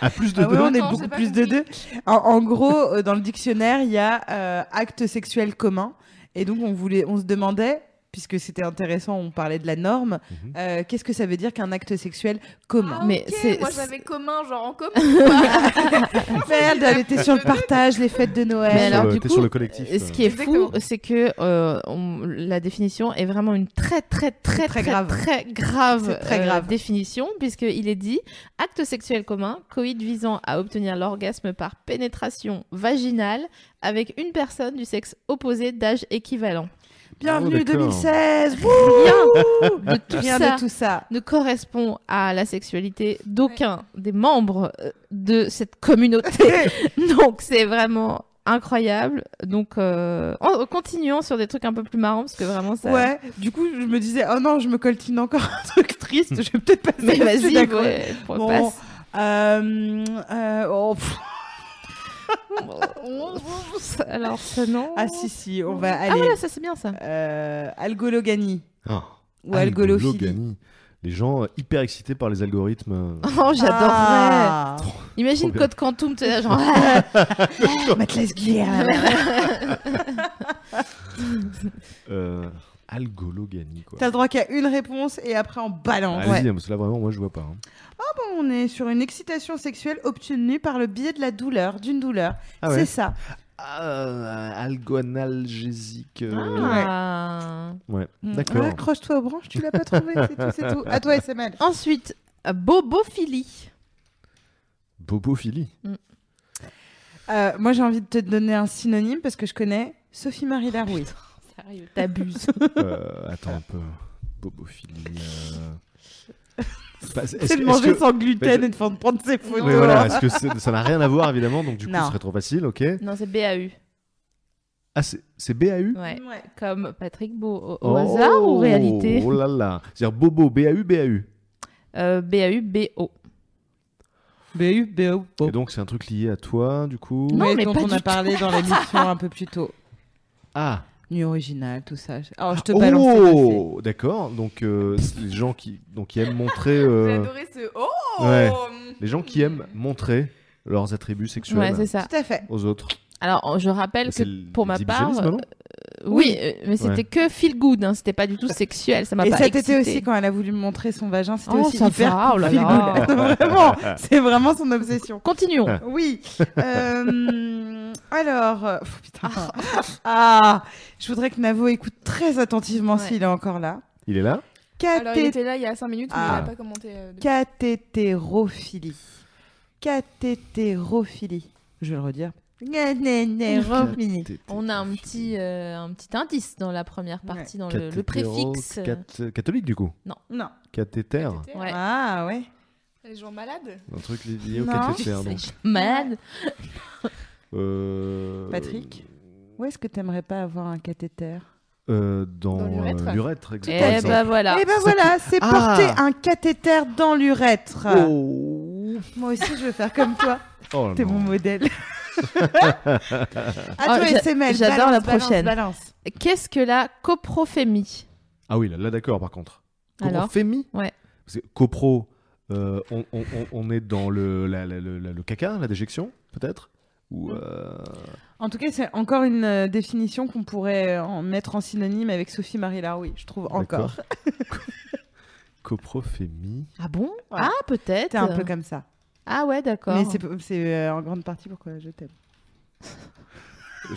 À plus de Ah ouais, deux. on est Non, beaucoup j'ai pas plus de deux. compris. En, en gros, euh, dans le dictionnaire, il y a euh, acte sexuel commun, et donc on voulait, on se demandait. Puisque c'était intéressant, on parlait de la norme. Mhm. euh, Qu'est-ce que ça veut dire qu'un acte sexuel commun Mais c'est- Ah, Moi, c'est- j'avais commun, genre en commun. quoi. Merde, elle était sur le partage, les fêtes de Noël. Ah, Mais T'es sur alors, le- du t'es coup, sur le collectif. Euh, euh. Ce qui est Exactement. fou, c'est que euh, on- la définition est vraiment une très très très Très très grave. grave, très grave, euh, C'est très grave. définition puisqu'il est dit acte sexuel commun, coït visant à obtenir l'orgasme par pénétration vaginale avec une personne du sexe opposé d'âge équivalent. Bienvenue Oh, d'accord. 2016. wouh Rien de tout Rien ça de tout ça. ne correspond à la sexualité d'aucun des membres euh, de cette communauté. Donc c'est vraiment incroyable. Donc euh, en en continuant sur des trucs un peu plus marrants parce que vraiment ça. Ouais, du coup, je me disais, oh non, je me coltine encore un truc triste, je vais peut-être passer Mais à la suite, vas-y, d'accord. ouais, pour- Bon, passe. Euh, euh, oh, pff, Alors ça non. ah si, si, on va Ah aller. voilà, ça c'est bien ça. Euh, algologanie Ah, ou algolophilie. algologanie. Les gens euh, hyper excités par les algorithmes. euh. Oh, j'adorerais. Ah. Imagine Trop bien. Code Quantum, tu es là, genre. Mathias Guillard. Euh, algologanie, quoi. T'as le droit qu'à une réponse et après on balance. Allez-y, hein, parce que là, vraiment, moi, je vois pas. hein. Bon, On est sur une excitation sexuelle obtenue par le biais de la douleur, d'une douleur. Ah C'est ouais. ça. Euh, algonalgésique. euh, Ah. Ouais, Mm. d'accord. Accroche-toi aux branches, tu l'as pas trouvé, c'est tout, c'est tout. À toi, SML. Ensuite, euh, bobophilie. Bobophilie. Euh, moi, j'ai envie de te donner un synonyme parce que je connais Sophie-Marie Larouille. Sérieux, t'abuses. Euh, attends un peu. Bobophilie. euh. C'est pas- est-ce que- C'est de est-ce manger que- sans gluten je- et de prendre prendre ses photos. Oui, voilà, est-ce que c'est- ça n'a rien à voir, évidemment, donc du coup, Non. ce serait trop facile, ok non, c'est BAU. Ah, c'est c'est BAU Ouais. Ouais. Comme Patrick Beau. Au, au hasard ou réalité Oh là là. C'est-à-dire Bobo, BAU, BAU. Euh, BAU, BO. BU, BO. Et donc, c'est un truc lié à toi, du coup Non, mais dont pas on a du parlé dans l'émission un peu plus tôt. Ah Nu original, tout ça. Alors, je te balance. tes dossiers. Oh D'accord, donc euh, c'est les gens qui, donc, qui aiment montrer. euh, J'ai adoré ce. Oh ouais. Les gens qui aiment montrer leurs attributs sexuels Ouais, c'est ça. Tout à fait. aux autres. Alors, en- je rappelle C'est que le- pour ma part. l'exhibitionnisme, non euh, oui, euh, mais c'était Ouais. que feel good, hein, c'était pas du tout sexuel, ça m'a Et pas cet été excitée. aussi, quand elle a voulu me montrer son vagin, c'était Oh, aussi ça hyper va, oh là feel là. good. vraiment, c'est vraiment son obsession. Continuons. Ah. Oui. Euh, alors, euh, pff, putain. Ah, je voudrais que Navo écoute très attentivement Ouais. s'il est encore là. Il est là Alors, il Cathé- était là il y a 5 minutes, mais Ah. il n'a pas commenté. euh, depuis. cathétérophilie. Cathétérophilie. Je vais le redire. Cathétérophilie. On a un petit, euh, un petit indice dans la première partie, dans le, le Cathétéro- préfixe. cat- Catholique, du coup. Non. Cathéter. Cathéter. Ouais. Ah ouais. hein. Les gens malades Un truc lié au Non. cathéter. Oh, C'est donc. malade. Euh, Patrick Où est-ce que t'aimerais pas avoir un cathéter euh, Dans, Dans l'urètre. euh, l'urètre, Et exactement. ben voilà. Eh ben voilà, c'est Ah. porter un cathéter dans l'urètre. bah Oh, Moi aussi, je veux faire comme toi. Oh là T'es là. mon modèle. à Oh, toi, j'a- SML. j'adore la Balance, balance, prochaine. Balance. Qu'est-ce que la coprophémie Ah oui, là, là, d'accord, par contre. Alors Coprophémie Ouais. Parce que copro, euh, on, on- on- on est dans le, la- la- le- la- le caca, la déjection, peut-être Ou, euh, En tout cas, c'est encore une euh, définition qu'on pourrait euh, en mettre en synonyme avec Sophie Marie Laroui, je trouve encore. d'accord. Coprophémie. Ah bon Ah peut-être. T'es un peu comme ça. Ah ouais d'accord. Mais c'est c'est, euh, en grande partie pourquoi je t'aime. Je,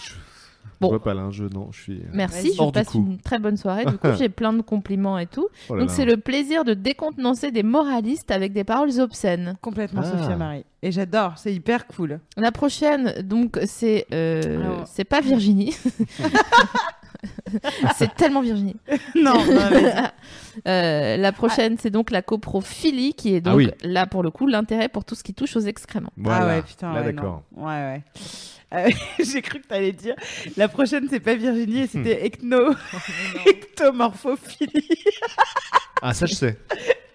Bon. je vois pas l'enjeu, non. Je suis. Merci, Vas-y. je Hors du passe coup. une très bonne soirée. Du coup, j'ai plein de compliments et tout. Oh là Donc là. c'est le plaisir de décontenancer des moralistes avec des paroles obscènes. Complètement Ah. Sophie Marie. Et j'adore, c'est hyper cool. La prochaine, donc, c'est. euh, Ah ouais. C'est pas Virginie. c'est tellement Virginie. non, non, mais- Euh, la prochaine, c'est donc la coprophilie, qui est donc Ah oui. là pour le coup l'intérêt pour tout ce qui touche aux excréments. Voilà. Ah ouais, putain, Là, ouais, d'accord. non. Ouais, ouais. Euh, J'ai cru que t'allais dire. La prochaine, c'est pas Virginie, et c'était Hmm. ecno... Oh, ectomorphophilie. Ah, ça, je sais.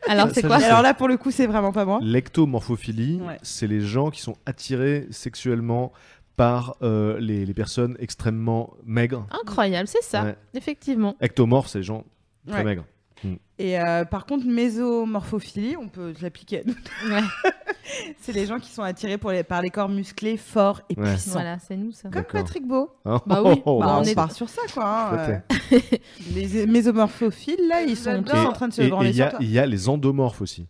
Alors, Ça, c'est ça, quoi je- Alors là, pour le coup, c'est vraiment pas moi. L'ectomorphophilie, Hein Ouais. c'est les gens qui sont attirés sexuellement par euh, les, les personnes extrêmement maigres. Ah, Incroyable, c'est ça, Ouais. effectivement. Ectomorphes, c'est les gens très Ouais. maigres. Et euh, par contre, mésomorphophilie, on peut l'appliquer. Ouais, c'est les gens qui sont attirés pour les... par les corps musclés, forts et Ouais. puissants. voilà, c'est nous ça. Comme D'accord. Patrick Beau. Hein Bah oui, Oh, Bah, on on, est- part sur ça, quoi. hein. Peut-être. Euh, les mésomorphophiles, là, ils sont tous Et- en train de se et- et branler il y a- sur toi. il y a les endomorphes aussi.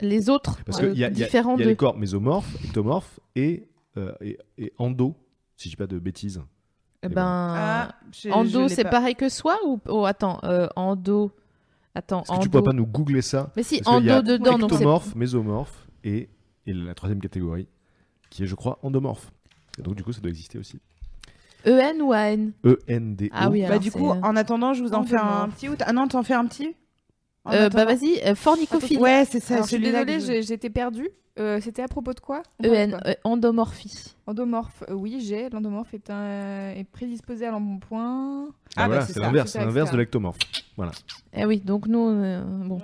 Les autres, Parce euh, qu'il y a, il y a- différents il y a de. les corps mésomorphes, ectomorphes et, euh, et, et endo, si je dis pas de bêtises. Eh ben, Ah, je- je endo, l'ai c'est pas. pareil que soi ou. Oh, attends, euh, endo. Attends, Est-ce que tu endo. pourrais pas nous googler ça Mais si, Parce qu'il y endo a dedans, donc c'est Ectomorphe, mésomorphe et, et la troisième catégorie, qui est, je crois, endomorphe. Et donc, du coup, ça doit exister aussi. E EN E ou AN E-N-D-O. Ah oui, Bah, alors du c'est- coup, en attendant, je vous en On fais un demande. petit ou t- Ah non, t'en fais un petit En Euh, bah attendant. vas-y, euh, fornicophile. Ouais, c'est ça, Alors, Je suis celui-là. que désolée, je- E j'ai- j'étais perdue. Euh, C'était à propos de quoi On parle de EN, quoi euh, endomorphie. Endomorphe, euh, oui, j'ai. L'endomorphe est, un... est prédisposé à l'embonpoint. Ah, Ah, voilà, bah, c'est c'est ça, l'inverse, c'est c'est l'inverse ça. de l'ectomorphe. Eh oui, donc nous, euh, bon,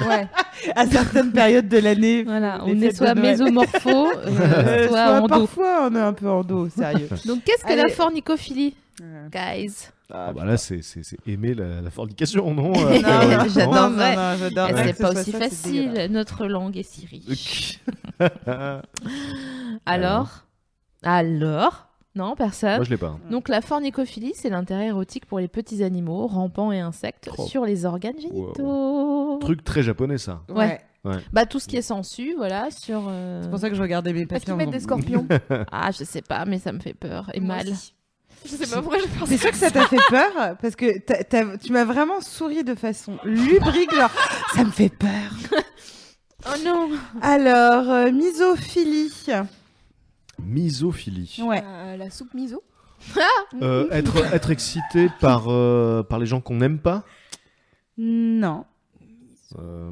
Ouais. À certaines périodes de l'année. voilà, les on est fêtes de soit Noël. mésomorpho, euh, Euh, soit soit endo. parfois, on est un peu en dos, sérieux. Donc qu'est-ce que la Allez. fornicophilie, Euh, guys Ah, bah, là, c'est c'est- c'est aimer la, la fornication, non Non, euh, théoriquement. mais j'adore. non, non, ouais. non, j'adore. Eh, Ah, Ouais, que C'est ce pas soit aussi ça, c'est dégueulasse. facile, notre langue est si riche. Euh, Moi, Alors Alors Non, personne. je l'ai pas. hein. Donc la fornicophilie, c'est l'intérêt érotique pour les petits animaux, rampants et insectes, Oh. sur les organes Wow. génitaux. Truc très japonais, ça. Ouais. Ouais. Bah tout ce qui est sensu, voilà, sur... euh, C'est pour ça que je regardais mes Est-ce qu'ils patients. mettent des scorpions Ah, je sais pas, mais ça me fait peur et Moi mal. aussi. Je sais pas pourquoi je pense C'est sûr que ça t'a fait peur parce que t'as- t'as- tu m'as vraiment souri de façon lubrique, genre ça me fait peur. Oh non Alors, euh, misophilie. Misophilie. Ouais. Euh, la soupe miso. Euh, être, être excité par, euh, par les gens qu'on n'aime pas Non. Euh,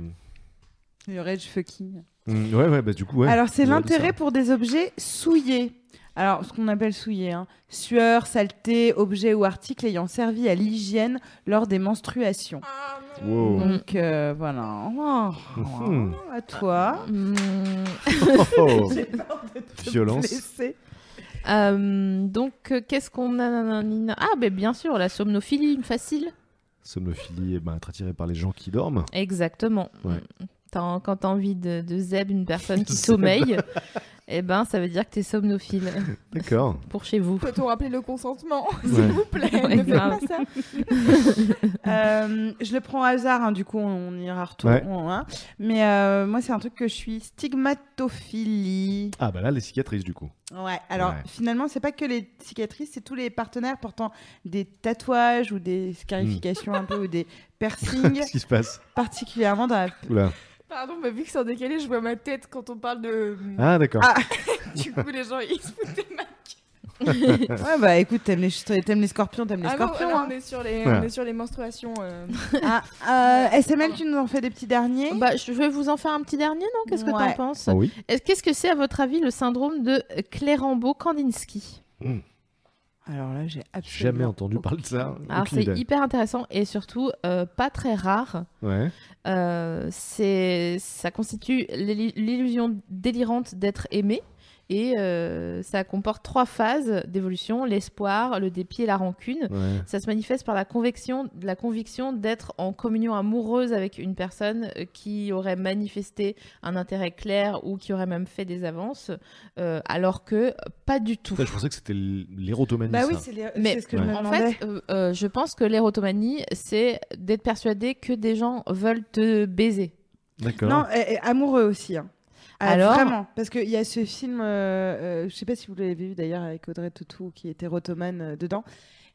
Le rage fucking. mm, Ouais, ouais, bah du coup, ouais. Alors, c'est Ouais, l'intérêt ça. pour des objets souillés. Alors, ce qu'on appelle souillés, hein. sueur, saleté, objet ou article ayant servi à l'hygiène lors des menstruations. Wow. Donc, euh, voilà. Oh, Mhm. à toi. Hmm. Oh, oh. Violence. Blessé. Euh, donc, euh, qu'est-ce qu'on a nananina Ah, ben bien sûr, la somnophilie, facile. Somnophilie, eh ben, être attiré par les gens qui dorment. Exactement. Mm. Ouais. T'as- quand t'as envie de, de zeb une personne qui Zeb. sommeille, Eh ben, ça veut dire que t'es somnophile D'accord. pour chez vous. Peut-on rappeler le consentement, Ouais. s'il vous plaît Ouais, Ne faites grave. pas ça. Euh, je le prends au hasard, hein, du coup, on, on ira retourner. Ouais. Mais euh, moi, c'est un truc que je suis stigmatophilie. Ah bah là, les cicatrices du coup. Ouais, alors Ouais. finalement, c'est pas que les cicatrices, c'est tous les partenaires portant des tatouages ou des scarifications Hmm. un peu ou des piercings, Qu'est-ce qui se passe particulièrement dans la. Oula. Pardon, mais vu que c'est en décalé, je vois ma tête quand on parle de. Ah d'accord. Ah. Du coup, les gens, ils se foutent de ma Ouais, bah écoute, t'aimes les, t'aimes les scorpions, t'aimes les Ah non, scorpions. alors, hein. on, est sur les, Ouais. on est sur les menstruations. euh. Ah, euh, SML, tu nous en fais des petits derniers Bah, je vais vous en faire un petit dernier, non Qu'est-ce que t'en Ouais. penses Ah oui. Est-ce- Euh, Qu'est-ce que c'est, à votre avis, le syndrome de Clérambeau-Kandinsky Alors là, j'ai absolument. Jamais entendu parler de ça. Alors, Aucune c'est idée. hyper intéressant et surtout euh, pas très rare. Ouais. Euh, c'est- ça constitue l'illu- l'illusion délirante d'être aimé. Et euh, ça comporte trois phases d'évolution, l'espoir, le dépit et la rancune. Ouais. Ça se manifeste par la conviction, la conviction d'être en communion amoureuse avec une personne euh, qui aurait manifesté un intérêt clair ou qui aurait même fait des avances, euh, alors que euh, pas du tout. Putain, je pensais que c'était l- l'érotomanie. Bah oui, ça. c'est les- Mais c'est ce que Ouais. je me En demandais. fait, euh, euh, je pense que l'érotomanie, c'est d'être persuadé que des gens veulent te baiser. D'accord. Non, et- et amoureux aussi. hein. Ah, Alors Vraiment, parce qu'il y a ce film, euh, euh, je sais pas si vous l'avez vu d'ailleurs avec Audrey Tautou qui était rotomane euh, dedans,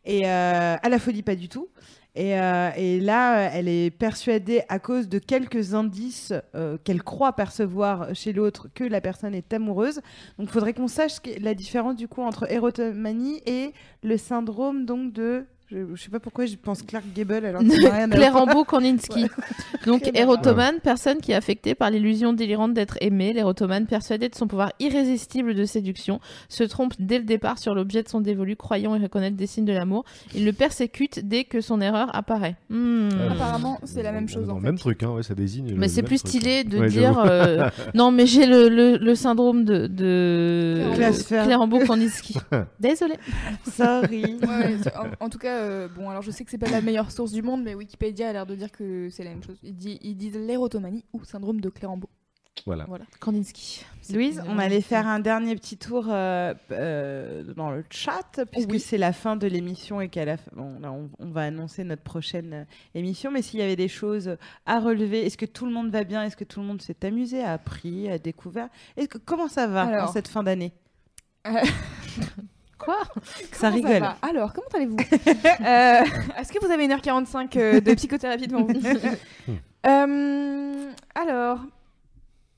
et euh, à la folie pas du tout. Et, euh, et là, euh, elle est persuadée à cause de quelques indices euh, qu'elle croit percevoir chez l'autre que la personne est amoureuse. Donc, il faudrait qu'on sache ce qu'est la différence du coup entre érotomanie et le syndrome donc de, je, je sais pas pourquoi je pense Clark Gable alors que ça n'a rien à voir. Clérambeau Kandinsky. Donc Très bien. érotomane, personne qui est affectée par l'illusion délirante d'être aimée, l'érotomane persuadé de son pouvoir irrésistible de séduction, se trompe dès le départ sur l'objet de son dévolu, croyant et reconnaître des signes de l'amour, il le persécute dès que son erreur apparaît. Hmm. Ah, Apparemment, c'est la on- même on est chose, Dans en le fait. même truc, hein, ouais, ça désigne. Mais le c'est même plus truc, stylé hein. de Ouais, dire j'avoue. euh, non mais j'ai le, le- le syndrome de, de... Clasfer. Clérambeau Kandinsky. Désolée. Sorry. Ouais, ouais, c'est- en, en tout cas, euh, bon, alors je sais que c'est pas la meilleure source du monde, mais Wikipédia a l'air de dire que c'est la même chose. Ils, dit- ils disent l'érotomanie ou syndrome de Clérambeau. Voilà. Voilà. Kandinsky. C'est- Louise, on allait faire un dernier petit tour euh, euh, dans le chat, puisque Ah Oui. c'est la fin de l'émission et qu'à la fin, bon, là, on, on va annoncer notre prochaine euh, émission. Mais s'il y avait des choses à relever, est-ce que tout le monde va bien Est-ce que tout le monde s'est amusé, a appris, a découvert est que, Comment ça va Alors. euh, en cette fin d'année quoi Ça Comment rigole. va Alors, comment allez-vous Euh, Est-ce que vous avez 1h45 euh, de psychothérapie devant vous Euh, Alors,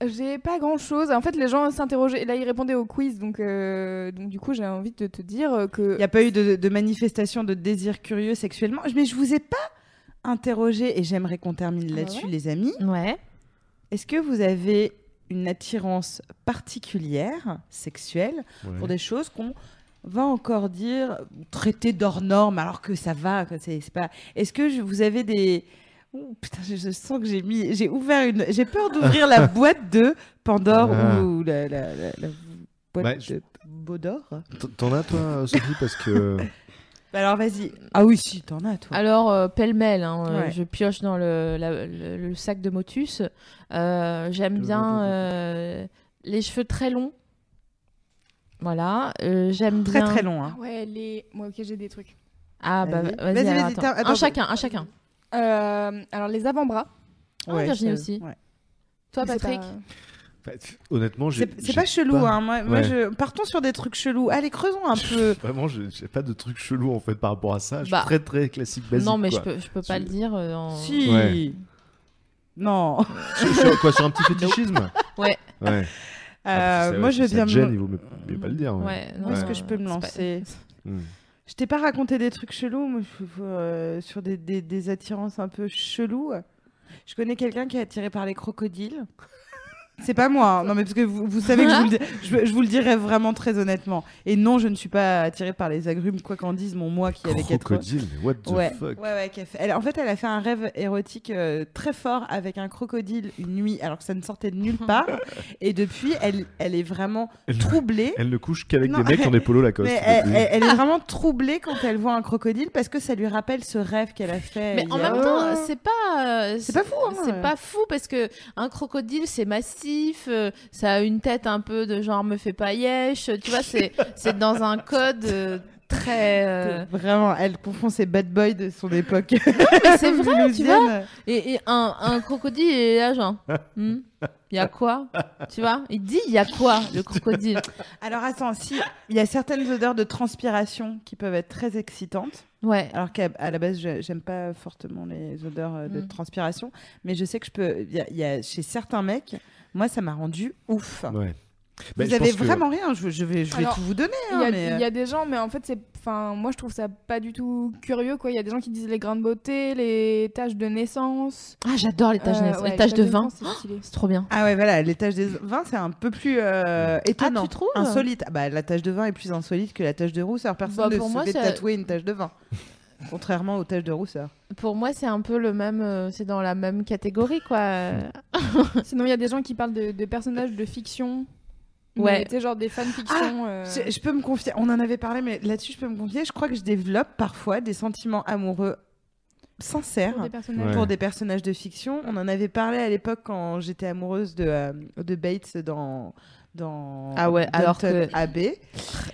j'ai pas grand-chose. En fait, les gens s'interrogeaient. Là, ils répondaient au quiz, donc, euh, donc du coup, j'ai envie de te dire euh, que. Il n'y a pas eu de, de manifestation de désir curieux sexuellement. Mais je vous ai pas interrogé et j'aimerais qu'on termine Ah bah là-dessus, les amis. Ouais. Est-ce que vous avez une attirance particulière sexuelle Ouais. pour des choses qu'on va encore dire traiter d'hors norme alors que ça va quoi, c'est c'est pas est-ce que je- vous avez des Ouh, putain je, je sens que j'ai mis j'ai ouvert une j'ai peur d'ouvrir la boîte de Pandore Ah. ou la, la- la- la boîte Bah, je- de Baudor T- T'en as toi, Sophie, parce que Bah alors vas-y ah oui si t'en as toi Alors, euh, pêle-mêle, hein, euh, Ouais. je pioche dans le, la- le- le sac de Motus. Euh, J'aime bien euh, les cheveux très longs. Voilà. Euh, J'aime très bien. très long hein. Ah Ouais, les. Moi, ok, j'ai des trucs. Ah, bah Vas-y. vas-y. Vas-y, alors, vas-y, attends. t'as- attends. Un chacun, un chacun. Euh, alors, les avant-bras. Ah, Virginie je- aussi. ouais. Toi, Mais c'est Patrick pas- Bah, pff, honnêtement, j'ai. c'est j'ai c'est pas chelou hein moi, moi, Ouais. je partons sur des trucs chelous allez creusons un peu Vraiment, je- j'ai pas de truc chelou en fait par rapport à ça. Je suis Bah. très très classique basique. Non, mais quoi. je peux, je peux pas Tu- le dire. euh, en- si Ouais. non Sur, sur quoi Sur un petit fétichisme Ouais. Ouais. Ah, Euh, ça- moi je ça veux bien te me- gêne, il vaut mieux, mieux pas le dire. ouais. Ouais, non, Où est-ce euh, que je peux me c'est pas- lancer Hmm. Je t'ai pas raconté des trucs chelous, moi, je- je- euh, sur des, des- des attirances un peu cheloues. Je connais quelqu'un qui est attiré par les crocodiles. C'est pas moi, hein. non mais parce que vous, vous savez que je vous, le, di- je- je vous le dirais vraiment très honnêtement. Et non, je ne suis pas attirée par les agrumes, quoi qu'en dise mon moi qui avait quatre ans. Crocodile, mais what the Ouais, ouais, fuck ouais, qui a fait- elle- en fait, elle a fait un rêve érotique euh, très fort avec un crocodile une nuit, alors que ça ne sortait de nulle part. Et depuis, elle, elle est vraiment Elle- troublée. Elle ne couche qu'avec Non. des mecs qui ont des polos Lacoste. Mais elle, elle- elle est vraiment troublée quand elle voit un crocodile parce que ça lui rappelle ce rêve qu'elle a fait. Mais en il y a- Ah. même temps, c'est pas. euh, C'est pas fou, hein. C'est pas fou parce que un crocodile, c'est massif, agressif, euh, ça a une tête un peu de genre me fais pas yèche, tu vois, c'est c'est dans un code euh, très. euh, Vraiment, elle confond ses bad boys de son époque. mais c'est vrai, tu Mulhousienne. vois. Et, et un, un crocodile est là, genre, Hmm, y a quoi Tu vois Il dit, y a quoi le crocodile Alors attends, si il y a certaines odeurs de transpiration qui peuvent être très excitantes, Ouais. alors qu'à à la base je- j'aime pas fortement les odeurs euh, de Mm. transpiration, mais je sais que je peux. Il y a- il y, a chez certains mecs, moi ça m'a rendu ouf. Ouais. Ben, vous je avez pense que- vraiment rien, je, je vais, je vais Alors, tout vous donner. Il hein, y, a, euh. mais, il y a des gens, mais en fait, c'est, enfin, moi, je trouve ça pas du tout curieux, quoi. Il y a des gens qui disent les grains de beauté, les taches de naissance, Ah, j'adore les taches, Euh, de- ouais, les taches de vin. naissance, c'est stylé. C'est trop bien. Ah ouais, voilà, les taches de vin, c'est un peu plus euh, étonnant. Ah, tu trouves Insolite. Ah bah, la tache de vin est plus insolite que la tache de rousseur. Personne Bah, ne pour se moi, fait ça- tatouer une tache de vin. Contrairement aux taches de rousseur. Pour moi, c'est un peu le même, euh, c'est dans la même catégorie, quoi. Sinon, il y a des gens qui parlent de, de personnages de fiction. Ouais. Ah, Ouais. Tu sais, genre des fanfictions. euh, Je, je peux me confier, on en avait parlé, mais là-dessus, je peux me confier. Je crois que je développe parfois des sentiments amoureux sincères pour pour des des, personnages. Ouais. personnages de fiction. On en avait parlé à l'époque quand j'étais amoureuse de, euh, de Bates dans. dans Ah ouais, alors Downton que- Abbey.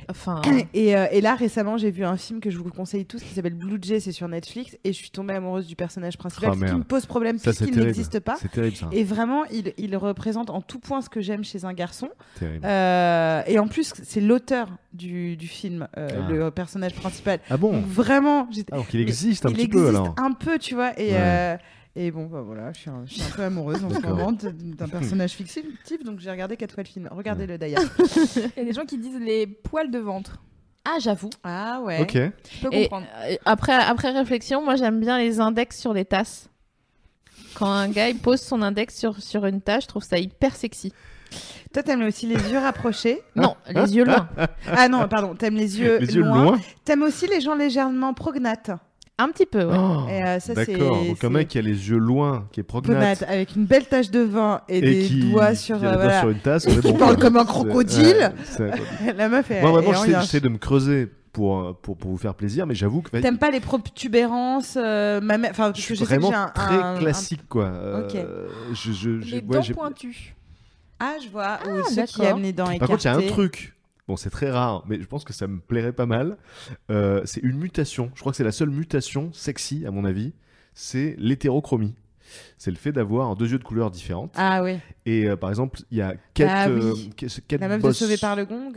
Enfin, Et, euh, et là, récemment, j'ai vu un film que je vous conseille tous qui s'appelle Blue Jay, c'est sur Netflix, et je suis tombée amoureuse du personnage principal Ah, ce qui merde. me pose problème Ça, c'est puisqu'il terrible. n'existe pas. C'est terrible ça. Et vraiment, il, il représente en tout point ce que j'aime chez un garçon. Terrible. Euh, et en plus, c'est l'auteur du, du film, euh, Ah. le personnage principal. Ah bon Donc vraiment, j'étais- Alors qu'il Mais existe un il petit existe peu alors. un peu, tu vois. Et, Ouais. euh, et bon, bah voilà, je suis un, je suis un peu amoureuse en ce D'accord. moment d- d'un personnage fictif, donc j'ai regardé quatre fois le film. Regardez-le d'ailleurs. Il y a des gens qui disent les poils de ventre. ah, j'avoue. Ah ouais. Ok. Je peux Et, comprendre. euh, après, après réflexion, moi j'aime bien les index sur les tasses. Quand un gars il pose son index sur, sur une tasse, je trouve ça hyper sexy. Toi, Ah, t'aimes aussi les yeux rapprochés. Non, les yeux loin. Ah non, pardon, t'aimes les yeux Les yeux loin. loin. T'aimes aussi les gens légèrement prognates. Un petit peu, ouais. Oh, Et, euh, ça, c'est- D'accord. Donc c'est- un mec qui a les yeux loin, qui est prognate Prognate, avec une belle tache de vin et, des qui doigts qui sur. a les euh, doigts voilà. sur une tasse, on est qui bon, parle quoi. comme un C'est- crocodile. ouais, c'est- La meuf est. Moi vraiment, est en j'essaie- lien. j'essaie de me creuser pour euh, pour pour vous faire plaisir, mais j'avoue que bah, T'aimes pas les protubérances, euh, ma mère- enfin, je parce suis que je sais que vraiment j'ai un- très un- un- classique quoi. Euh, je- je- j'ai- Les ouais, dents j'ai- pointues. Ah, je vois. ou ceux qui d'accord. aiment les dents Par écartées. contre, il y a un truc. Bon, c'est très rare, mais je pense que ça me plairait pas mal. Euh, c'est une mutation. Je crois que c'est la seule mutation sexy, à mon avis. C'est l'hétérochromie. C'est le fait d'avoir deux yeux de couleurs différentes. Ah oui. Et euh, par exemple, il y a Kate, Ah oui. euh, Kate- Kate La meuf Boss. de Sauvée par le Gong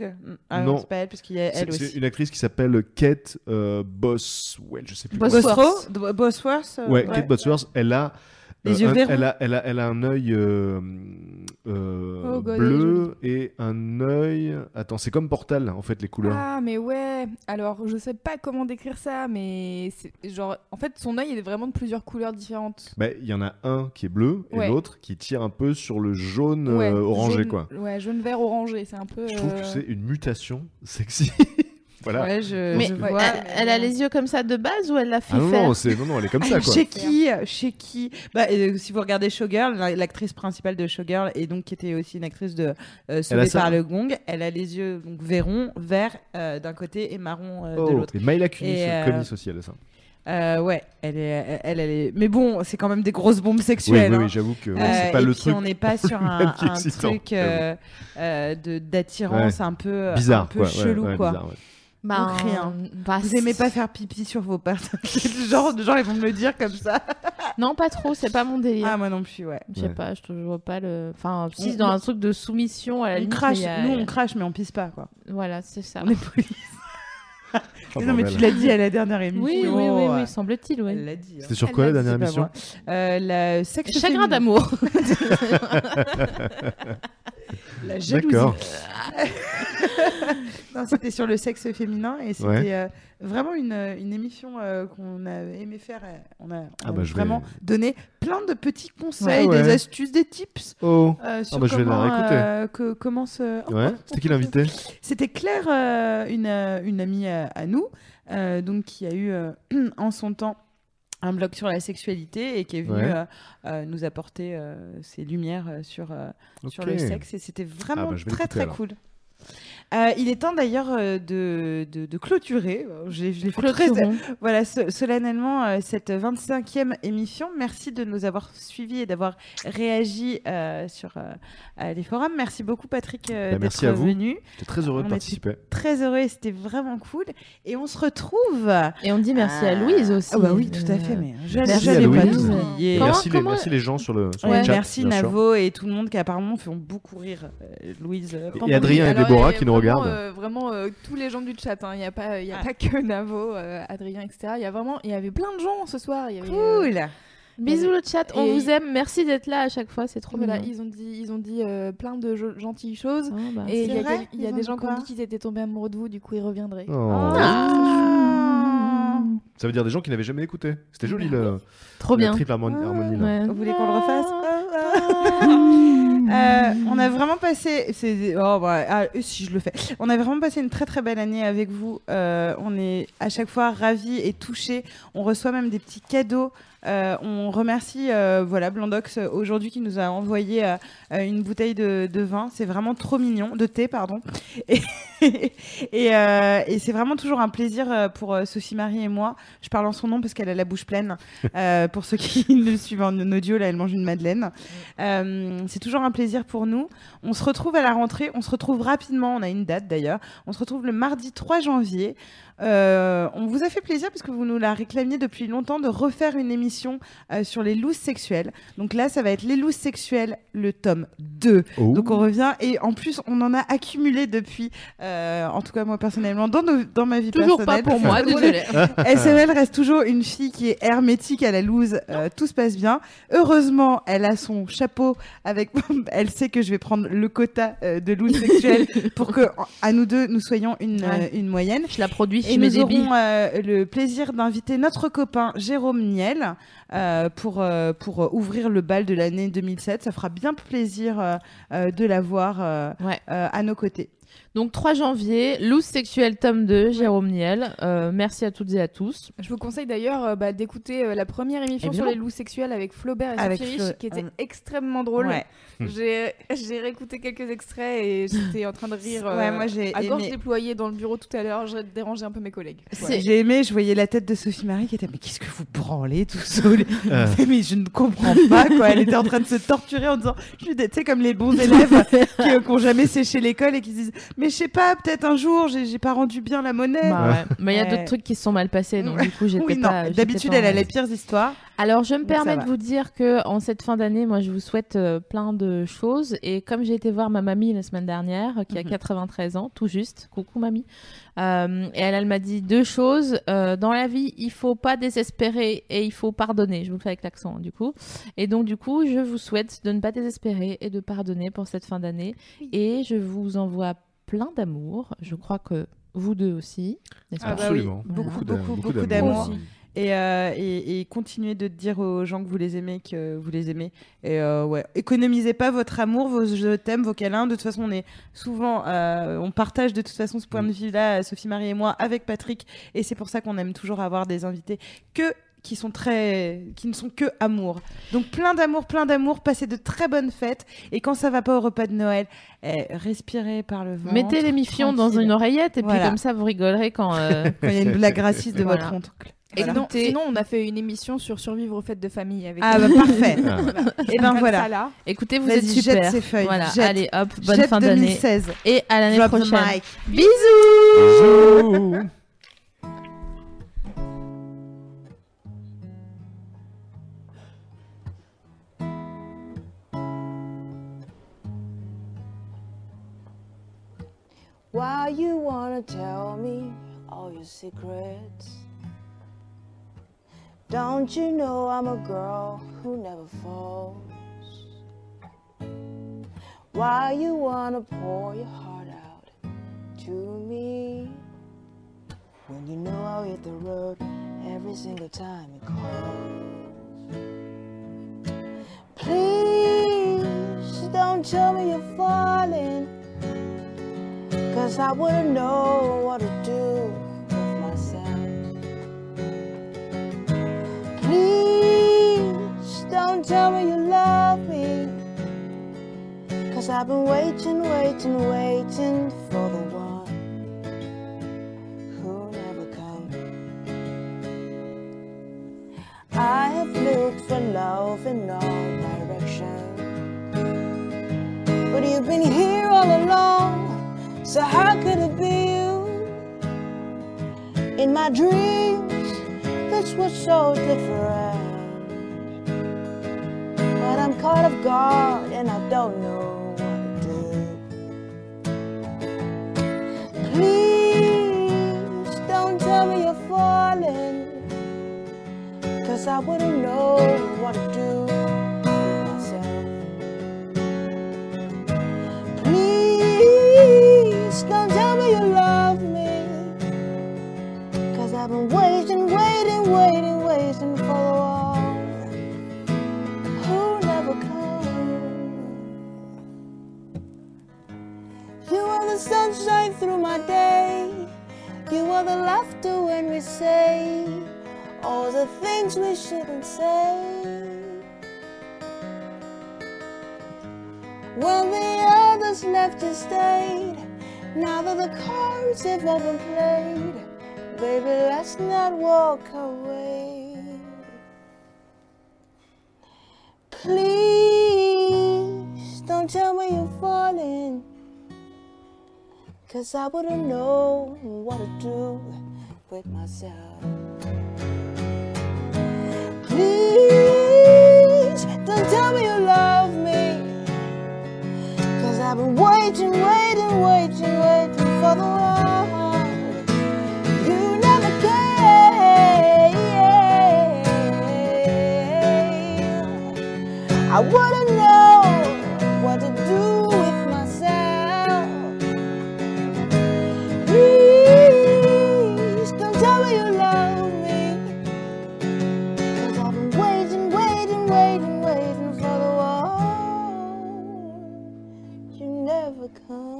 Ah Non. non, c'est pas elle, parce qu'il y a C'est- elle C'est aussi. une actrice qui s'appelle Kate euh, Boss. Ouais, je sais plus. Boss- comment- Bosworth. D- Bosworth euh, Ouais, Kate Bosworth, elle a. Les euh, yeux un- verrous. elle a, elle, a, elle a un œil euh, euh, Oh God, elle est bleu et un œil. Attends, c'est comme Portal en fait les couleurs. Ah, mais ouais. Alors, je sais pas comment décrire ça, mais c'est genre, en fait, son œil il est vraiment de plusieurs couleurs différentes. Bah, il y en a un qui est bleu et Ouais. l'autre qui tire un peu sur le jaune euh, Ouais, orangé jaune- quoi. Ouais, jaune vert orangé, c'est un peu. Je trouve que euh, c'est une mutation sexy. voilà. Ouais, je, Mais je Ouais. vois. elle, elle a les yeux comme ça de base ou elle l'a fait Ah non faire non, c'est non non, elle est comme ça quoi. Chez qui Chez qui bah, euh, Si vous regardez Showgirl, la- l'actrice principale de Showgirl, et donc qui était aussi une actrice de euh, Sauvée ça. par le Gong, elle a les yeux donc verron, vert euh, d'un côté et marron euh, de Oh, l'autre. et Myla Kunis, Et, euh, euh, Kunis aussi elle a ça. Euh, ouais, elle est, elle, elle est. Mais bon, c'est quand même des grosses bombes Oui oui, sexuelles. oui, hein. j'avoue que ouais, Euh, c'est pas et le puis truc. on n'est pas sur même un, qui est un excitant, truc euh, euh, de- d'attirance un peu Bizarre un peu quoi. ouais, chelou ouais, quoi. bizarre, ouais. Bah, Donc, rien. bah, Vous c'est- aimez pas faire pipi sur vos pattes C'est le genre de gens ils vont me le dire comme ça. Non, pas trop, c'est pas mon délire. Ah moi non plus ouais. je sais Ouais. pas, je te- je vois pas le. Enfin, si On- c'est dans un truc de soumission à la On limite. crache, mais il y a- Ah. nous on crache mais on pisse pas quoi. Voilà, c'est ça. On est poli. Oh, non mais bordel. tu l'as dit à la dernière émission. Oui, oui, oui, oui, Oh, ouais. semble-t-il, Elle ouais. l'a dit. hein. C'était sur quoi la Elle l'a dernière dit, c'est émission pas moi. Euh, La sexe Chagrin féminin. d'amour. La jalousie. D'accord. Non, c'était sur le sexe féminin et c'était Ouais. euh, vraiment une, euh, une émission euh, qu'on a aimé faire. euh, On a, on Ah a bah, je vais- vraiment donné plein de petits conseils, Ouais. des astuces, des tips Oh. euh, sur bah, je vais la comment, réécouter. euh, que, comment se... Oh, Ouais. C'était qui l'invité C'était Claire, euh, une, euh, une amie euh, à nous, euh, donc qui a eu euh, en son temps un blog sur la sexualité et qui est venue Ouais. euh, euh, nous apporter euh, ses lumières euh, sur, euh, sur Ok. le sexe. Et c'était vraiment Ah bah, je vais très l'écouter, très alors. cool. Euh, il est temps d'ailleurs euh, de, de- de clôturer. Euh, Je l'ai je l'ai fait très- Clôturons. voilà, so- solennellement euh, cette 25e émission. Merci de nous avoir suivis et d'avoir réagi euh, sur euh, euh, les forums. Merci beaucoup Patrick euh, Bah, merci à d'être vous. venu. J'étais très heureux On de était- participer. Très heureux et c'était vraiment cool. Et on se retrouve. Et on dit merci à Ah. Louise aussi. Ah bah oui, tout à Euh, fait. Mais je merci l'avais à pas Louise. tout Et oublié. Comment- merci, les, comment- merci les gens sur le, sur le Ouais, chat. merci bien sûr. Navo et tout le monde qui apparemment font beaucoup rire euh, Louise. euh, Et Adrien et Alors, Déborah il y a qui nous vraiment, regardent. euh, vraiment euh, tous les gens du chat. hein. Il n'y a pas, il y a Ah. pas que Navo, euh, Adrien, etc. Il y a vraiment, il y avait plein de gens ce soir. Il y avait, euh, Cool. Bisous le chat, on Et- vous aime. Merci d'être là à chaque fois, c'est trop voilà, Mm. mignon. ils ont dit, ils ont dit euh, plein de jo- gentilles choses. Ah, bah, Et il y a, vrai, quel- il y a ils ont des dit gens qui ont quoi dit qu'ils étaient tombés amoureux de vous, du coup ils reviendraient. Oh. euh, Ah. Ça veut dire des gens qui n'avaient jamais écouté. C'était joli le, Trop la bien. triple harmon- Ah, harmonie. là. Ouais. Vous voulez qu'on le refasse Euh, on a vraiment passé. c'est- oh, bah, ah, si je le fais. On a vraiment passé une très très belle année avec vous. Euh, on est à chaque fois ravis et touchés. On reçoit même des petits cadeaux. Euh, on remercie euh, voilà Blandox euh, aujourd'hui qui nous a envoyé euh, euh, une bouteille de, de vin. C'est vraiment trop mignon, de thé pardon. Et, et, euh, et c'est vraiment toujours un plaisir euh, pour euh, Sophie Marie et moi. Je parle en son nom parce qu'elle a la bouche pleine. Euh, pour ceux qui le suivent en audio, là elle mange une madeleine. Euh, c'est toujours un plaisir pour nous. On se retrouve à la rentrée. On se retrouve rapidement. On a une date d'ailleurs. On se retrouve le mardi 3 janvier. Euh, on vous a fait plaisir parce que vous nous la réclamiez depuis longtemps de refaire une émission euh, sur les loups sexuelles. Donc là, ça va être les loups sexuelles, le tome 2. Oh. Donc on revient et en plus, on en a accumulé depuis. euh, en tout cas, moi personnellement, dans, nos- dans ma vie Toujours pas personnelle. pour moi, désolé. SML reste toujours une fille qui est hermétique à la loose. euh, tout se passe bien. Heureusement, elle a son chapeau avec. elle sait que je vais prendre le quota euh, de loose sexuelle pour que, en- à nous deux, nous soyons une, Ouais. euh, une moyenne. Je la produis, Et je mets nous des billes. aurons euh, le plaisir d'inviter notre copain Jérôme Niel euh, pour, euh, pour euh, ouvrir le bal de l'année 2007. Ça fera bien plaisir euh, euh, de l'avoir euh, Ouais. euh, à nos côtés. Donc 3 janvier, Loose sexuelle tome 2, Jérôme Niel. Euh, merci à toutes et à tous. Je vous conseille d'ailleurs euh, bah, d'écouter euh, la première émission sur Évidemment. les loups sexuels avec Flaubert et Avec Sophie Flo- Rich, qui était on- extrêmement drôle. Ouais. J'ai j'ai réécouté quelques extraits et j'étais en train de rire. Ouais, euh, moi j'ai à gorge aimé. déployée dans le bureau tout à l'heure, j'ai dérangé un peu mes collègues. C'est- J'ai aimé, je voyais la tête de Sophie Marie qui était mais qu'est-ce que vous branlez tout seul Euh. Mais je ne comprends pas quoi. Elle était en train de se torturer en disant je suis des- tu sais comme les bons élèves qui n'ont jamais séché l'école et qui se disent mais je sais pas peut-être un jour j'ai j'ai pas rendu bien la monnaie. Bah, ouais. Mais il y a Ouais. d'autres trucs qui se sont mal passés, donc du coup j'étais oui pas. non. j'étais D'habitude pas elle en- a les pires histoires. Alors, je me Donc, ça permets de va. vous dire que en cette fin d'année, moi, je vous souhaite euh, plein de choses. Et comme j'ai été voir ma mamie la semaine dernière, euh, qui Mhm. a 93 ans, tout juste, coucou mamie, Euh, et elle, elle m'a dit deux choses. Euh, dans la vie, il faut pas désespérer et il faut pardonner. Je vous le fais avec l'accent, du coup. Et donc, du coup, je vous souhaite de ne pas désespérer et de pardonner pour cette fin d'année. Et je vous envoie plein d'amour. Je crois que vous deux aussi, n'est-ce Ah pas bah Absolument. oui, beaucoup, d'a- beaucoup, beaucoup d'amour. Et, euh, et, et continuez de dire aux gens que vous les aimez, que vous les aimez. Et euh, ouais, économisez pas votre amour, vos je t'aime, vos câlins. De toute façon, on est souvent, euh, on partage de toute façon ce point de vue-là, Sophie Marie et moi, avec Patrick. Et c'est pour ça qu'on aime toujours avoir des invités que qui sont très, qui ne sont que amour. Donc plein d'amour, plein d'amour. Passez de très bonnes fêtes. Et quand ça va pas au repas de Noël, eh, respirez par le ventre. Mettez les mifions dans tranquille. une oreillette et Voilà. puis comme ça vous rigolerez quand euh, Quand il y a une blague raciste de Voilà. votre oncle. Et Voilà. sinon, Écoutez- sinon, on a fait une émission sur survivre aux fêtes de famille avec. Ah bah parfait. et ben Comme voilà. ça, là. Écoutez, vous Vas-y, êtes super. jette ces feuilles, Voilà, jette. allez hop, bonne Jet fin d'année 2016. et à l'année Drop the prochaine. mic. Bisous. Bisous. Why you wanna tell me all your secrets? Don't you know I'm a girl who never falls? Why you wanna pour your heart out to me? When you know I'll hit the road every single time you call. Please don't tell me you're falling. Cause I wouldn't know what to do with myself. Please don't tell me you love me. Cause I've been waiting, waiting, waiting for the one. in all directions. But you've been here all along, so how could it be you? In my dreams, this was so different. But I'm caught off guard and I don't know what to do. Please don't tell me you're falling, cause I wouldn't know what to do with myself. Please don't tell me you love me. Cause I've been waiting, waiting, waiting, waiting for the one who never comes. You are the sunshine through my day. You are the laughter when we say all the things we shouldn't say. When the others left you stayed, now that the cards have all been played, baby, let's not walk away. Please don't tell me you're falling, cause I wouldn't know what to do with myself. Please don't tell me you love me. Cause I've been waiting, waiting, waiting, waiting for the one you never came. I wanna know what to do with myself. Please don't tell me you love me. Cause I've been waiting, waiting, waiting, waiting for the one you never come.